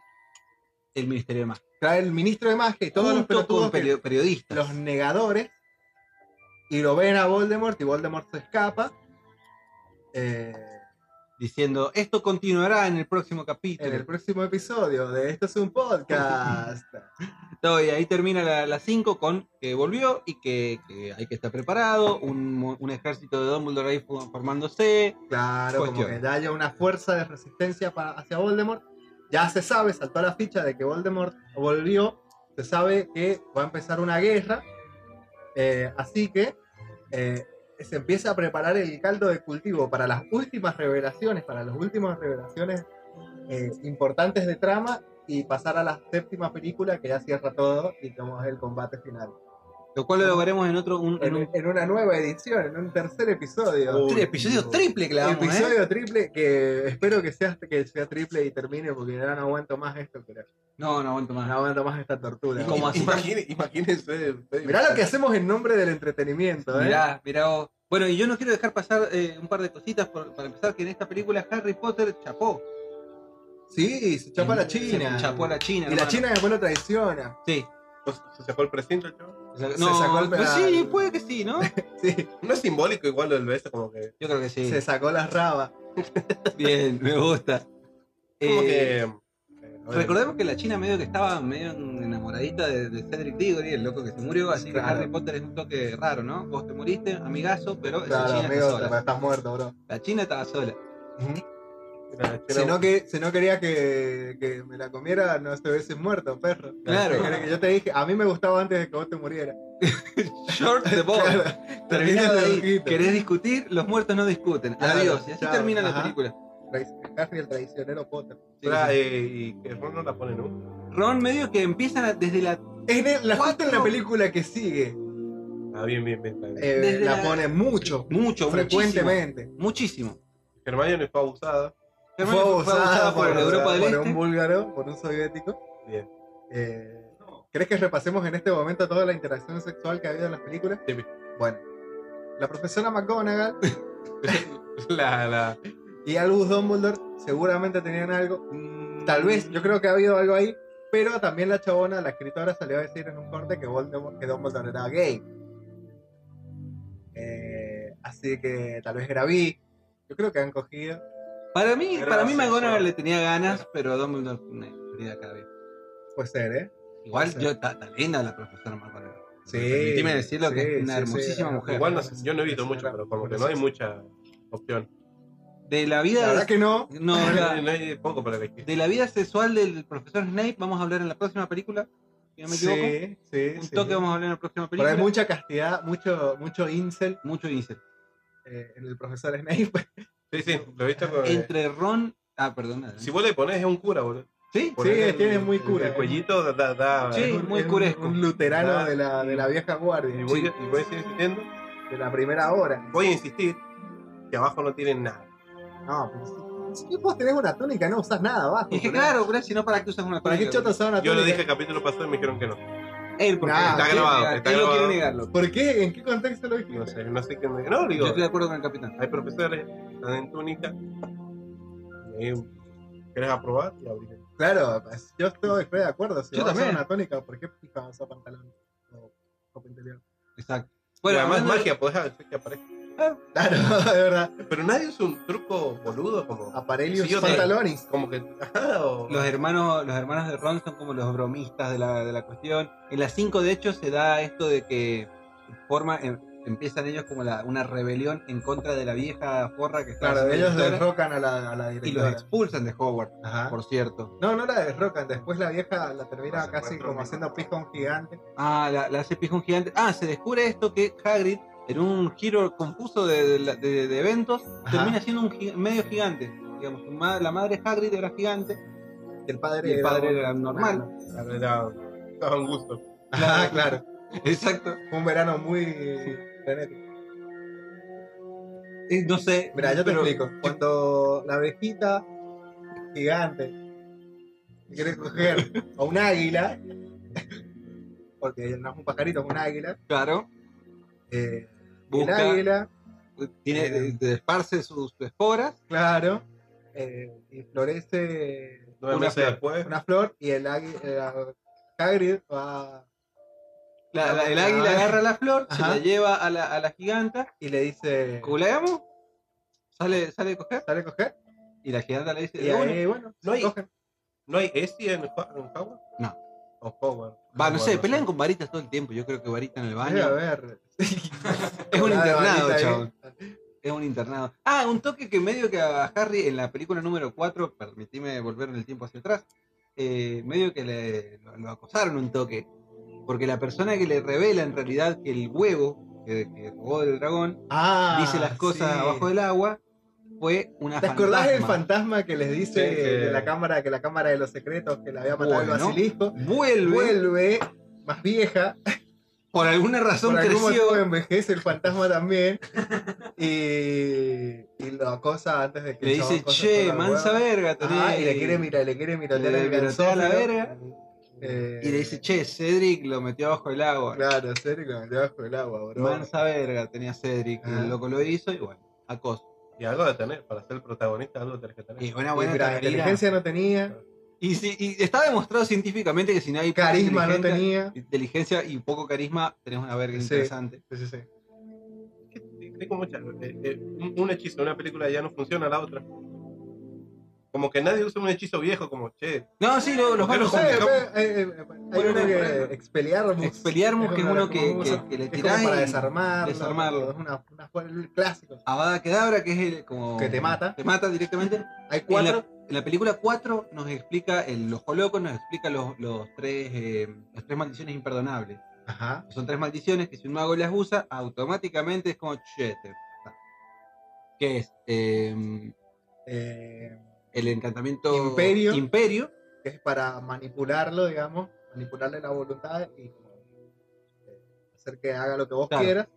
A: el Ministerio de Magia.
E: Trae el ministro de magia y todos los
A: Junto con
E: pelotudos que-
A: perio- periodistas.
E: los negadores y lo ven a Voldemort y Voldemort se escapa eh,
A: Diciendo, esto continuará en el próximo capítulo.
E: en el próximo episodio de Esto es un podcast.
A: Todo, y ahí termina la 5 con que volvió y que, que hay que estar preparado. Un, mo- un ejército de Dumbledore ahí fu- formándose.
E: Claro, como
A: Cuestión.
E: que ya haya una fuerza de resistencia para, hacia Voldemort. Ya se sabe, saltó la ficha de que Voldemort volvió. Se sabe que va a empezar una guerra. eh, así que eh, se empieza a preparar el caldo de cultivo para las últimas revelaciones, para las últimas revelaciones eh, importantes de trama y pasar a la séptima película que ya cierra todo y como es el combate final.
A: Lo cual lo veremos en otro. un- en
E: Ah. En,
A: un
E: en una nueva edición, en un tercer episodio.
A: Tri- episodio triple que le damos, ¿eh?
E: Episodio triple que espero que sea, que sea triple y termine porque ya no aguanto más esto, pero
A: No, no aguanto más.
E: no aguanto más esta tortura.
A: Y como así-
C: Imagine- Imagínense. eh,
E: Mirá lo que hacemos en nombre del entretenimiento, ¿eh?
A: Mirá, mirá vos. Bueno, y yo no quiero dejar pasar eh, un par de cositas por- para empezar, que en esta película Harry Potter chapó.
E: Sí, se chapa la China.
A: Se chapó a la China.
E: Y la
A: hermano.
E: China después lo traiciona.
A: Sí.
C: ¿Se sacó el precinto, chavo?
A: Se
E: sacó el
A: pues
E: pedal.
A: Sí, puede que sí, ¿no? Yo
E: Sí,
C: No es simbólico igual lo del beso, como que.
A: creo que sí.
E: se sacó las rabas.
A: Bien, me gusta.
C: Como
A: Eh,
C: que. eh, a ver,
A: Recordemos que la China medio que estaba medio enamoradita de, de Cedric Diggory, el loco que se murió, así
E: Claro.
A: que Harry Potter es un toque raro, ¿no? Vos te moriste, amigazo, pero esa
E: Claro,
A: China
E: amigo,
A: está sola.
E: estás muerto, bro.
A: La China estaba sola.
C: era-
E: Si no, que, si no quería que, que me la comiera, no se hubiese muerto, perro.
A: Claro.
E: Te quería que Yo te dije, a mí me gustaba antes de que vos te murieras.
A: Short the ball.
E: Claro,
A: Terminado
E: termina
A: ahí.
E: loquito.
A: ¿Querés discutir? Los muertos no discuten.
E: Claro,
A: Adiós. Y así
E: chao,
A: termina la
E: ajá.
A: película.
E: Trai- Harry el traicionero Potter.
A: Sí,
C: Era,
A: sí.
C: eh, y que Ron no la pone nunca.
A: Ron medio que empiezan a- desde la...
E: Es de- la
A: Cuatro.
E: justo en la película que sigue.
C: Ah, bien, bien, bien. bien.
E: eh,
A: Desde
E: la,
A: la-
E: pone mucho,
A: Mucho,
E: frecuentemente.
A: Muchísimo.
C: Hermione fue abusada.
E: Fue
A: Hermione
E: abusada por,
A: Europa del
E: por
A: Este.
E: un búlgaro, por un soviético.
C: Bien.
E: Eh, ¿Crees que repasemos en este momento toda la interacción sexual que ha habido en las películas?
C: Sí.
E: Bueno, la profesora McGonagall
C: La, la.
E: y Albus Dumbledore seguramente tenían algo. Mm, Tal vez, yo creo que ha habido algo ahí. Pero también la chabona, la escritora, salió a decir en un corte que, Voldemort, que Dumbledore era gay. Eh, así que tal vez era bi. Yo creo que han cogido.
A: Para mí,
C: Era
A: para mí McGonagall
C: sexual.
A: le tenía ganas, pero Dumbledore eh, tenía cara bien.
E: Puede ser, ¿eh?
A: Igual,
E: Puede ser.
A: yo, está está linda la profesora McGonagall.
E: Sí.
A: Permitime decirlo que es una hermosísima
E: ah,
A: mujer.
C: Igual no sé, yo no he visto mucho, pero como que no hay mucha opción.
A: de la
E: La
A: vida
E: verdad que no.
A: no, la-
C: No hay poco para elegir.
A: de la vida sexual del profesor Snape vamos a hablar en la próxima película, si no me equivoco.
E: Sí, sí,
A: Un
E: sí.
A: toque vamos a hablar en la próxima
E: Pero
A: película.
E: hay mucha castidad, mucho, mucho incel
A: Mucho incel.
E: eh, en el profesor Snape.
C: Sí, sí, lo he visto con.
A: Entre Ron, ah, perdón. adelante.
C: Si vos le pones es un cura, boludo.
A: Sí,
C: Poner
E: es
C: el-
E: que es muy cura. eh.
C: El cuellito da. da, da-
A: Sí,
E: Es
C: y
E: un-
A: muy
E: es un-
A: curesco.
E: Un luterano
C: Ah.
E: de, la, de la vieja guardia,
C: voy, a- y voy a seguir insistiendo.
E: de la primera hora.
C: Voy a insistir que abajo no tienen nada.
E: No, pues, si vos tenés una túnica, no usás nada abajo.
A: Y es que
E: boludo.
A: claro, bro, si no, ¿para qué usas una
E: ¿Para qué
A: túnica,
E: chota usar una
C: Yo
E: túnica?
C: lo dije el capítulo pasado y me dijeron que no.
A: bro? Él, porque
E: Nah,
A: está grabado.
C: está grabado,
A: Negar,
C: está
A: él no quiere
C: grabado.
A: negarlo.
E: ¿Por qué? ¿En qué contexto lo dijiste?
C: No sé, no sé qué me. No,
A: Yo
C: digo,
A: estoy de acuerdo con el capitán.
C: hay profesores, están en túnica. Y ahí, ¿Querés aprobar? Y abrir.
E: Claro, pues, yo estoy, estoy de acuerdo. Si
A: Yo
E: vas a usar
A: también.
E: una túnica, ¿por qué pija vas a usar pantalón o ropa interior?
A: Exacto.
C: Bueno,
A: Bueno,
C: además,
A: hablando de-
C: magia, pues, podés hacer que aparezca.
E: Claro, de verdad.
C: Pero nadie usa un truco boludo como.
E: Aparelios
C: Sí, yo también.
E: pantalones.
C: Como que. Ajá, o.
A: Los hermanos, los hermanos de Ron son como los bromistas de la, de la cuestión. En las 5, de hecho, se da esto de que forma, em- empiezan ellos como la- una rebelión en contra de la vieja forra que está
E: Claro,
A: haciendo
E: ellos
A: la historia,
E: derrocan a la, a la
A: y los
E: directora.
A: expulsan de Hogwarts,
E: Ajá.
A: por cierto.
E: No, no la derrocan. Después la vieja la termina
C: Se
E: casi
C: encuentra
E: como
C: un-
E: haciendo pija a un gigante.
A: Ah, la, la hace pija un gigante. Ah, se descubre esto que Hagrid, en un giro confuso de, de- de- de eventos,
E: Ajá.
A: termina siendo un gi- medio gigante. Digamos, su ma- la madre Hagrid era gigante
E: El padre,
A: y el
E: era
A: padre
E: un-
A: era normal.
C: Era- era- Daba un gusto.
E: Ah, claro.
A: Exacto.
E: Fue un verano muy frenético.
A: Eh, No sé.
E: Mira, yo te
A: pero-
E: explico. Cuando la abejita gigante quiere coger a un águila, porque no es un pajarito, es un águila,
A: Claro.
E: eh,
A: Busca-
E: el águila,
A: tiene de- de esparce sus esporas.
E: claro, eh, y florece
C: Nueve
A: Una
C: meses
A: flor.
C: después.
E: una flor y el águila, Hagrid va
A: La- la- el águila
E: Ah.
A: agarra la flor, se
E: Ajá.
A: la lleva a la, a la giganta.
E: y le dice,
A: ¿Culeamos? Sale, sale a coger.
E: ¿sale a coger?
A: Y la giganta le dice:
E: Y
A: "Bueno".
E: ahí, bueno,
C: No hay-
E: cogen.
C: ¿No hay Essie en, Ho- en Howard?
A: No.
C: O Howard.
A: Va, no sé,
C: Howard,
A: pelean con varitas todo el tiempo. Yo creo que varita en el
E: Debe
A: baño.
E: haber.
A: Es un
E: Nada de
A: internado,
E: varita ahí.
A: chabón. Es un internado. Ah, un toque que medio que a Harry en la película número 4, permitime volver en el tiempo hacia atrás, eh, medio que le, lo, lo acosaron un toque. Porque la persona que le revela en realidad que el huevo que, que robó del dragón
E: Ah,
A: dice las cosas
E: sí.
A: abajo del agua fue una
E: ¿Te acordás del
A: fantasma.
E: fantasma que les dice
C: Sí, sí.
E: de la cámara, que la cámara de los secretos que la había matado el
A: Bueno.
E: basilisco?
A: Vuelve,
E: Vuelve más vieja,
A: por alguna razón
E: por algún motivo
A: creció.
E: envejece el fantasma también y, y lo acosa antes de que
A: Le
E: el chabón
A: dice,
E: cosa
A: che,
E: con la
A: mansa
E: hueva".
A: verga,
E: Ajá,
A: tenés".
E: y le quiere mirar, le quiere mirar
A: Eh, le mirotea la verga.
E: Eh,
A: Y le dice, che, Cedric lo metió abajo del agua.
E: Claro, serio, que me metió bajo el agua, bro.
A: Mansa verga tenía Cedric, y
E: Ah.
A: el loco lo hizo y bueno, acoso.
C: Y algo de tener, para ser protagonista, algo tenés que tener.
A: Y una
E: Y
A: buena
E: mira,
A: tararira.
E: inteligencia no tenía,
A: Y, si- y está demostrado científicamente que si no hay poca
E: carisma no
A: inteligencia-
E: tenía.
A: Inteligencia y poco carisma, tenés una verga
E: Sí.
A: interesante.
E: Sí, sí, sí.
C: Tengo muchas. eh, eh, un, un hechizo de una película ya no funciona la otra. Como que nadie usa un hechizo viejo, como che.
A: No, sí, lo- los
C: Pero
A: malos
E: Sí,
C: Como que-
E: pues, eh, eh, hay
A: Bueno,
E: uno
A: no,
E: que
A: bueno.
E: expeliarmus.
A: Expelliarmus, que es uno que,
E: como-
A: que- que le
E: es como
A: tirás
E: para
A: y
E: desarmarlo.
A: desarmarlo.
E: Es una, una, fue el clásico.
A: Avada Kedavra, que es el como...
E: Que te mata.
A: Te mata directamente.
E: Hay
A: En la,
E: cuatro.
A: en la película 4 nos explica, el, los Holocos nos explica los, los tres, eh, las tres maldiciones imperdonables.
E: Ajá.
A: Son tres maldiciones que si un mago las usa, automáticamente es como che, te pasa". Que es eh,
E: Eh,
A: el encantamiento
E: Imperio.
A: Imperio,
E: que es para manipularlo, digamos. Manipularle la voluntad y eh, hacer que haga lo que vos
A: Claro.
E: quieras.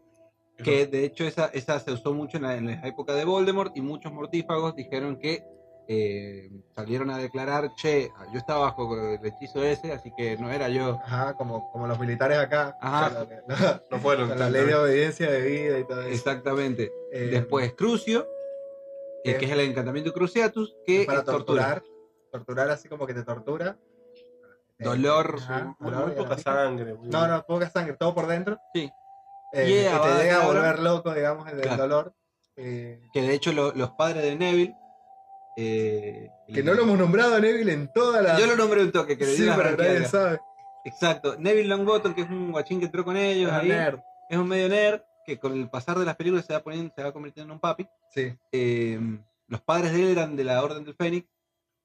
A: que de hecho esa, esa se usó mucho en la, en la época de Voldemort y muchos mortífagos dijeron que eh, salieron a declarar, che, yo estaba bajo el hechizo ese, así que no era yo.
E: Ajá, como, como los militares acá.
A: Ajá.
E: O sea, la- la-
C: No fueron.
E: con la ley de obediencia de vida y todo eso.
A: Exactamente.
E: Eh,
A: Después Crucio, eh,
E: eh,
A: que es el encantamiento Cruciatus,
E: es
A: que es
E: para
A: tortura.
E: torturar. Torturar así como que te tortura. Eh,
A: Dolor,
E: ajá,
C: Muy,
E: dolor
C: muy
E: y
C: poca
E: así.
C: sangre. muy-
E: No, no, poca sangre, todo por dentro.
A: Sí.
E: Eh,
A: Yeah,
E: que
A: va,
E: te llega a
A: claro.
E: volver loco, digamos, el del
A: Claro.
E: dolor. eh,
A: que de hecho lo- los padres de Neville... eh,
E: que no lo hemos nombrado a Neville en toda la.
A: Yo lo nombré un toque, que le di
E: sí,
A: una
E: pero nadie
A: ranqueada.
E: sabe.
A: Exacto. Neville Longbottom, que es un guachín que entró con ellos
E: Ah,
A: ahí,
E: nerd.
A: es un medio nerd que con el pasar de las películas se va poniendo, se va convirtiendo en un papi.
E: Sí.
A: Eh, Los padres de él eran de la Orden del Fénix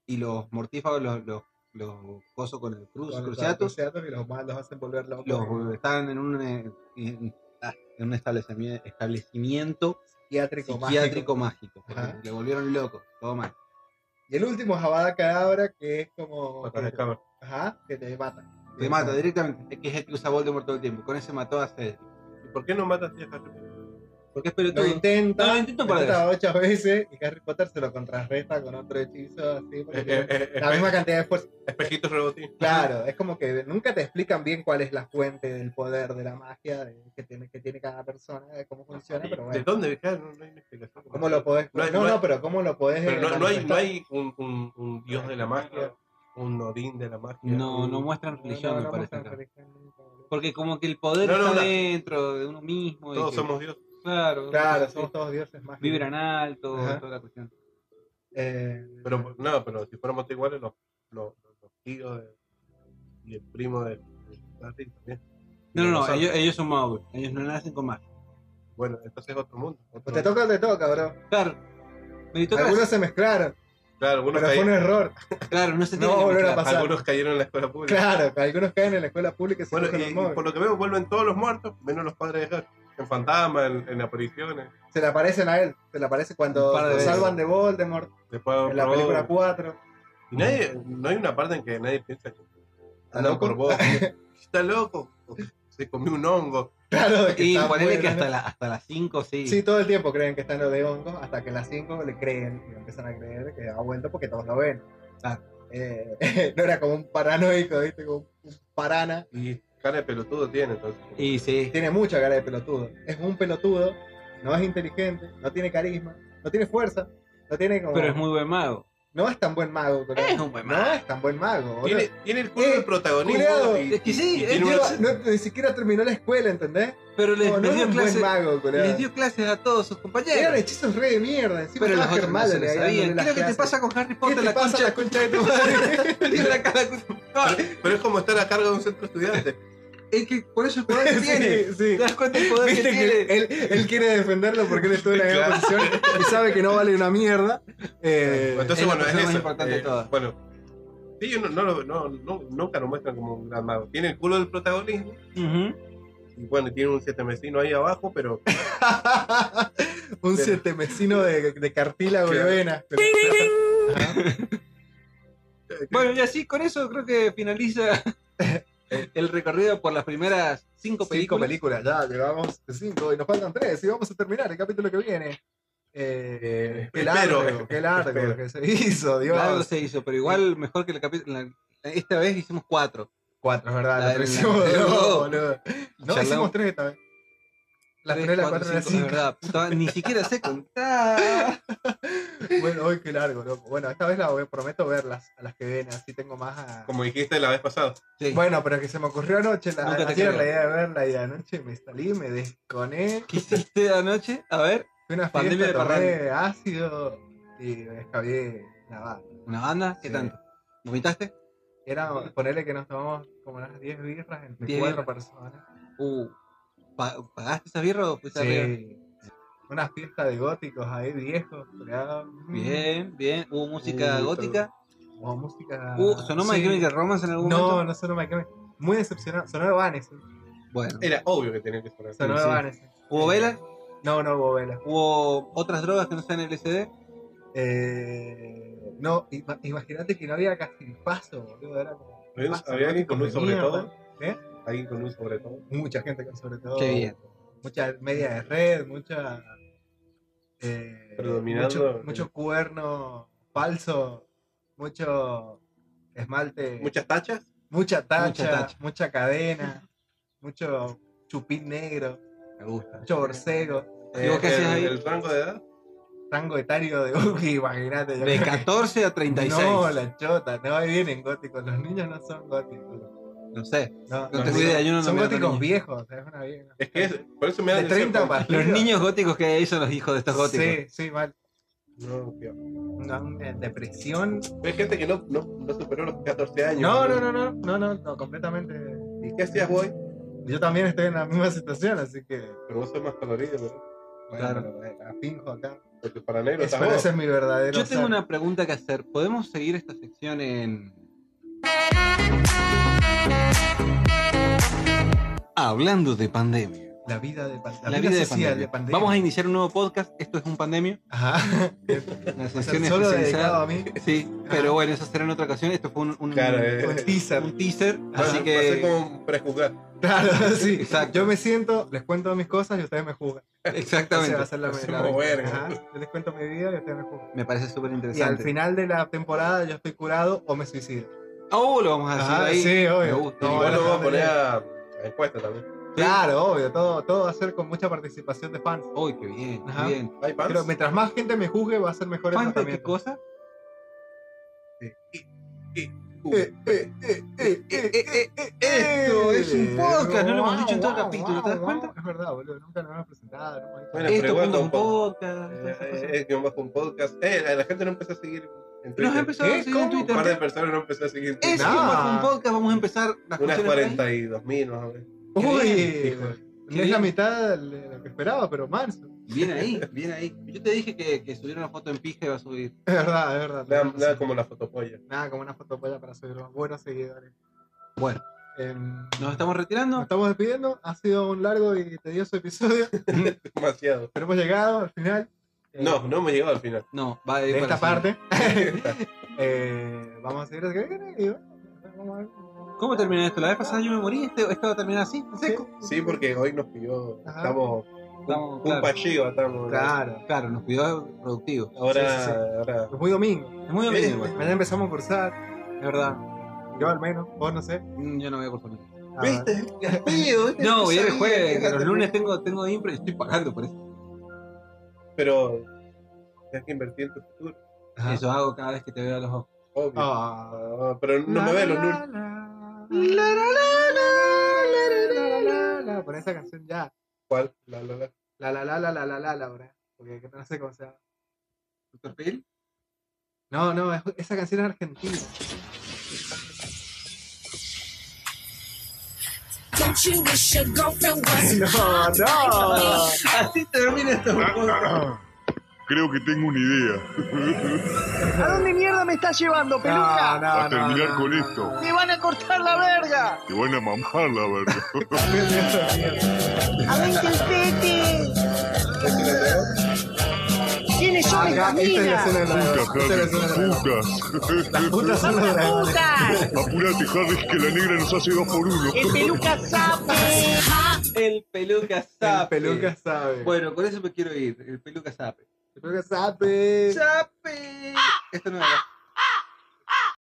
A: y los mortífagos, los, los, los cosos con el cruz,
E: Con los
A: cruciatos,
E: cruciatos que los malos hacen volver locos.
A: los estaban en un, eh, en, ah, en un establecimiento, establecimiento
E: psiquiátricos
A: psiquiátrico mágico. porque
E: Ajá.
A: le volvieron loco, todo mal.
E: Y el último es Avada Kedavra, que es como.
C: Con la cámara.
E: Ajá, que te mata.
A: Te mata directamente, que es el que usa Voldemort todo el tiempo. Con ese mató a Cedric.
C: ¿Y por qué no matas a Harry?
A: Porque es
E: Lo
A: pelotudo.
E: intenta,
A: No, lo intento
E: lo
A: para
E: intenta ocho veces y Harry Potter se lo contrarresta con otro hechizo así. porque
C: Eh,
E: tiene
C: eh, eh,
E: la
C: espe-
E: misma cantidad de esfuerzo.
C: Espejitos rebotín.
E: Claro, es como que nunca te explican bien cuál es la fuente del poder, de la magia de- que, tiene, que tiene cada persona, de cómo funciona, pero
C: ¿De
E: bueno.
C: dónde? Claro, No, no hay una explicación.
E: ¿Cómo lo podés.?
C: No
E: No,
C: hay-
E: no,
C: no hay-
E: pero ¿cómo lo podés.?
C: Pero
E: eh,
C: no, no hay, no
E: manifestar?
C: hay un, un- un dios de la magia, un Odín de la magia.
A: No,
C: un-
A: no muestran religión,
E: No,
A: me
E: no
A: parece.
E: muestran
A: acá.
E: religión nunca, boludo.
A: Porque como que el poder
C: No, no,
A: está
C: no.
A: dentro de uno mismo. y
C: Todos
A: que-
C: somos dios.
A: Claro,
E: Claro,
A: sí,
E: somos todos dioses mágicos.
A: Vibran alto,
E: Ajá.
A: toda la cuestión.
E: Eh,
C: Pero no, pero si fuéramos todos iguales, los, los, los tíos de- y el primo de, de Harry también.
A: No, no, no,
C: Nosotros.
A: ellos, ellos son magos. Ellos no nacen con magia.
C: Bueno, entonces es otro mundo. otro-
E: o Pues te toca o te toca, bro.
A: Claro. meritocracia,
E: Algunos se mezclaron,
C: claro, algunos,
E: pero fue un
C: cayeron-
E: error.
A: Claro, no se
E: no
A: tiene
E: va a
A: que
E: volver a
A: mezclar.
E: pasar.
C: algunos cayeron en la escuela pública.
E: Claro, algunos caen en la escuela pública y se
C: Bueno,
E: cogen
C: y,
E: los
C: y
E: móviles.
C: por lo que veo, vuelven todos los muertos, menos los padres de Harry. En fantasmas, en, en apariciones.
E: Se le aparecen a él, se le aparece
A: Un
E: cuando
A: par de
E: lo
A: veces.
E: salvan de Voldemort
C: Después
E: en la
C: Ron.
E: película 4.
C: Y nadie, no hay una parte en que nadie piensa que
E: ¿Está
C: andan
E: loco?
C: por vos. Está loco. Se comió un hongo.
E: Claro, de que
A: Y
E: está muy
A: ponele que
E: grande.
A: hasta, la, hasta las 5, sí.
E: Sí, todo el tiempo creen que está en lo de hongos, hasta que a las 5 le creen, y empiezan a creer que ha vuelto porque todos lo ven.
A: Ah.
E: Eh, no era como un paranoico, ¿viste? Como un parana.
C: Y cara de pelotudo tiene, entonces.
A: Y sí.
E: Tiene mucha cara de pelotudo. Es un pelotudo, no es inteligente, no tiene carisma, no tiene fuerza, no tiene como.
A: Pero es muy buen mago.
E: No es tan buen mago, pero.
A: Es un buen
E: No
A: mago.
E: es tan buen mago, boludo.
C: Tiene, tiene el culo
E: Eh,
C: del protagonismo.
E: culiao.
C: y-
A: Es que sí,
C: y
A: eh,
C: tiene una-
E: Lleva- no- ni siquiera terminó la escuela, ¿entendés?
A: Pero les,
E: Como no
A: les
E: era
A: dio
E: un buen
A: clases,
E: mago, colega.
A: les dio clases a todos sus
E: Eran
A: compañeros.
E: hechizos re de mierda. Encima
A: Pero los
E: estaba
A: otros no se
E: Hermione
A: lo
E: ahí dándole
A: sabían. ¿Qué
E: las
A: es lo que
E: clases.
A: te pasa con Harry
E: ¿Qué
A: Potter?
E: te
A: La
E: pasa
A: concha.
E: la concha de tu madre?
A: Tiene la cara de- No,
C: Pero es como estar a cargo de un centro estudiante.
A: es que por eso el poder que tiene.
E: sí, sí.
A: ¿Te das cuenta del poder que
E: Viste
A: tiene?
E: que él, él quiere defenderlo porque él estuvo en la misma
C: Claro.
E: posición y sabe que no vale una mierda. Eh,
A: es la
C: Entonces, bueno,
A: persona
C: es
A: más
C: eso. Eh,
A: importante de todas.
C: Bueno, sí, no, no, lo- no, no- nunca lo muestran como un gran mago. Tiene el culo del protagonismo.
A: Ujú.
C: Y bueno, tiene un siete vecino ahí abajo, pero
E: un siete vecino de, de cartílago y
C: Claro.
E: venas. Pero-
A: Bueno, y así con eso creo que finaliza el recorrido por las primeras cinco
E: Cinco
A: películas.
E: películas, ya llevamos cinco y nos faltan tres y vamos a terminar el capítulo que viene. Eh, qué
C: Espero.
E: largo, qué largo
C: Espero.
E: que se hizo, Dios.
A: Claro, se hizo, pero igual mejor que el capítulo. Esta vez hicimos cuatro.
E: Cuatro, es verdad,
A: La
E: la
A: del-
E: hicimos
A: la-
E: dos,
A: no.
E: boludo. No,
A: Charlamos.
E: hicimos tres esta vez. La
A: Tres,
E: primera, la cuatro, la
A: cinco, es
E: cinco.
A: verdad, puta, ni siquiera sé contar.
E: Bueno, hoy qué largo, loco. Bueno, esta vez la voy- prometo verlas, a las que ven, así tengo más a...
C: como dijiste la vez pasada.
A: Sí.
E: Bueno, pero que se me ocurrió anoche, la,
A: Nunca te
E: ayer
A: creo.
E: la idea de verla y anoche me salí, me desconecté,
A: ¿Qué hiciste anoche? A ver,
E: fui a una
A: Pandemia
E: fiesta,
A: de
E: tomé ácido y me descabié la barra.
A: una banda, ¿qué
E: Sí.
A: tanto? ¿Vomitaste?
E: Era ponerle que nos tomamos como unas 10 birras entre
A: 10
E: cuatro
A: birras.
E: personas.
A: Uh, ¿pa- ¿Pagaste esa birra o fuiste arriba?
E: Sí. Una fiesta de góticos ahí viejos, culiao.
A: Bien, bien. ¿Hubo música
C: Uh,
A: gótica?
E: O música.
A: ¿Hubo Uh, ¿Sonó My
E: Sí.
A: Chemical Romance en algún
E: No,
A: momento?
E: no sonó My Chemical. Muy decepcionado. Sonó Evanescence.
A: Bueno.
C: Era obvio que tenía que sonar.
E: Sonó
A: Sí.
E: Evanescence.
A: ¿Hubo velas?
E: No, no hubo velas.
A: ¿Hubo otras drogas que no sean LSD?
E: Eh, no, ima- imagínate que no había casi paso, boludo. Era como.
C: Había-
E: paso
C: había alguien
E: gótico
C: con un
E: de
C: sobre
E: mierda.
C: todo.
A: pues.
E: ¿Eh?
C: Alguien con un sobre todo.
E: Mucha gente con sobre todo.
A: Qué bien.
E: Mucha media de red, mucha. eh,
C: Predominando-
E: Mucho, mucho cuerno falso, mucho esmalte,
C: Muchas tachas.
E: mucha, tacha, mucha
A: mucha tacha.
E: cadena, mucho chupín negro,
A: Me gusta.
E: mucho borcego,
A: ¿Y vos qué
C: Eh,
A: hacías
C: el-
A: ahí?
C: El rango de edad.
E: rango etario de Uki, imagínate. yo
A: De
E: creo que-
A: 14 a 36.
E: No, la chota, no vienen góticos, los niños no son góticos.
A: No sé.
E: No,
A: No
C: tengo
E: son-
A: idea, yo no
E: son
A: me meto en
E: góticos
A: niños.
E: viejos, es una vieja.
C: Es que es, por eso me
E: de
C: dan
E: 30 para
A: Los
E: arriba.
A: niños góticos que hay son los hijos de estos góticos.
E: Sí, sí, mal.
C: No, tío.
E: Una, una depresión.
C: Hay gente que no, no, no superó los 14 años.
E: No, no, no, no, no, no, no, completamente.
C: ¿Y qué hacías, boy?
E: Yo también estoy en la misma situación, así que.
C: Pero vos sos más colorido, ¿verdad?
E: Bueno,
A: Claro.
E: pero, eh, la finjo acá.
C: Porque para negro
E: Es-
C: está
E: pero
C: vos.
E: ese es mi verdadero.
A: Yo tengo
E: ser.
A: una pregunta que hacer. ¿Podemos seguir esta sección en. Hablando de pandemia.
E: La vida de pandemia.
A: La, vida, de pandemia. Vamos a iniciar un nuevo podcast. Esto es un pandemia.
E: Ajá.
A: Una
E: O sea,
A: sección
E: solo dedicado
A: especializada.
E: a mí.
A: Sí, pero bueno, eso será en otra ocasión. Esto fue un, un-
C: Claro, eh.
E: Un teaser.
A: un teaser.
C: Va a
A: Así
C: ser- Va a
A: que.
C: ser como prejuzgar.
E: Claro, sí.
A: Exacto.
E: Yo me siento, les cuento mis cosas y ustedes me juzgan. Esa va a
A: Exactamente.
E: ser la,
C: Es
E: la-
C: como verga.
E: Ajá. Yo les cuento mi vida y ustedes me juzgan.
A: Me parece súper
E: Y al
A: interesante.
E: final de la temporada yo estoy curado o me suicido.
A: Oh, lo vamos a hacer
E: Ajá,
A: ahí.
E: sí, obvio.
A: Me gusta.
E: No,
C: Igual
E: no,
C: lo vamos a
E: no,
C: poner
E: no.
C: a, a encuesta también.
E: Claro, obvio. Todo, todo va a ser con mucha participación de fans.
A: Uy, qué bien, qué
E: Ajá.
A: bien.
C: ¿Hay fans?
E: Pero mientras más gente me juzgue va a ser mejor el
A: ¿Fans de qué
E: tratamiento.
A: cosa?
E: Eh, eh, eh, eh, eh, eh, eh, eh, eh.
A: Esto es un podcast, no lo hemos
E: Wow,
A: dicho en todo el
E: wow,
A: capítulo, ¿te das
E: wow,
A: cuenta?
E: wow, Es verdad, boludo, nunca nos hemos presentado. no hemos dicho
C: Bueno,
E: nada.
C: pero
A: Esto
C: igual
A: cuenta un
C: con-
A: podcast. todas esas
C: Eh,
A: cosas.
C: eh, guión bajo un podcast. Eh, la- la gente no empezó a seguir en Twitter.
A: Nos empezaron a seguir en
C: Un par de
A: Twitter.
C: personas no empezó a seguir en
A: Es
C: Twitter.
E: Nah.
A: guión bajo un podcast, vamos a empezar las
C: Unas
A: cuestiones por ahí.
C: 42 mil más o menos.
E: Uy,
C: Hijo de-
E: no es la mitad de lo que esperaba, pero manso.
A: Bien ahí, bien ahí. Yo te dije que, que subiera una foto en pija y va a subir.
E: Es verdad, es verdad.
C: Nada,
E: tenés razón.
C: nada como la fotopolla.
E: Nada como una fotopolla para subir los buenos seguidores.
A: Bueno.
E: Em,
A: Nos estamos
E: nos
A: retirando.
E: estamos despidiendo. Ha sido un largo y tedioso episodio,
C: Demasiado.
E: pero hemos llegado al final Eh,
C: No, no hemos llegado al final.
A: No, va a ir
E: de
A: para
E: esta
A: siempre.
E: parte. Eh, vamos a seguir a y bueno, vamos a ver.
A: ¿Cómo terminó esto? La vez pasada yo me morí, este, esto va a terminar así, en seco.
C: Sí, porque hoy nos pidió.
E: Ajá.
C: Estamos
A: Estamos,
C: un
A: claro,
C: pachiva, estamos.
E: Claro.
A: claro, nos cuidó productivo.
C: Ahora,
E: Sí, sí, sí.
C: ahora.
E: Es muy domingo.
A: Es muy ameno, igual.
E: Mañana empezamos a cursar.
A: es verdad.
E: Yo al menos, vos no sé.
A: Mm, Yo no voy a cursar.
E: Ah,
C: ¿Viste? este Castillo, ¿viste?
A: No, voy a ir el
C: sabía,
A: jueves,
C: fíjate,
A: los lunes tengo, tengo impre y estoy pagando por eso.
C: Pero tienes que invertir en tu futuro,
E: Ajá.
A: Eso hago cada vez que te veo a los ojos.
C: obvio.
E: Ah.
C: Ah, pero no me ve los lunes.
E: Pon esa canción ya.
C: ¿Cuál? La, la, la.
E: La la la la la la la la, bro. Porque no sé cómo se llama.
A: ¿Tu perfil?
E: No, no, es- esa canción es argentina.
M: Don't you wish your girlfriend was
E: No, no.
A: Así termina esto.
D: Creo que tengo una idea.
B: ¿A dónde mierda me estás llevando, peluca?
E: No, no,
D: A
E: Ah, no,
D: terminar
E: no,
D: con
E: no,
D: esto.
E: no.
B: ¡Me van a cortar la verga!
D: Te van a mamar, la verdad.
B: ¡A 20 ¿Quiénes son
E: Acá,
B: estas
E: Ah, esta es la
B: minas?
E: zona de
D: Putas,
E: dragones. Esta es la zona de dragones. Las
D: Harry.
E: putas
D: Putas.
E: son las dragones.
B: ¡Putas!
D: Apurate, Harry, que la negra nos hace dos por uno.
B: ¡El peluca sabe!
A: El peluca sape.
E: El peluca sabe.
A: Bueno, con eso me quiero ir. El peluca sape.
E: El peluca sabe.
A: ¡Sape! Esto no era.